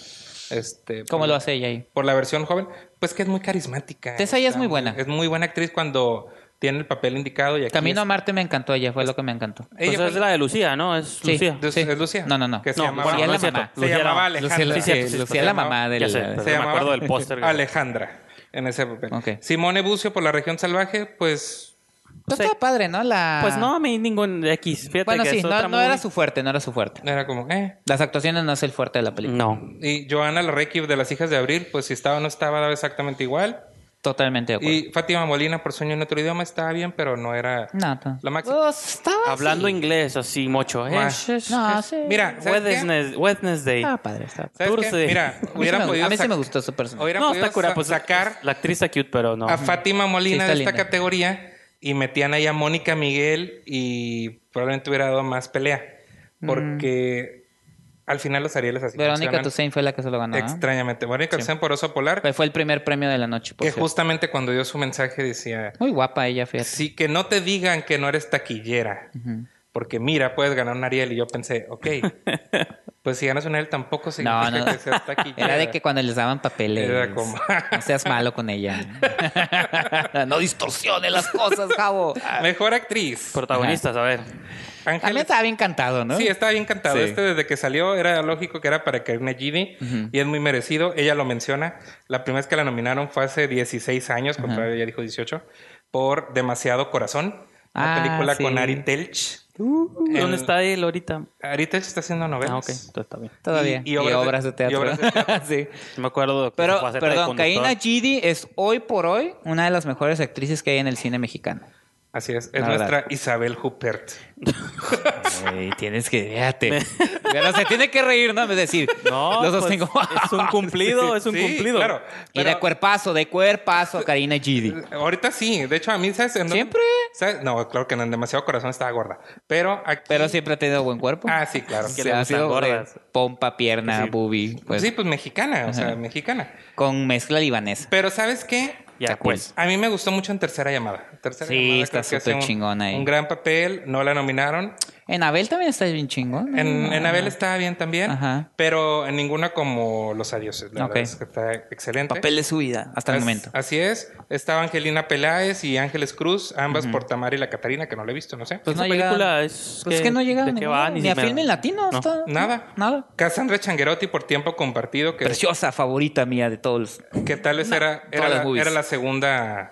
S3: Este,
S1: ¿Cómo
S3: por-
S1: lo hace ella ahí?
S3: Por la versión joven, pues que es muy carismática.
S1: Tessaia es
S3: Está
S1: muy buena.
S3: Es muy buena actriz cuando tiene el papel indicado. Y aquí
S1: Camino a
S3: es-
S1: Marte me encantó ella, fue lo que me encantó.
S2: Pues
S3: ella fue-
S2: es la de Lucía, ¿no? Es
S1: Sí.
S2: Lucía.
S3: de-
S1: Sí.
S3: ¿Es Lucía?
S1: No, no, no.
S3: Que se
S2: No,
S3: llamaba-
S2: bueno,
S1: Lucía
S2: no
S1: la
S2: es cierto.
S1: mamá.
S3: Se
S2: Lucía era-
S3: llamaba
S1: Lucía,
S3: Alejandra.
S1: la-
S2: Sí, cierto,
S1: sí,
S2: sí,
S1: Lucía
S3: se
S1: la
S3: llamaba-
S1: mamá del...
S2: Ya sé, pero-
S3: Se
S2: me
S3: llamaba
S2: acuerdo del póster que-
S3: Alejandra, en ese papel.
S1: Ok.
S3: Simone Bucio por La Región Salvaje, pues
S1: Pues
S2: Sí.
S1: estaba padre, ¿no? La...
S2: Pues no, a mí ningún X. Fíjate
S1: Ah. Bueno,
S2: que
S1: sí,
S2: es
S1: no,
S2: otra
S1: no era
S2: movie.
S1: su fuerte, no era su fuerte.
S3: era como, eh.
S1: Las actuaciones no es el fuerte de la película.
S2: No.
S3: Y Joana Larrequi de Las Hijas de Abril, pues si estaba o no estaba, daba exactamente igual.
S2: Mm.
S1: Totalmente de acuerdo.
S3: Y Fátima Molina por Sueño en otro idioma estaba bien, pero no era
S1: No, no.
S3: la máxima.
S1: Pues, estaba
S2: Hablando
S1: así.
S2: inglés así mucho. Eh,
S3: Ah.
S2: sh- sh-
S1: No, Ah,
S2: sh-
S1: sí.
S3: Mira, ¿sabes qué?
S2: Wednesday. Wednesday.
S1: Estaba padre, estaba padre.
S3: ¿Sabes qué?
S2: Thursday.
S3: Mira,
S1: A mí sí
S3: hubieran
S1: me-
S3: podido
S1: A mí sí
S3: sac-
S1: me gustó su personaje.
S3: hubieran
S2: No,
S3: podido
S2: está cura.
S3: sa-
S2: Pues,
S3: sacar
S2: La actriz está cute, pero no.
S3: a Fátima Molina
S1: Sí,
S3: de
S1: está
S3: esta
S1: linda.
S3: categoría y metían ahí a Mónica Miguel y probablemente hubiera dado más pelea. Porque al final los Arieles así
S1: Verónica
S3: funcionan.
S1: Toussaint fue la que se lo ganó. ¿no?
S3: Extrañamente. Mónica Toussaint por Oso Polar,
S1: Pues Fue el primer premio de la noche. por
S3: que
S1: cierto.
S3: justamente cuando dio su mensaje decía,
S1: Muy guapa ella, fíjate.
S3: sí, que no te digan que no eres taquillera,
S1: Ujú.
S3: porque mira, puedes ganar un Ariel. Y yo pensé, ok, pues si ganas un Ariel tampoco significa
S1: No, no.
S3: que seas taquillera.
S1: Era de que cuando les daban papeles.
S3: Era como-
S1: No seas malo con ella. no distorsiones las cosas, Javo.
S3: Mejor actriz.
S2: Protagonistas, a ver.
S1: A mí
S3: Ángeles
S1: estaba bien cantado, ¿no?
S3: Sí, estaba bien cantado.
S1: Sí.
S3: Este desde que salió era lógico que era para Karina Gidi y es muy merecido. Ella lo menciona. La primera vez que la nominaron fue hace 16 años, contra ella dijo 18, por Demasiado Corazón, una
S1: Ah,
S3: película
S1: sí. Uh,
S3: con Ari Telch. El-
S2: ¿Dónde está él ahorita?
S3: Ari Telch está haciendo novelas.
S2: Ah, ok. Entonces está bien.
S1: Todavía.
S3: Y- y obras de- y
S1: teatro.
S3: obras de
S1: sí.
S2: Sí Me acuerdo. que
S1: Pero,
S2: su faceta de
S1: perdón,
S2: conductor-
S1: Kaina Gidi es hoy por hoy una de las mejores actrices que hay en el cine mexicano.
S3: Así es. Es
S1: La verdad.
S3: nuestra Isabel Huppert.
S1: Güey, tienes que, fíjate. Pero se tiene que reír, ¿no? Es decir,
S2: No,
S1: los dos
S2: pues,
S1: tengo.
S2: es un cumplido, es un
S3: Sí,
S2: cumplido.
S3: Claro.
S1: y de
S3: Pero
S1: cuerpazo, de cuerpazo, Karina Gidi.
S3: ahorita sí. De hecho, a mí, ¿sabes? en dónde-
S1: ¿Siempre?
S3: ¿sabes? No, claro que no, en demasiado corazón estaba gorda. Pero aquí-
S1: Pero siempre ha tenido buen cuerpo.
S3: Ah, sí, claro.
S2: Que
S1: Se
S2: le
S1: ha
S2: gustan
S1: sido de
S2: gordas.
S1: pompa, pierna, boobie, pues,
S3: sí, pues mexicana, o sea, mexicana.
S1: con mezcla libanesa.
S3: Pero ¿sabes qué?
S2: Ya, pues.
S3: A mí me gustó mucho en Tercera Llamada. Tercera
S1: Sí,
S3: Llamada
S1: está
S3: creo que hace
S1: súper
S3: un-
S1: chingona ahí.
S3: Un gran papel, no la nominaron.
S1: En Abel también está bien chingón.
S3: En, en Abel estaba bien también,
S1: Mm. Ajá.
S3: pero en ninguna como Los Adioses. La
S1: Ok.
S3: verdad es que está excelente.
S1: Papel de su vida, hasta el
S3: As-
S1: momento.
S3: Así es. Estaba Angelina Peláez y Ángeles Cruz, ambas por Tamara y la Catarina, que no la he visto, no sé.
S1: Pues
S2: Esa
S1: no
S2: película
S1: llegaba-
S2: es
S1: Pues
S2: que-
S1: es que no llega
S2: ¿de
S1: a
S2: qué
S1: ningún
S2: va?
S1: lado,
S2: Ni
S1: ni a
S2: me-
S1: film en latino.
S2: no.
S1: está-
S3: Nada.
S1: Nada.
S3: Cassandra Changuerotti por tiempo compartido, que,
S1: Preciosa, favorita mía de todos.
S3: que tal vez era, era,
S1: todas las
S3: la,
S1: movies.
S3: era la segunda...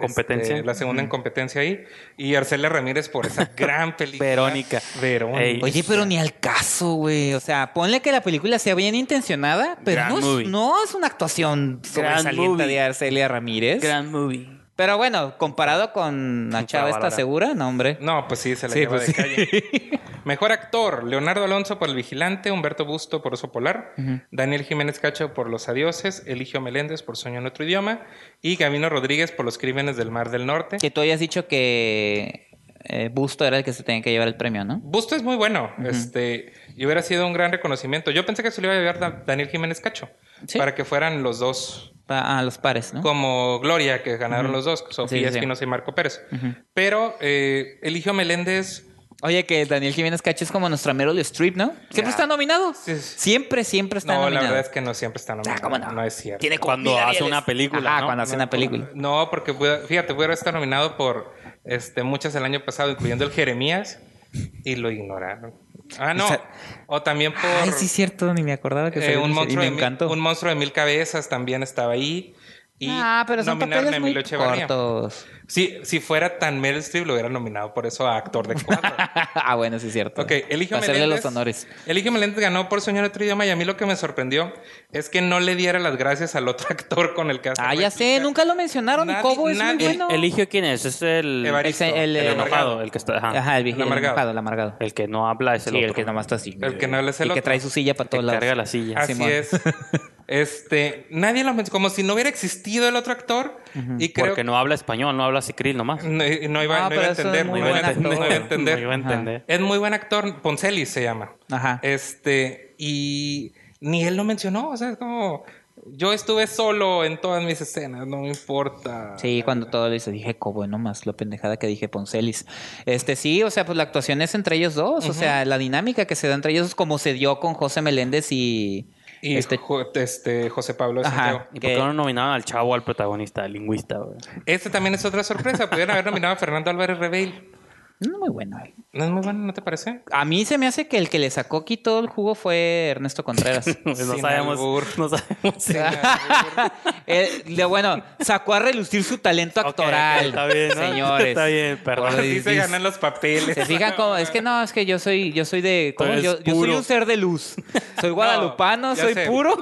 S2: Competencia.
S3: este, la segunda en competencia ahí. Y Arcelia Ramírez por esa gran película.
S2: Verónica.
S3: Verónica.
S2: Ey.
S1: Oye, pero ni al caso, güey. O sea, ponle que la película sea bien intencionada, pero
S2: Gran
S1: no es,
S2: movie.
S1: no es una actuación sobresaliente
S2: movie.
S1: de Arcelia Ramírez.
S2: Gran movie.
S1: Pero bueno, comparado con la chava esta
S2: Bárbara.
S1: segura, no, hombre.
S2: Mm.
S3: No, pues sí, se la
S1: Sí,
S3: lleva
S1: pues
S3: de
S1: sí.
S3: calle. Mejor actor, Leonardo Alonso por El Vigilante, Humberto Busto por Oso Polar, Daniel Jiménez Cacho por Los Adioses, Eligio Meléndez por Sueño en Otro Idioma y Gabino Rodríguez por Los Crímenes del Mar del Norte.
S1: Que tú habías dicho que eh, Busto era el que se tenía que llevar el premio, ¿no?
S3: Busto es muy bueno, este, y hubiera sido un gran reconocimiento. Yo pensé que se lo iba a llevar Da- Daniel Jiménez Cacho,
S1: Sí.
S3: para que fueran los dos
S1: Pa- A los pares, ¿no?
S3: como Gloria, que ganaron los dos, Sofía
S1: Sí, sí, sí.
S3: Espinosa y Marco Pérez. Pero eh, Eligio Meléndez...
S1: Oye, que Daniel Jiménez Cacho es como nuestro Meryl Streep, ¿no? Siempre
S3: Ya.
S1: está nominado.
S3: Sí, sí.
S1: Siempre, siempre está
S3: No, la
S1: nominado.
S3: verdad es que no siempre están nominados.
S1: Ah, ¿cómo no?
S3: es cierto.
S1: Tiene como
S2: Cuando
S1: mil
S2: hace
S1: Arieles.
S2: una película,
S1: Ajá,
S2: ¿no?
S1: cuando hace una película.
S3: No, porque pude- fíjate, hubiera estado nominado por este, muchas el año pasado, incluyendo el Jeremías, y lo ignoraron. Ah, no.
S1: Esa-
S3: O también por
S1: Ay, sí, cierto, ni me acordaba que
S3: eh,
S1: salió
S3: un,
S1: ese- y
S3: monstruo
S1: me
S3: de mil,
S1: encantó.
S3: un monstruo de mil cabezas también estaba ahí. y
S1: ah, pero son
S3: nominaron
S1: papeles
S3: a
S1: muy
S3: Emilio Echevarría.
S1: cortos.
S3: Si, si fuera tan Meryl Streep, lo hubiera nominado por eso a actor de cuadro.
S1: ah, bueno, sí es cierto.
S3: Ok, Elige
S1: Para hacerle
S3: Meléndez.
S1: los honores.
S3: Elige Meléndez ganó por Señor Otro Idioma y a mí lo que me sorprendió es que no le diera las gracias al otro actor con el que hace
S1: Ah, ya sé,
S3: réplica.
S1: nunca lo mencionaron.
S3: Nadie-
S1: Cobo es
S3: nadie-
S1: muy bueno.
S2: Eligio quién es, es el,
S3: Evaristo.
S1: Ese- el,
S2: el
S1: eh,
S2: enojado, el que está. ajá.
S1: Ajá, el
S3: El
S1: viejo. El
S3: amargado.
S1: amargado, el amargado.
S2: El que no habla es ah, el
S1: sí,
S2: otro.
S1: el que nomás está así.
S3: El que no habla es el
S1: Y que
S3: otro.
S1: trae su silla para
S2: Que
S1: todos lados.
S2: carga la silla.
S1: Ah,
S3: Así
S1: Simón.
S3: es. Este, nadie lo mencionó, como si no hubiera existido el otro actor y creo
S2: Porque no habla español, no habla sicril nomás.
S3: No, no iba,
S1: Ah,
S3: no iba a
S1: pero eso es
S3: entender, no
S1: muy
S3: iba a
S1: buen
S3: entender,
S1: actor.
S3: no iba a
S2: No
S3: entender.
S2: iba a entender.
S3: Es muy buen actor, Poncelis se llama.
S1: Ajá.
S3: Este, y ni él lo mencionó, o sea, es como yo estuve solo en todas mis escenas, no me
S2: Ah,
S3: importa.
S1: Sí, cuando todo le hice, dije, Cobo, no más, lo pendejada que dije, Poncelis. Este, sí, o sea, pues la actuación es entre ellos dos, o sea, la dinámica que se da entre ellos es como se dio con José Meléndez y...
S3: Y
S1: este-
S3: este, este José Pablo de
S1: Ajá.
S3: Santiago.
S2: ¿Y por
S1: que-
S2: qué no nominaban al chavo, al protagonista, al lingüista? güey?
S3: Este también es otra sorpresa, pudieron haber nominado a Fernando Álvarez Reveil.
S1: No, muy bueno. él.
S3: No es muy bueno, ¿no te parece?
S1: A mí se me hace que el que le sacó aquí todo el jugo fue Ernesto Contreras.
S2: No
S3: Sin
S2: sabemos.
S3: albur.
S2: No sabemos. si-
S1: Eh, de- bueno, sacó a relucir su talento
S2: Ok,
S1: actoral,
S2: está bien, ¿no?
S1: señores.
S2: Está bien, perdón.
S1: Por
S3: Así se
S1: dis-
S3: ganan los papeles.
S1: Se fijan como, es que no, es que yo soy, yo soy de, ¿cómo?
S2: Entonces,
S1: Yo, yo soy
S2: puro.
S1: un ser de luz. Soy guadalupano,
S3: ya
S1: soy
S3: sé.
S1: puro.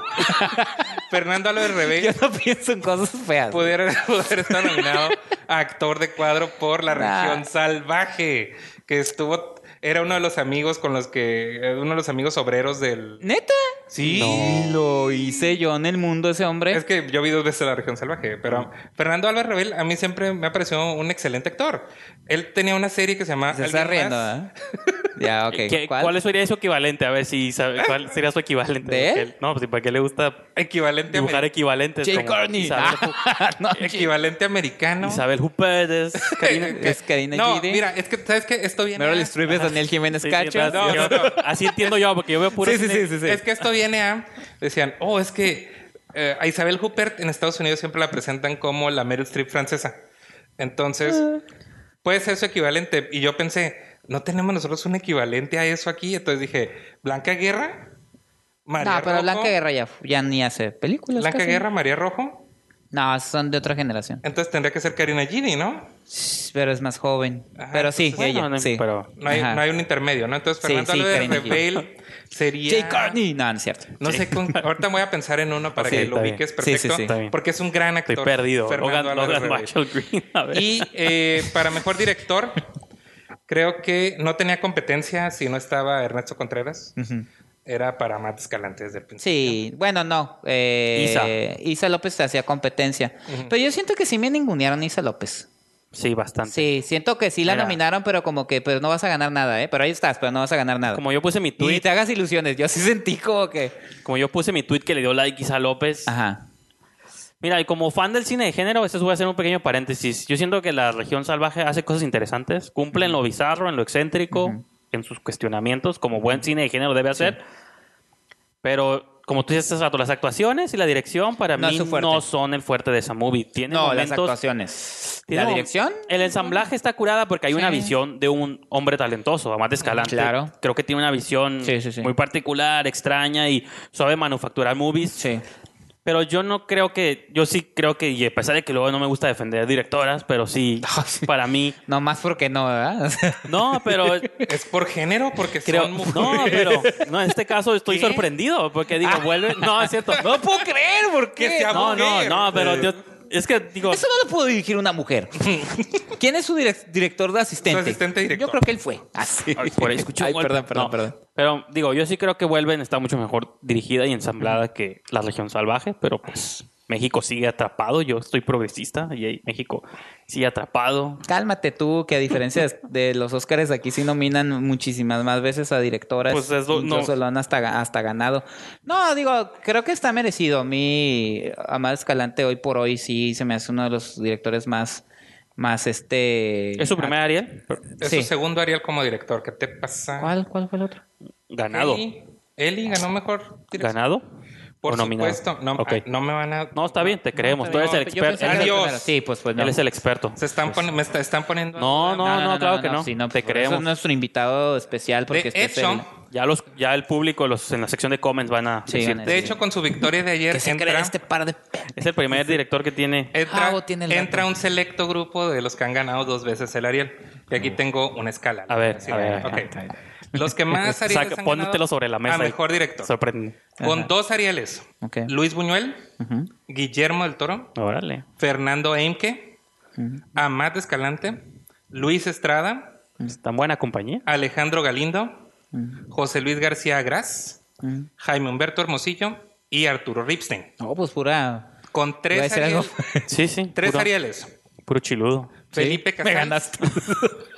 S3: Fernando Álvarez Reveil
S1: Yo no pienso en cosas feas.
S2: Pues
S3: pudiera poder estar nominado a actor de cuadro por La
S1: Nah.
S3: región salvaje, que estuvo era uno de los amigos con los que eh, uno de los amigos obreros del
S1: ¿Neta?
S3: Sí.
S1: No lo hice yo en el mundo ese hombre.
S3: Es que yo vi dos veces La región salvaje, pero Fernando Álvarez Rebel a mí siempre me ha parecido un excelente actor. Él tenía una serie que se llamaba
S1: Se está
S3: ¿Alguien
S1: riendo,
S3: más?
S1: ¿eh? Ya, ok.
S2: ¿Qué-
S1: ¿Cuál?
S2: ¿Cuál? sería su equivalente? A ver si sabe- cuál sería su equivalente.
S1: ¿De él?
S2: Porque No, pues ¿para qué le gusta
S3: Equivalente
S2: dibujar
S3: ameri-
S2: equivalentes?
S1: Jay
S2: como
S1: Courtney. Ah,
S2: Isabel,
S1: No,
S3: equivalente americano.
S2: Isabel Hupérez, Karina-
S3: Que-
S1: es Karina
S3: no,
S1: Gide.
S3: mira, es que sabes que esto viene
S1: Meryl
S3: a-
S1: Streep es Daniel Jiménez
S2: Sí, sí,
S1: Cacho.
S2: entonces,
S3: No,
S2: yo-
S3: no, no.
S2: Así entiendo yo, porque yo veo puro.
S1: Sí, sí,
S2: cine-
S1: sí, sí, sí.
S3: Es que esto viene a. Decían, oh, es que eh, a Isabel Huppert en Estados Unidos siempre la presentan como la Meryl Streep francesa. Entonces,
S1: Ah.
S3: puede ser su equivalente. Y yo pensé, no tenemos nosotros un equivalente a eso aquí. Entonces dije, Blanca Guerra, María
S1: No, pero
S3: Rojo.
S1: Blanca Guerra ya, ya ni hace películas.
S3: Blanca
S1: casi.
S3: Guerra, María Rojo.
S1: No, son de otra generación.
S3: Entonces tendría que ser Karina Gini, ¿no?
S1: Pero es más joven.
S3: Ajá,
S1: pero sí,
S3: entonces,
S1: ella.
S2: bueno, no,
S1: sí.
S2: pero-
S3: No hay,
S1: Ajá.
S3: no hay un intermedio, ¿no? Entonces
S1: Sí,
S3: Fernando
S1: sí,
S3: Álvarez
S1: Karina Gini.
S3: Reveil sería...
S1: Jay Courtney. No, no es cierto.
S3: No sé, con- ahorita me voy a pensar en uno para
S2: Sí,
S3: que lo
S2: está bien.
S3: ubiques
S1: Sí, sí,
S3: perfecto.
S1: sí.
S2: Está bien.
S3: Porque es un gran actor.
S2: Estoy perdido.
S3: Fernando
S2: Logan,
S3: Álvarez
S2: Logan
S3: Rebel.
S2: Marshall Green. A ver.
S3: Y eh, para mejor director, creo que no tenía competencia si no estaba Ernesto Contreras. Era para Matt Escalante desde el principio.
S1: Sí, bueno, no. eh, Isa. López hacía competencia. Pero yo siento que sí me ningunearon a Isa López.
S2: Sí, bastante.
S1: Sí, siento que sí la
S2: Mira.
S1: nominaron, pero como que pues no vas a ganar nada, ¿eh? Pero ahí estás, pero no vas a ganar nada.
S2: Como yo puse mi
S1: Y ni
S2: tweet,
S1: te hagas ilusiones. Yo sí sentí como que...
S2: como yo puse mi tweet que le dio like Isa López.
S1: Ajá.
S2: Mira, y como fan del cine de género, este voy a hacer un pequeño paréntesis. Yo siento que la región salvaje hace cosas interesantes, cumple en lo bizarro, en lo excéntrico, en sus cuestionamientos, como buen cine de género debe hacer. Pero como tú dices hace rato, las actuaciones y la dirección para
S1: No es
S2: mí
S1: su fuerte.
S2: no son el fuerte de esa movie. Tiene
S1: No, las
S2: momentos
S1: actuaciones.
S2: tiene
S1: ¿La
S2: mom-
S1: dirección?
S2: El ensamblaje está curada porque hay una
S1: Sí.
S2: visión de un hombre talentoso, además de Escalante.
S1: Claro.
S2: Creo que tiene una visión
S1: Sí, sí, sí.
S2: muy particular, extraña y sabe manufacturar movies.
S1: Sí.
S2: Pero yo no creo que, yo sí creo que, y a pesar de que luego no me gusta defender directoras, pero sí,
S1: Ah, sí.
S2: para mí,
S1: No más porque no, ¿verdad?
S2: no, pero
S3: ¿Es por género? Porque
S2: creo,
S3: son mujeres.
S2: no, pero, no, en este caso estoy
S3: ¿Qué?
S2: sorprendido, porque
S1: Ah.
S2: digo, vuelve, no, es cierto, no,
S1: puedo creer, ¿por
S3: qué? sea
S2: no, no,
S3: mujer.
S2: no, pero yo, es que digo,
S1: Eso no lo pudo dirigir una mujer. ¿Quién es su direc- director de asistente?
S3: Su asistente director.
S1: Yo creo que él fue. Así.
S2: Ay, por ahí escuché un
S1: Ay,
S2: golpe.
S1: perdón, perdón,
S2: No,
S1: perdón.
S2: Pero digo, yo sí creo que Vuelven está mucho mejor dirigida y ensamblada que La Región Salvaje, pero pues México sigue atrapado. Yo estoy progresista y ahí México sigue atrapado.
S1: Cálmate tú, que a diferencia de los Óscares, aquí sí nominan muchísimas más veces a directoras.
S2: Pues es lo- no.
S1: Incluso lo han hasta, ga- hasta ganado. No, digo, creo que está merecido. Mi Amado Escalante hoy por hoy sí se me hace uno de los directores más, más este...
S2: Es su primer Ariel pero
S3: Es
S1: Sí.
S3: su segundo Ariel como director. ¿Qué te pasa?
S1: ¿Cuál, ¿Cuál fue el otro?
S2: ganado.
S3: Eli, Eli ganó mejor director.
S2: Ganado.
S3: Por
S2: o nominado.
S3: supuesto, no,
S2: Ok.
S3: ah, no me van a...
S2: No, está bien, te creemos. Pues Tú eres el
S1: Yo pensé
S2: experto.
S1: que era el
S3: Adiós.
S1: primero. Sí, pues, pues no.
S2: Él es el experto.
S3: Se están poni- me está- están poniendo...
S2: pues No, no, no, claro que no.
S1: sí, no,
S2: te
S1: pues, por eso
S2: creemos.
S1: es nuestro invitado especial porque
S3: De
S1: este es
S3: hecho,
S1: el-
S2: Ya los, ya el público los, en la sección de comments van a
S1: Sí,
S2: decir.
S1: van a
S3: De hecho, con su victoria de ayer
S1: que se
S3: entra,
S1: cree este par de... p-
S2: Es el primer director que tiene.
S3: entra-
S1: Javo tiene el
S3: entra
S1: dato.
S3: un selecto grupo de los que han ganado dos veces el Ariel. Y aquí tengo una escala.
S2: Mm. A ver, a ver, a
S3: Ok.
S2: ver.
S3: Los que más
S2: Saca-
S3: Arieles han
S2: póntelo
S3: ganado
S2: sobre la mesa.
S3: A
S2: y-
S3: mejor director.
S2: Sorprende.
S3: Con
S1: Ajá.
S3: dos Arieles.
S1: Ok.
S3: Luis Buñuel,
S1: Ujú.
S3: Guillermo del Toro,
S2: Órale.
S3: Fernando Eimke, Amat Escalante, Luis Estrada,
S1: Mm.
S2: Es tan buena compañía.
S3: Alejandro Galindo, José Luis García Agras,
S1: Ujú.
S3: Jaime Humberto Hermosillo y Arturo Ripstein.
S1: No, pues pura...
S3: Con
S1: Iba a
S3: tres,
S1: decir
S3: Ariel-
S1: algo.
S2: Sí, sí.
S3: tres
S2: puro,
S3: Arieles.
S2: Puro chiludo.
S3: Felipe
S1: Sí,
S3: Casals.
S1: Me ganaste.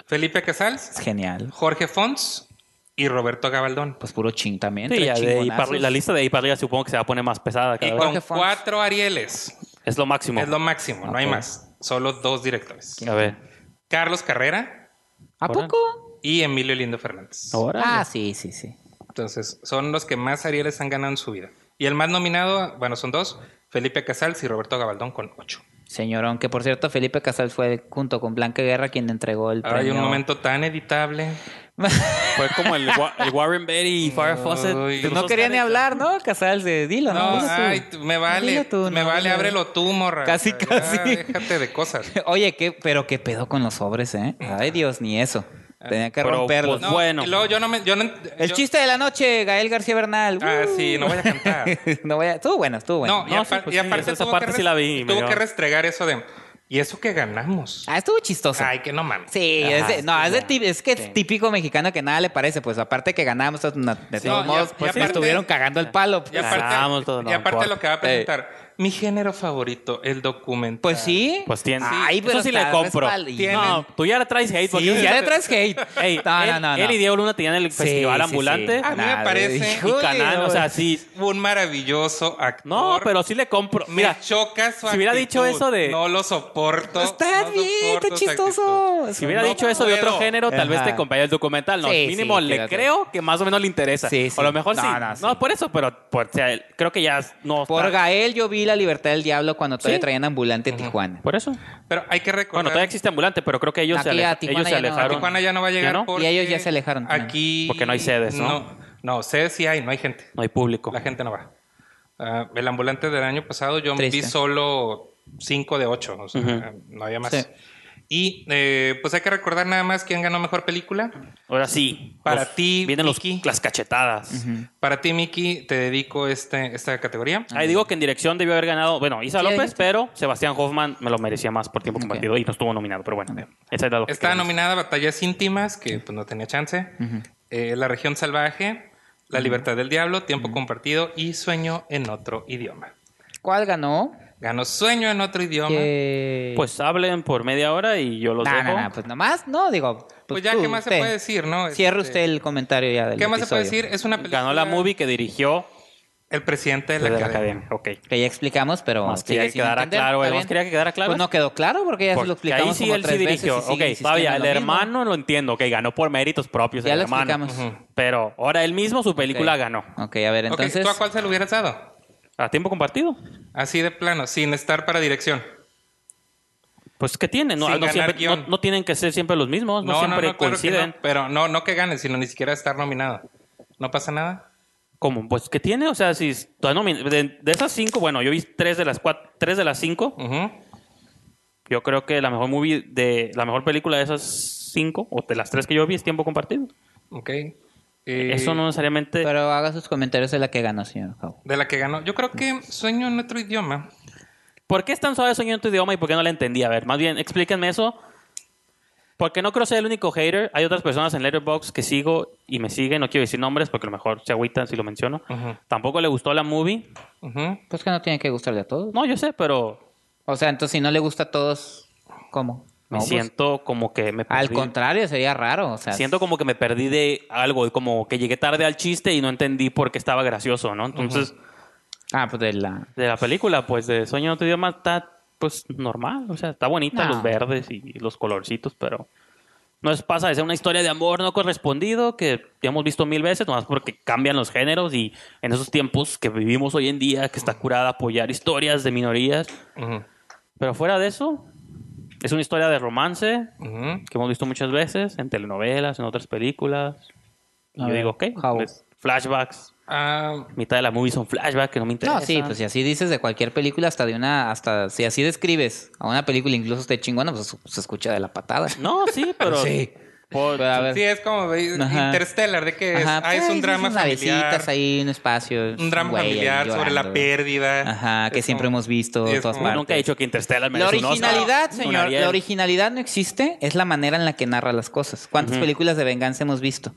S3: Felipe Casals,
S1: Es genial.
S3: Jorge Fons y Roberto Gabaldón.
S1: Pues puro ching también.
S2: Sí,
S1: tres
S2: ya de ahí
S1: chingonazos.
S2: para arriba- la lista de ahí para arriba supongo que se va a poner más pesada
S3: Y
S2: cada vez.
S3: con
S1: Jorge Fons.
S3: cuatro Arieles.
S2: Es lo máximo.
S3: Es lo máximo, no hay
S1: Ok.
S3: más. Solo dos directores.
S2: A ver.
S3: Carlos Carrera
S1: ¿A poco?
S3: y Emilio Lindo Fernández.
S2: Órale.
S1: Ah, sí, sí, sí.
S3: Entonces, son los que más Arieles han ganado en su vida. Y el más nominado, bueno, son dos, Felipe Casals y Roberto Gabaldón con ocho.
S1: Señorón, que por cierto, Felipe Casal fue junto con Blanca Guerra quien entregó el
S3: Ahora hay
S1: premio.
S3: un momento tan editable.
S2: Fue como el, Wa- el Warren Betty y Fire Fawcett. Los
S3: Uy.
S1: Pues, No
S2: dos
S1: quería ni
S2: caras.
S1: hablar, ¿no? Casal, de dilo, ¿no?
S3: No,
S1: Dilo tú.
S3: ay, tú- me vale,
S1: Dilo tú,
S3: me
S1: no,
S3: vale,
S1: dilo.
S3: ábrelo tú, morra.
S1: Casi,
S3: Ya,
S1: casi.
S3: Déjate de cosas.
S1: Oye, ¿qué, pero qué pedo con los sobres, ¿eh? Ay, Dios, ni eso. Tenía que
S2: Pero,
S1: romperlos.
S2: pues, Bueno.
S3: Y luego yo no me... yo no ent-
S1: el
S3: yo-
S1: chiste de la noche, Gael García Bernal.
S3: Ah,
S1: Uh.
S3: sí, no voy a cantar.
S1: no voy a... Estuvo bueno, estuvo bueno.
S3: No, y,
S2: No,
S3: apar-
S2: sí, pues
S3: y
S2: sí,
S3: aparte
S2: esa- esa
S3: tuvo,
S2: parte
S3: que,
S2: sí la vi, me
S3: tuvo
S2: dio-
S3: que restregar eso de... ¿Y eso que ganamos?
S1: Ah, estuvo chistoso.
S3: Ay, que no mames.
S1: Sí,
S2: Ajá,
S1: es de- no,
S2: sí,
S1: es, de
S2: ya.
S1: tip- es que es típico mexicano que nada le parece, pues aparte que ganamos, de todos
S3: y a-
S1: modos,
S3: y
S1: pues
S3: aparte- Ah.
S1: estuvieron cagando el palo.
S3: Y
S1: pues.
S2: apar-
S3: aparte,
S2: Ganamos todo, no
S3: y aparte
S2: importa.
S3: lo que va a presentar, mi género favorito, el documental.
S1: Pues sí.
S2: Pues tiene.
S1: Ay, pero
S2: Eso sí le
S1: está
S2: compro.
S1: respal-
S3: Tiene-
S2: No, tú ya le traes hate.
S1: Sí,
S2: porque yo-
S1: ya le traes hate.
S2: Ey,
S1: no,
S2: él,
S1: no, no, no.
S2: él y Diego pues, Luna tenían el
S1: Sí,
S2: festival
S1: sí,
S2: ambulante.
S1: sí.
S3: A mí me
S1: Nada,
S3: parece-
S1: híjole,
S2: Y Canal, o sea,
S1: güey.
S2: sí.
S3: un maravilloso actor.
S2: No, pero sí le compro.
S3: me
S2: Mira,
S3: choca su
S2: si hubiera
S3: actitud.
S2: dicho eso de-
S3: No lo soporto.
S1: Está
S3: no
S1: bien,
S3: soporto
S1: está
S3: su actitud.
S1: chistoso.
S2: si hubiera
S1: No,
S2: dicho eso de otro
S3: puedo.
S2: género, tal vez
S1: Ajá.
S2: te acompañaría el documental. No,
S1: Sí,
S2: mínimo
S1: sí,
S2: le
S1: fíjate.
S2: creo que más o menos le interesa.
S1: Sí, sí.
S2: O a lo mejor
S1: No,
S2: sí.
S1: no, sí.
S2: No, por eso, pero por- o sea, creo que ya no.
S1: Por
S2: está-
S1: Gael yo vi La Libertad del Diablo cuando todavía
S2: Sí.
S1: traían ambulante en Tijuana.
S2: Por eso.
S3: Pero hay que recordar.
S2: Bueno, todavía existe ambulante, pero creo que ellos
S1: Aquí
S2: se,
S1: a
S2: aleja-
S1: Tijuana
S2: ellos se
S1: ya no.
S2: alejaron.
S3: Tijuana ya no va a llegar
S2: ¿Ya no?
S3: porque
S1: Y ellos ya se alejaron también.
S3: Aquí
S2: Porque no hay sedes, ¿no?
S3: No, no, sedes sí hay, no hay gente.
S2: No hay público.
S3: La gente no va. Ah, el ambulante del año pasado yo
S1: Triste.
S3: vi solo 5 de 8, o sea, no había más.
S1: Sí.
S3: Y eh, pues hay que recordar nada más quién ganó mejor película.
S2: Ahora sí.
S3: Para ti,
S2: Vienen los,
S3: Vicky.
S2: las cachetadas.
S3: Para ti, Miki, te dedico este, esta categoría.
S1: Ah,
S2: Ahí digo que en dirección debió haber ganado, bueno, Isa
S1: Sí, ahí
S2: López,
S1: está.
S2: pero Sebastián Hoffman me lo merecía más por tiempo
S1: Ok.
S2: compartido y no estuvo nominado, pero bueno. Esa era lo que
S3: Está
S2: queríamos.
S3: nominada Batallas íntimas, que pues no tenía chance. Eh, la región salvaje, La libertad del diablo, Tiempo compartido y Sueño en otro idioma.
S1: ¿Cuál ganó?
S3: Ganó Sueño en otro idioma.
S1: Que-
S2: Pues hablen por media hora y yo los
S1: No,
S2: dejo.
S1: no, no, pues nomás, no, digo. Pues,
S3: Pues ya,
S1: tú,
S3: ¿qué más se
S1: usted.
S3: puede decir, no?
S1: Cierre
S3: Este,
S1: usted el comentario ya del
S3: ¿Qué más se puede
S1: episodio.
S3: decir? Es una película.
S2: Ganó la movie que dirigió
S3: El presidente de la,
S2: de la
S3: academia.
S2: academia. Ok.
S1: Que ya explicamos, pero.
S2: Más
S1: sigue
S2: quería que
S1: sin
S2: quedara
S1: entender,
S2: claro,
S1: ¿está
S2: eh, más
S1: bien?
S2: quería que quedara claro.
S1: Pues no quedó claro porque ya se
S2: Porque
S1: lo explicamos.
S2: ahí sí
S1: como
S2: él sí
S1: tres veces y
S2: dirigió.
S1: sigue
S2: Ok,
S1: insistiendo
S2: todavía
S1: en
S2: el
S1: lo mismo.
S2: hermano lo entiendo, que ganó por méritos propios
S1: Ya
S2: el
S1: lo
S2: hermano.
S1: explicamos.
S2: Ujú. Pero ahora él mismo su película
S1: Ok.
S2: ganó.
S1: Ok, a ver,
S3: Ok,
S1: entonces.
S3: ¿Tú a cuál se lo hubieras dado?
S2: A tiempo compartido.
S3: Así de plano, sin estar para dirección.
S2: Pues ¿qué tienen? No,
S3: Sin
S2: no,
S3: ganar
S2: siempre-
S3: guión.
S2: no- no tienen que ser siempre los mismos, no, siempre
S3: claro que
S2: coinciden.
S3: no, pero no, no que gane, sino ni siquiera estar nominado. ¿No pasa nada?
S2: ¿Cómo? Pues ¿qué tiene? O sea, si está nomin- de, de esas cinco, bueno, yo vi tres de las cuatro, tres de las cinco.
S3: Ujú.
S2: Yo creo que la mejor movie de la mejor película de esas cinco o de las tres que yo vi es Tiempo Compartido.
S3: Ok. Eh,
S2: Eso no necesariamente.
S1: Pero haga sus comentarios de la que ganó, señor Javo.
S3: De la que ganó. Yo creo que Sueño en otro idioma.
S2: ¿Por qué es tan suave Sueño en tu idioma y por qué no la entendí? A ver, más bien, explíquenme eso. Porque no creo ser el único hater. Hay otras personas en Letterboxd que sigo y me siguen. No quiero decir nombres porque a lo mejor se agüitan si lo menciono.
S3: Ujú.
S2: Tampoco le gustó la movie.
S3: Ujú.
S1: Pues que no tiene que gustarle a todos.
S2: No, yo sé, pero
S1: O sea, entonces si no le gusta a todos, ¿cómo?
S2: me
S1: No, pues,
S2: siento como que me
S1: al
S2: perdí.
S1: contrario, sería raro. O sea,
S2: Siento como que me perdí de algo, como que llegué tarde al chiste y no entendí por qué estaba gracioso, ¿no? Entonces,
S1: Ah, pues de la.
S2: de la película, pues de Sueño en otro idioma está pues normal, o sea, está bonita,
S1: No.
S2: los verdes y los colorcitos, pero no es pasa de ser una historia de amor no correspondido que ya hemos visto mil veces, nomás porque cambian los géneros y en esos tiempos que vivimos hoy en día, que está curada apoyar historias de minorías.
S3: Ujú,
S2: Pero fuera de eso, es una historia de romance
S3: ujú.
S2: que hemos visto muchas veces en telenovelas, en otras películas. Y
S1: A
S2: yo
S1: ver,
S2: digo, ok,
S1: how?
S2: pues, flashbacks.
S3: Ah,
S2: Mitad de la movie son flashbacks que no me
S1: No,
S2: interesan.
S1: sí, pues si así dices de cualquier película, hasta de una, hasta si así describes a una película, incluso esté chingona, pues se escucha de la patada.
S2: No, sí, pero...
S3: Sí.
S2: por-
S1: Pero a ver,
S3: sí, es como eh,
S1: Ajá.
S3: Interstellar, de que es,
S1: ajá,
S3: ah, es
S1: pues,
S3: un drama
S1: unas navecitas
S3: familiar.
S1: pues, ahí, un espacio.
S3: Un drama
S1: güey ahí
S3: familiar sobre la
S1: llorando.
S3: pérdida.
S1: Ajá, que
S3: Es
S1: siempre
S3: como-
S1: hemos visto
S3: es
S1: en todas
S2: Yo
S3: como-
S1: partes.
S2: nunca he dicho que Interstellar
S1: La
S2: merece un Oscar.
S1: originalidad,
S2: Un
S1: señor,
S2: Ariel.
S1: la originalidad no existe, es la manera en la que narra las cosas. ¿Cuántas
S2: Ujú.
S1: películas de venganza hemos visto?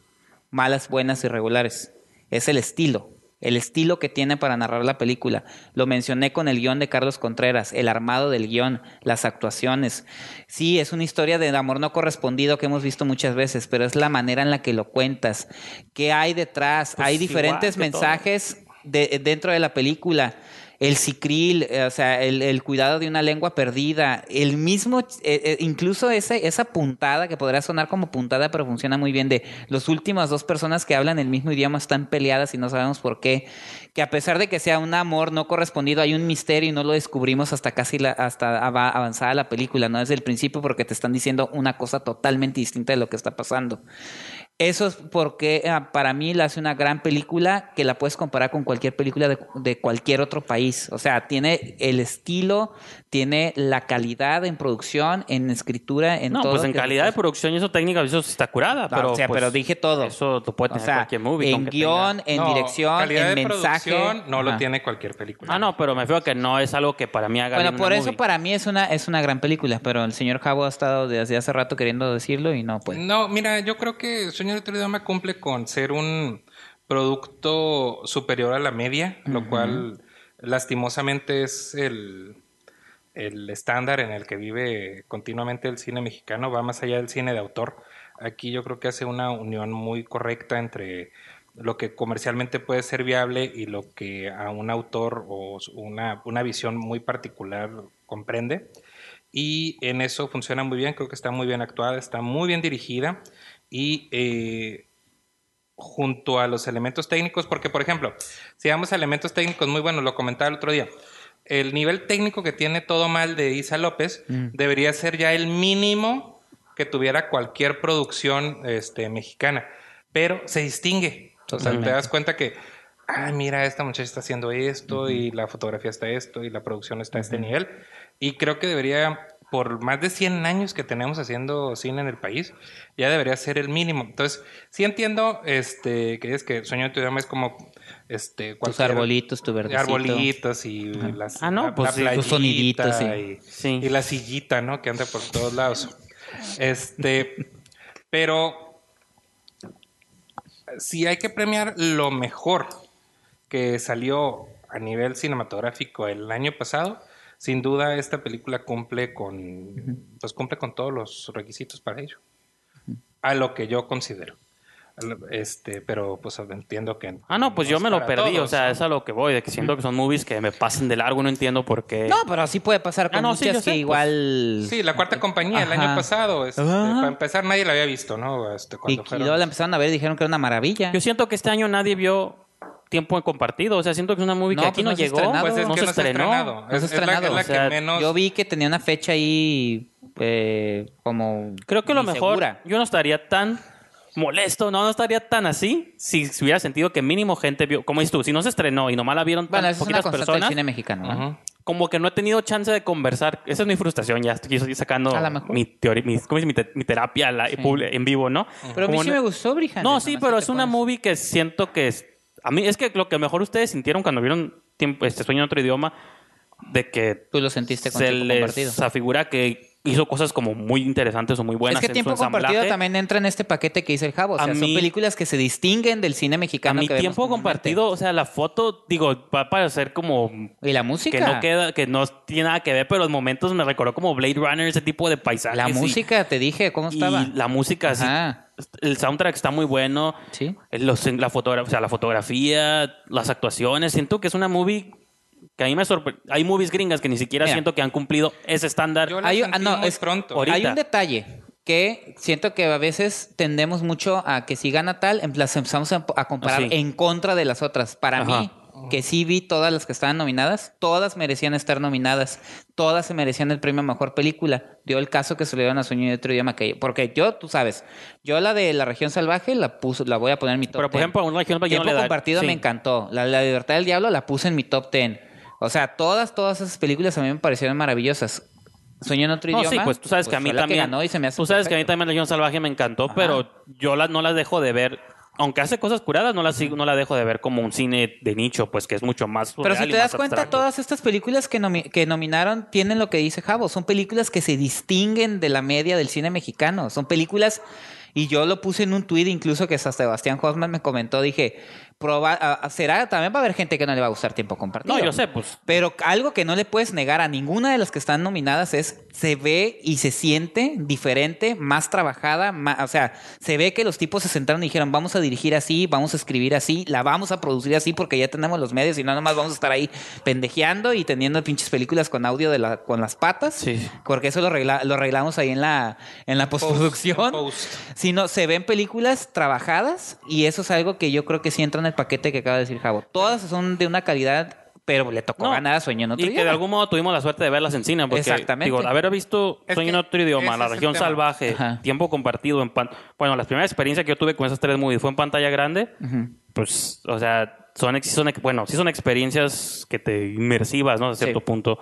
S1: Malas, buenas, irregulares. Es el estilo, el estilo que tiene para narrar la película. Lo mencioné con el guión de Carlos Contreras, el armado del guión, las actuaciones. Sí, es una historia de amor no correspondido que hemos visto muchas veces, pero es la manera en la que lo cuentas. ¿Qué hay detrás?
S2: Pues
S1: hay
S2: igual
S1: diferentes
S2: que todo.
S1: mensajes personajes de- dentro de la película. El cicril, eh, o sea, el, el cuidado de una lengua perdida, el mismo, eh, eh, incluso ese, esa puntada que podrá sonar como puntada, pero funciona muy bien, de las últimas dos personas que hablan el mismo idioma están peleadas y no sabemos por qué, que a pesar de que sea un amor no correspondido, hay un misterio y no lo descubrimos hasta casi la, hasta ava- avanzada la película, no desde el principio porque te están diciendo una cosa totalmente distinta de lo que está pasando. Eso es porque ah, para mí la hace una gran película que la puedes comparar con cualquier película de, de cualquier otro país. O sea, tiene el estilo, tiene la calidad en producción, en escritura, en
S2: No,
S1: todo.
S2: pues en
S1: que-
S2: calidad de producción y eso técnica, eso sí está curada.
S1: Ah,
S2: Pero,
S1: o sea,
S2: pues,
S1: pero dije todo.
S2: Eso lo puede
S1: o
S2: tener
S1: sea,
S2: cualquier movie.
S1: en
S2: aunque
S1: guión,
S2: tenga-
S1: en
S3: No,
S1: dirección,
S3: calidad
S1: en
S3: de
S1: mensaje.
S3: producción No
S1: Ajá.
S3: lo tiene cualquier película.
S2: Ah, no, pero me feo que no es algo que para mí haga
S1: Bueno,
S2: bien
S1: por
S2: una
S1: eso
S2: movie.
S1: para mí es una, es una gran película, pero el señor Jabo ha estado desde hace rato queriendo decirlo y
S2: pues.
S1: no
S2: Mm,
S1: puede.
S3: No, mira, yo creo que Sueño de otro idioma cumple con ser un producto superior a la media, lo cual lastimosamente es el, el estándar en el que vive continuamente el cine mexicano, va más allá del cine de autor. Aquí yo creo que hace una unión muy correcta entre lo que comercialmente puede ser viable y lo que a un autor o s- una, una visión muy particular comprende. Y en eso funciona muy bien, creo que está muy bien actuada, está muy bien dirigida y eh, junto a los elementos técnicos, porque por ejemplo, si damos elementos técnicos muy buenos, lo comentaba el otro día, el nivel técnico que tiene todo mal de Isa López debería ser ya el mínimo que tuviera cualquier producción este, mexicana, pero se distingue. O sea, te
S1: Totalmente.
S3: das cuenta que, ah, mira, esta muchacha está haciendo esto y la fotografía está esto y la producción está a este nivel. Y creo que debería, por más de 100 años que tenemos haciendo cine en el país, ya debería ser el mínimo. Entonces, sí entiendo este, que es que el sueño de tu idioma es como este,
S1: Tus
S3: cualquier-
S1: arbolitos, tu verdecito.
S3: arbolitos y las
S2: Ah, no, pues sí, tus
S3: playita
S1: soniditos, sí.
S3: y,
S2: Sí.
S3: y la sillita, ¿no? Que anda por todos lados. Este, pero si hay que premiar lo mejor que salió a nivel cinematográfico el año pasado, sin duda esta película cumple con pues cumple con todos los requisitos para ello. A lo que yo considero. A lo- Este, pero pues entiendo que
S2: Ah, no, pues
S3: no
S2: yo
S3: es
S2: me lo
S3: para
S2: perdí. o
S3: todos,
S2: sea,
S3: ¿no?
S2: es a lo que voy. De que siento que son movies que me pasan de largo. No entiendo por qué.
S1: No, pero así puede pasar con
S2: Ah, no, sí,
S1: muchas
S2: yo sé,
S1: que
S2: pues,
S1: igual...
S3: Sí, la cuarta compañía el
S1: Ajá.
S3: año pasado. este,
S1: Ajá.
S3: para empezar, nadie la había visto, ¿no? Este,
S1: Y,
S3: cuando
S1: y
S3: fueron-
S1: luego la empezaron a ver y dijeron que era una maravilla.
S2: Yo siento que este año nadie vio tiempo en compartido. O sea, siento que es una movie
S1: No,
S2: que aquí
S1: pues
S2: no,
S1: no se ha
S2: llegó.
S1: estrenado.
S3: Pues es
S2: no
S3: que
S2: se
S3: no se ha
S2: estrenó.
S3: estrenado.
S1: No se
S3: Es- es la-
S1: estrenado.
S3: es la
S1: O
S3: que
S1: sea,
S3: menos-
S1: Yo vi que tenía una fecha ahí eh, como...
S2: Creo que lo
S1: ni
S2: mejor,
S1: segura.
S2: yo no estaría tan molesto, no, no estaría tan así si se hubiera sentido que mínimo gente vio, como dices tú, si no se estrenó y nomás la vieron tan
S1: Bueno, eso es una
S2: poquitas
S1: constante
S2: personas,
S1: del cine mexicano. ¿no?
S3: Ajá.
S2: como que no he tenido chance de conversar. Esa es mi frustración, ya estoy estoy sacando
S1: A lo mejor.
S2: mi, teoría, mi, ¿cómo es? Mi te- mi terapia la- publi- en vivo, ¿no?
S1: Pero a mí
S2: Como
S1: sí
S2: no-
S1: me gustó, Brijan.
S2: No, sí, pero es una movie que siento que es, a mí es que lo que mejor ustedes sintieron cuando vieron tiempo, este sueño en otro idioma, de que
S1: Tú lo sentiste con
S2: se
S1: tiempo compartido.
S2: les afigura que hizo cosas como muy interesantes o muy
S1: es
S2: buenas.
S1: que
S2: en su
S1: tiempo compartido
S2: ensamblaje.
S1: también entra en este paquete que dice el Jabo. O
S2: A
S1: sea, son
S2: mí-
S1: películas que se distinguen del cine
S2: A
S1: mexicano.
S2: mi
S1: que vemos
S2: tiempo
S1: comúnmente.
S2: compartido, o sea, la foto, digo, va a parecer como
S1: Y la música.
S2: que no queda, que no tiene nada que ver, pero los momentos me recordó como Blade Runner, ese tipo de paisajes.
S1: La
S2: y-
S1: música, te dije, ¿cómo
S2: y,
S1: estaba?
S2: la música, sí.
S1: Ajá.
S2: El soundtrack está muy bueno. Eh,
S1: Sí.
S2: Los- la, fotogra- o sea, la fotografía, las actuaciones. Siento que es una movie que a mí me sorprende. Hay movies gringas que ni siquiera
S1: Mira.
S2: siento que han cumplido ese estándar.
S3: Yo la
S1: Hay-
S3: sentí
S1: ah, no,
S3: muy
S1: es-
S3: pronto.
S2: ahorita.
S1: Hay un detalle que siento que a veces tendemos mucho a que si gana tal, em- las empezamos a a comparar
S2: Ah, Sí.
S1: en contra de las otras. Para
S2: Ajá.
S1: mí, que sí vi todas las que estaban nominadas, todas merecían estar nominadas, todas se merecían el premio a mejor película. Dio el caso que se le dieron a Sueño de otro idioma que porque yo, tú sabes, yo la de La Región Salvaje la puse, la voy a poner en mi top
S2: Pero, por
S1: 10.
S2: ejemplo, a una región Pues yo no
S1: Tiempo
S2: le da-
S1: compartido
S2: sí.
S1: me encantó. La, la libertad del diablo la puse en mi top 10. O sea, todas, todas esas películas a mí me parecieron maravillosas. Sueño en otro
S2: No,
S1: idioma.
S2: sí, pues tú sabes que a
S1: fue
S2: mí
S1: la
S2: también.
S1: ganó y se me hace
S2: tú sabes que a mí
S1: perfecto.
S2: también Legión Salvaje me encantó, pero yo las no las dejo de ver. Aunque hace cosas curadas, no las sigo- no la dejo de ver como un cine de nicho, pues que es mucho más.
S1: Pero
S2: surreal
S1: si
S2: y
S1: te
S2: más
S1: das cuenta,
S2: abstracto.
S1: todas estas películas que, nomi- que nominaron tienen lo que dice Javo. Son películas que se distinguen de la media del cine mexicano. Son películas, y yo lo puse en un tuit incluso que hasta Sebastián Hoffman me comentó, dije, proba- a- a- será, también va a haber gente que no le va a gustar tiempo compartido.
S2: No, yo sé, pues.
S1: Pero algo que no le puedes negar a ninguna de las que están nominadas es se ve y se siente diferente, más trabajada, ma- o sea, se ve que los tipos se sentaron y dijeron, vamos a dirigir así, vamos a escribir así, la vamos a producir así porque ya tenemos los medios y no nomás vamos a estar ahí pendejeando y teniendo pinches películas con audio de la, con las patas,
S2: Sí.
S1: porque eso lo, arregla- lo arreglamos ahí en la, en la postproducción
S3: Post.
S1: sino se ven películas trabajadas y eso es algo que yo creo que sí entra en el paquete que acaba de decir Javo. Todas son de una calidad, pero le tocó
S2: No.
S1: ganar Sueño en otro
S2: Y que de
S1: idioma.
S2: algún modo tuvimos la suerte de verlas en cine. Porque,
S1: Exactamente.
S2: Digo, haber visto
S3: Es
S2: Sueño en
S3: que
S2: otro idioma,
S3: ese
S2: La
S3: es el
S2: región
S3: tema.
S2: salvaje,
S1: Ajá.
S2: tiempo compartido en pan... Bueno, la primera experiencia que yo tuve con esas tres movies fue en pantalla grande.
S1: Ujú.
S2: Pues, o sea, son, ex- son ex- bueno, sí son experiencias que te inmersivas, ¿no? A cierto
S1: Sí.
S2: punto.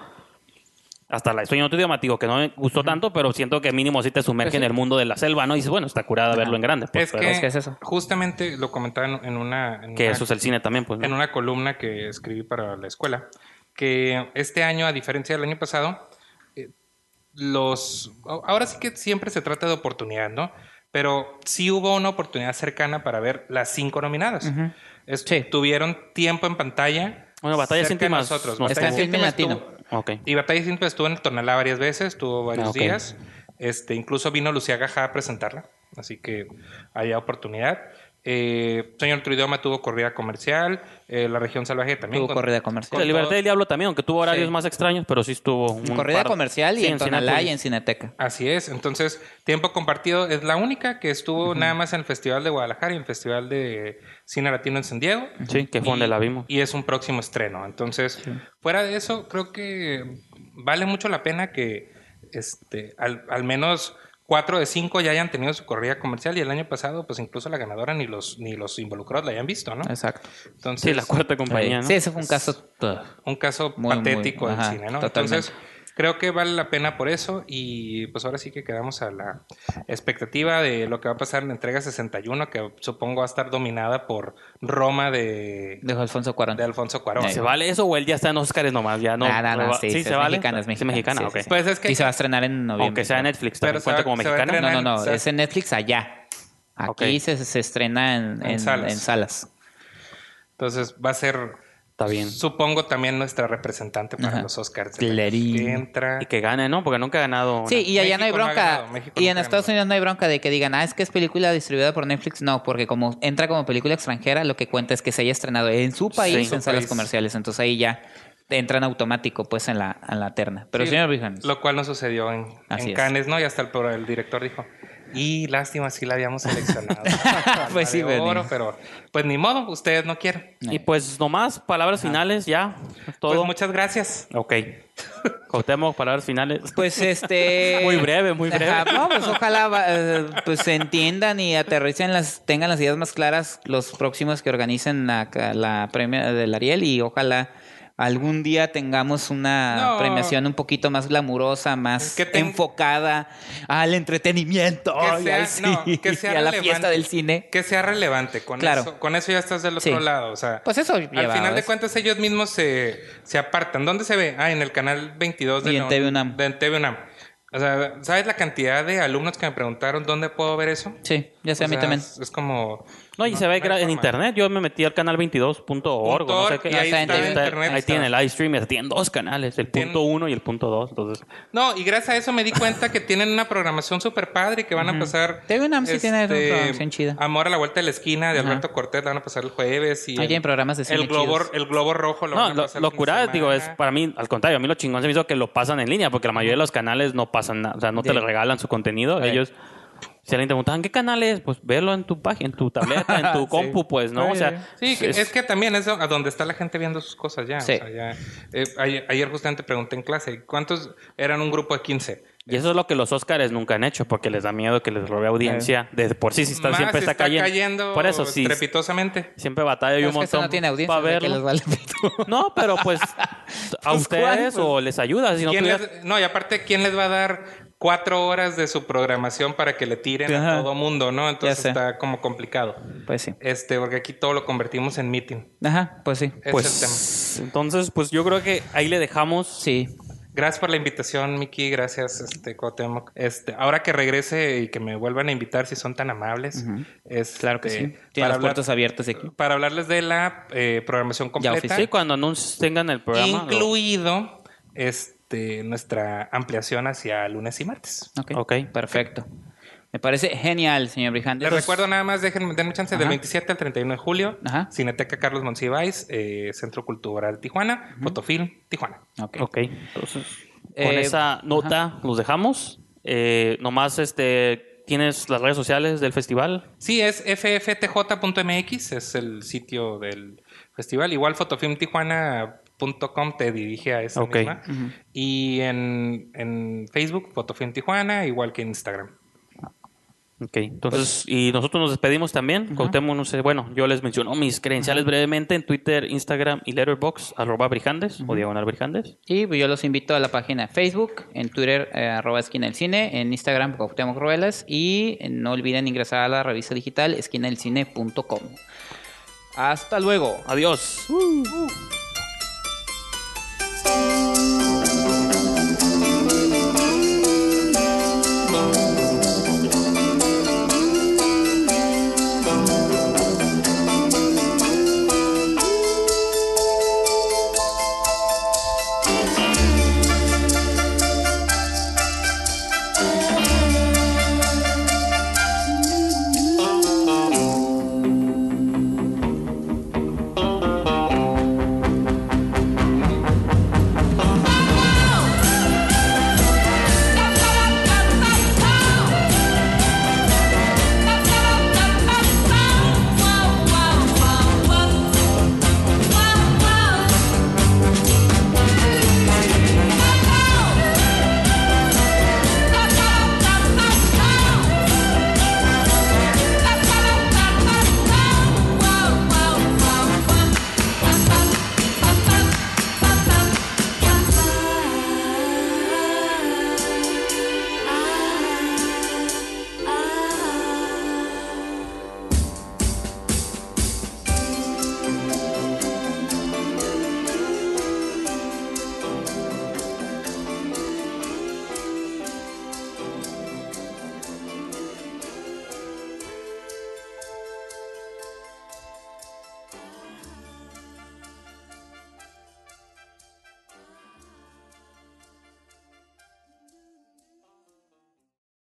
S2: Hasta la de Sueño en otro idioma, digo, que no me gustó tanto, pero siento que mínimo sí te sumerge
S1: Pues
S2: en el mundo de la selva, ¿no? Y dices, bueno, está curada verlo en grande. Pues,
S3: Es
S2: pero-
S3: que,
S1: es que es eso.
S3: justamente lo comentaba en, en una... en
S2: que
S3: una-
S2: eso es el cine también, pues. ¿no?
S3: en una columna que escribí para la escuela, que este año, a diferencia del año pasado, eh, los... a- Ahora sí que siempre se trata de oportunidad, ¿no? Pero sí hubo una oportunidad cercana para ver las cinco nominadas. Est-
S1: Sí.
S3: Tuvieron tiempo en pantalla.
S2: Bueno, Batallas
S3: cerca de
S2: Íntimas este,
S3: Nosotros.
S2: no
S3: Batallas
S1: estuvo.
S3: Íntimas
S1: Filme
S3: estuvo-
S2: Ok.
S3: y Batallas Íntimas estuvo en el Tonalá varias veces, estuvo varios
S2: Ah, ok.
S3: días. Este, incluso vino Lucía Gajá a presentarla, así que había oportunidad. Eh, Señor Otro Idioma tuvo corrida comercial, eh, la región salvaje también.
S1: Tuvo
S3: con-
S1: corrida comercial.
S2: La Libertad
S3: todo-
S2: del Diablo también, aunque tuvo horarios
S3: Sí.
S2: más extraños, pero sí estuvo. un
S1: Corrida
S2: par-
S1: comercial y
S2: Sí,
S1: en Tonalá y
S2: Cinépolis.
S1: en Cineteca.
S3: Así es, entonces Tiempo Compartido es la única que estuvo nada más en el Festival de Guadalajara y el Festival de Cine Latino en San Diego.
S2: Sí, que fue donde
S3: Y-
S2: la vimos.
S3: Y es un próximo estreno. Entonces, fuera de eso, creo que vale mucho la pena que este, al, al menos cuatro de cinco ya hayan tenido su corrida comercial y el año pasado, pues incluso la ganadora ni los, ni los involucrados la hayan visto, ¿no?
S1: Exacto.
S3: Entonces,
S2: Sí, la cuarta compañía, ¿no?
S1: Sí, ese fue un caso.
S3: un caso
S1: Muy, muy,
S3: patético del
S1: ajá,
S3: cine, ¿no?
S1: totalmente.
S3: Entonces, creo que vale la pena por eso y pues ahora sí que quedamos a la expectativa de lo que va a pasar en la entrega 61, que supongo va a estar dominada por Roma de,
S1: de Alfonso Cuarón.
S3: de Alfonso Cuarón.
S2: ¿Se vale eso o él ya está en Oscars nomás? Ya no,
S1: Ah, no, no,
S2: va-
S1: sí, sí,
S2: se
S1: es
S2: vale.
S1: mexicana, es
S2: Sí,
S1: mexicana,
S2: mexicana,
S1: sí,
S2: ok.
S1: sí,
S3: Pues es que
S1: Y se va a estrenar en noviembre.
S2: Aunque sea en Netflix, también
S3: Pero se
S2: cuenta
S3: va-
S2: como
S3: se va a
S2: mexicana.
S1: No, no, no.
S3: Se-
S1: Es en Netflix allá. Aquí
S2: Ok.
S1: se, se estrena en,
S3: En
S1: en-
S3: salas.
S1: en salas.
S3: entonces va a ser,
S2: Está bien.
S3: supongo, también nuestra representante para
S1: Ajá.
S3: los Oscars.
S1: Clarín.
S3: Que entra.
S2: Y que gane, ¿no? Porque nunca ha ganado.
S1: Sí,
S2: una-
S1: y allá no hay
S3: México no ha
S1: bronca.
S3: ganado, México
S1: y
S3: nunca
S1: en
S3: ha
S1: Estados
S3: ganado.
S1: Unidos no hay bronca de que digan, ah, es que es película distribuida por Netflix. No, porque como entra como película extranjera, lo que cuenta es que se haya estrenado en su país
S2: Sí.
S1: en
S3: Su
S1: salas
S3: país.
S1: comerciales. Entonces ahí ya entran automático pues en la, en la terna. Pero
S3: Sí,
S1: señor Brijan,
S3: Lo cual no sucedió en,
S1: Así
S3: en
S1: es.
S3: Cannes, ¿no? Y hasta el, pro- el director dijo, y lástima, sí la habíamos seleccionado. Palma
S1: Pues sí,
S3: de
S1: Benny.
S3: oro, pero pues ni modo, ustedes no quieren.
S2: Y pues nomás, palabras finales, ya. Todo.
S3: Ah. Pues muchas gracias.
S2: Ok. Cautemos, palabras finales.
S1: pues este...
S2: Muy breve, muy breve.
S1: Ajá, no, pues ojalá va- eh, pues se entiendan y aterricen las, tengan las ideas más claras los próximos que organicen la, la premia del Ariel y ojalá algún día tengamos una
S3: No.
S1: premiación un poquito más glamurosa, más
S3: Que ten-
S1: enfocada al entretenimiento
S3: Que
S1: y
S3: sea-
S1: al cine,
S3: no, que sea
S1: y a la
S3: relevante.
S1: fiesta del cine.
S3: Que sea relevante. Con,
S1: Claro.
S3: eso, con eso ya estás del
S1: Sí.
S3: otro lado. O sea,
S1: Pues eso
S3: al
S1: lleva,
S3: final de
S1: ¿ves?
S3: cuentas ellos mismos se, se apartan. ¿Dónde se ve? Ah, en el canal 22 de
S1: Y en
S3: la-
S1: TV UNAM.
S3: de TV UNAM. O sea, ¿sabes la cantidad de alumnos que me preguntaron dónde puedo ver eso?
S1: Sí, ya sé, a
S3: O
S1: mí
S3: sea,
S1: también.
S3: Es es como...
S2: No, y se ve
S3: no hay
S2: gra- en
S3: forma.
S2: internet. Yo me metí al canal 22.org. No sé
S3: Punto
S2: qué.
S3: org, y ahí
S1: está en
S2: Ahí está-
S3: internet,
S2: ahí
S3: está.
S2: tiene el live stream. y Tienen dos canales, el
S3: Tienen-
S2: punto uno y el punto dos. Entonces,
S3: No, y gracias a eso me di cuenta que tienen una programación súper padre y que van a pasar. este,
S1: TV UNAM sí tiene una programación chida.
S3: Amor a la vuelta de la esquina de
S1: Ajá.
S3: Alberto Cortés la van a pasar el jueves. Y
S1: Ahí
S3: el-
S1: tienen programas de cine
S3: el globo,
S1: chidos.
S3: el globo rojo lo
S2: no,
S3: van a
S2: lo,
S3: pasar el
S2: lo
S3: fin de
S2: curada, digo, es
S3: semana.
S2: para mí, al contrario, a mí lo chingón se me hizo que lo pasan en línea, porque la mayoría de los canales no pasan nada, o sea, no te
S1: Sí.
S2: le regalan su contenido.
S1: Sí.
S2: Ellos Si alguien te preguntaban qué canal es, pues verlo en tu página, en tu tableta, en tu
S1: Sí.
S2: compu, pues, ¿no? O sea,
S3: Sí, que- es, que también es a donde está la gente viendo sus cosas ya. o
S1: Sí.
S3: sea, ya, eh, ayer, ayer justamente pregunté en clase, ¿cuántos eran un grupo de 15?
S2: Y eso es lo que los Óscares nunca han hecho, porque les da miedo que les robe audiencia. Desde por sí, si está,
S3: Más
S2: siempre está, cayendo. Por eso sí.
S3: estrepitosamente.
S2: Siempre batalla y
S1: No,
S2: un
S1: es que eso
S2: montón
S1: no tiene audiencia,
S2: pa'
S1: así que
S2: verlo.
S1: les vale pito.
S2: No, pero pues a
S1: Pues,
S2: ustedes
S1: ¿cuál?
S2: o les ayuda. Si no
S3: ¿Quién
S2: tuviera-
S3: les- no, y aparte, ¿quién les va a dar cuatro horas de su programación para que le tiren
S1: Ajá.
S3: a todo mundo, no? Entonces
S1: sé.
S3: está como complicado.
S1: Pues sí.
S3: Este, porque aquí todo lo convertimos en meeting.
S1: Ajá, pues sí.
S3: Ese es el tema.
S2: Pues entonces, pues yo creo que ahí le dejamos.
S1: Sí.
S3: Gracias por la invitación, Miki. Gracias, este, Cuauhtémoc. Este, ahora que regrese y que me vuelvan a invitar, si son tan amables. este,
S1: Claro que sí. Tiene
S3: Para,
S1: las
S3: hablar-
S1: puertas abiertas aquí.
S3: para hablarles de la eh, programación completa,
S2: Sí, cuando anuncies tengan el programa. lo-
S3: incluido este, nuestra ampliación hacia lunes y martes.
S1: Ok.
S2: Ok.
S1: Perfecto. Me parece genial, señor Brijandes.
S3: Les recuerdo nada más, déjenme, denme chance,
S1: Ajá.
S3: del 27 al 31 de julio,
S1: Ajá.
S3: Cineteca Carlos Monsiváis, eh, Centro Cultural Tijuana, Fotofilm Tijuana.
S1: Ok.
S2: Ok. Entonces, con
S1: Eh,
S2: esa nota los dejamos. Eh, nomás este tienes las redes sociales del festival.
S3: Sí, es fftj.mx, es el sitio del festival. Igual fotofilmtijuana.com te dirige a esa
S2: Ok.
S3: misma. Y en, en Facebook, Fotofilm Tijuana, igual que en Instagram.
S2: Ok, entonces, y nosotros nos despedimos también. Cuauhtémoc, no sé, bueno, yo les menciono mis credenciales brevemente en Twitter, Instagram y Letterboxd, arroba brijandes o diagonal brijandes.
S1: Y pues, yo los invito a la página de Facebook, en Twitter, eh, arroba esquina del cine, en Instagram, Cuauhtémoc Ruelas, y no olviden ingresar a la revista digital esquinadelcine.com. Hasta luego.
S2: Adiós.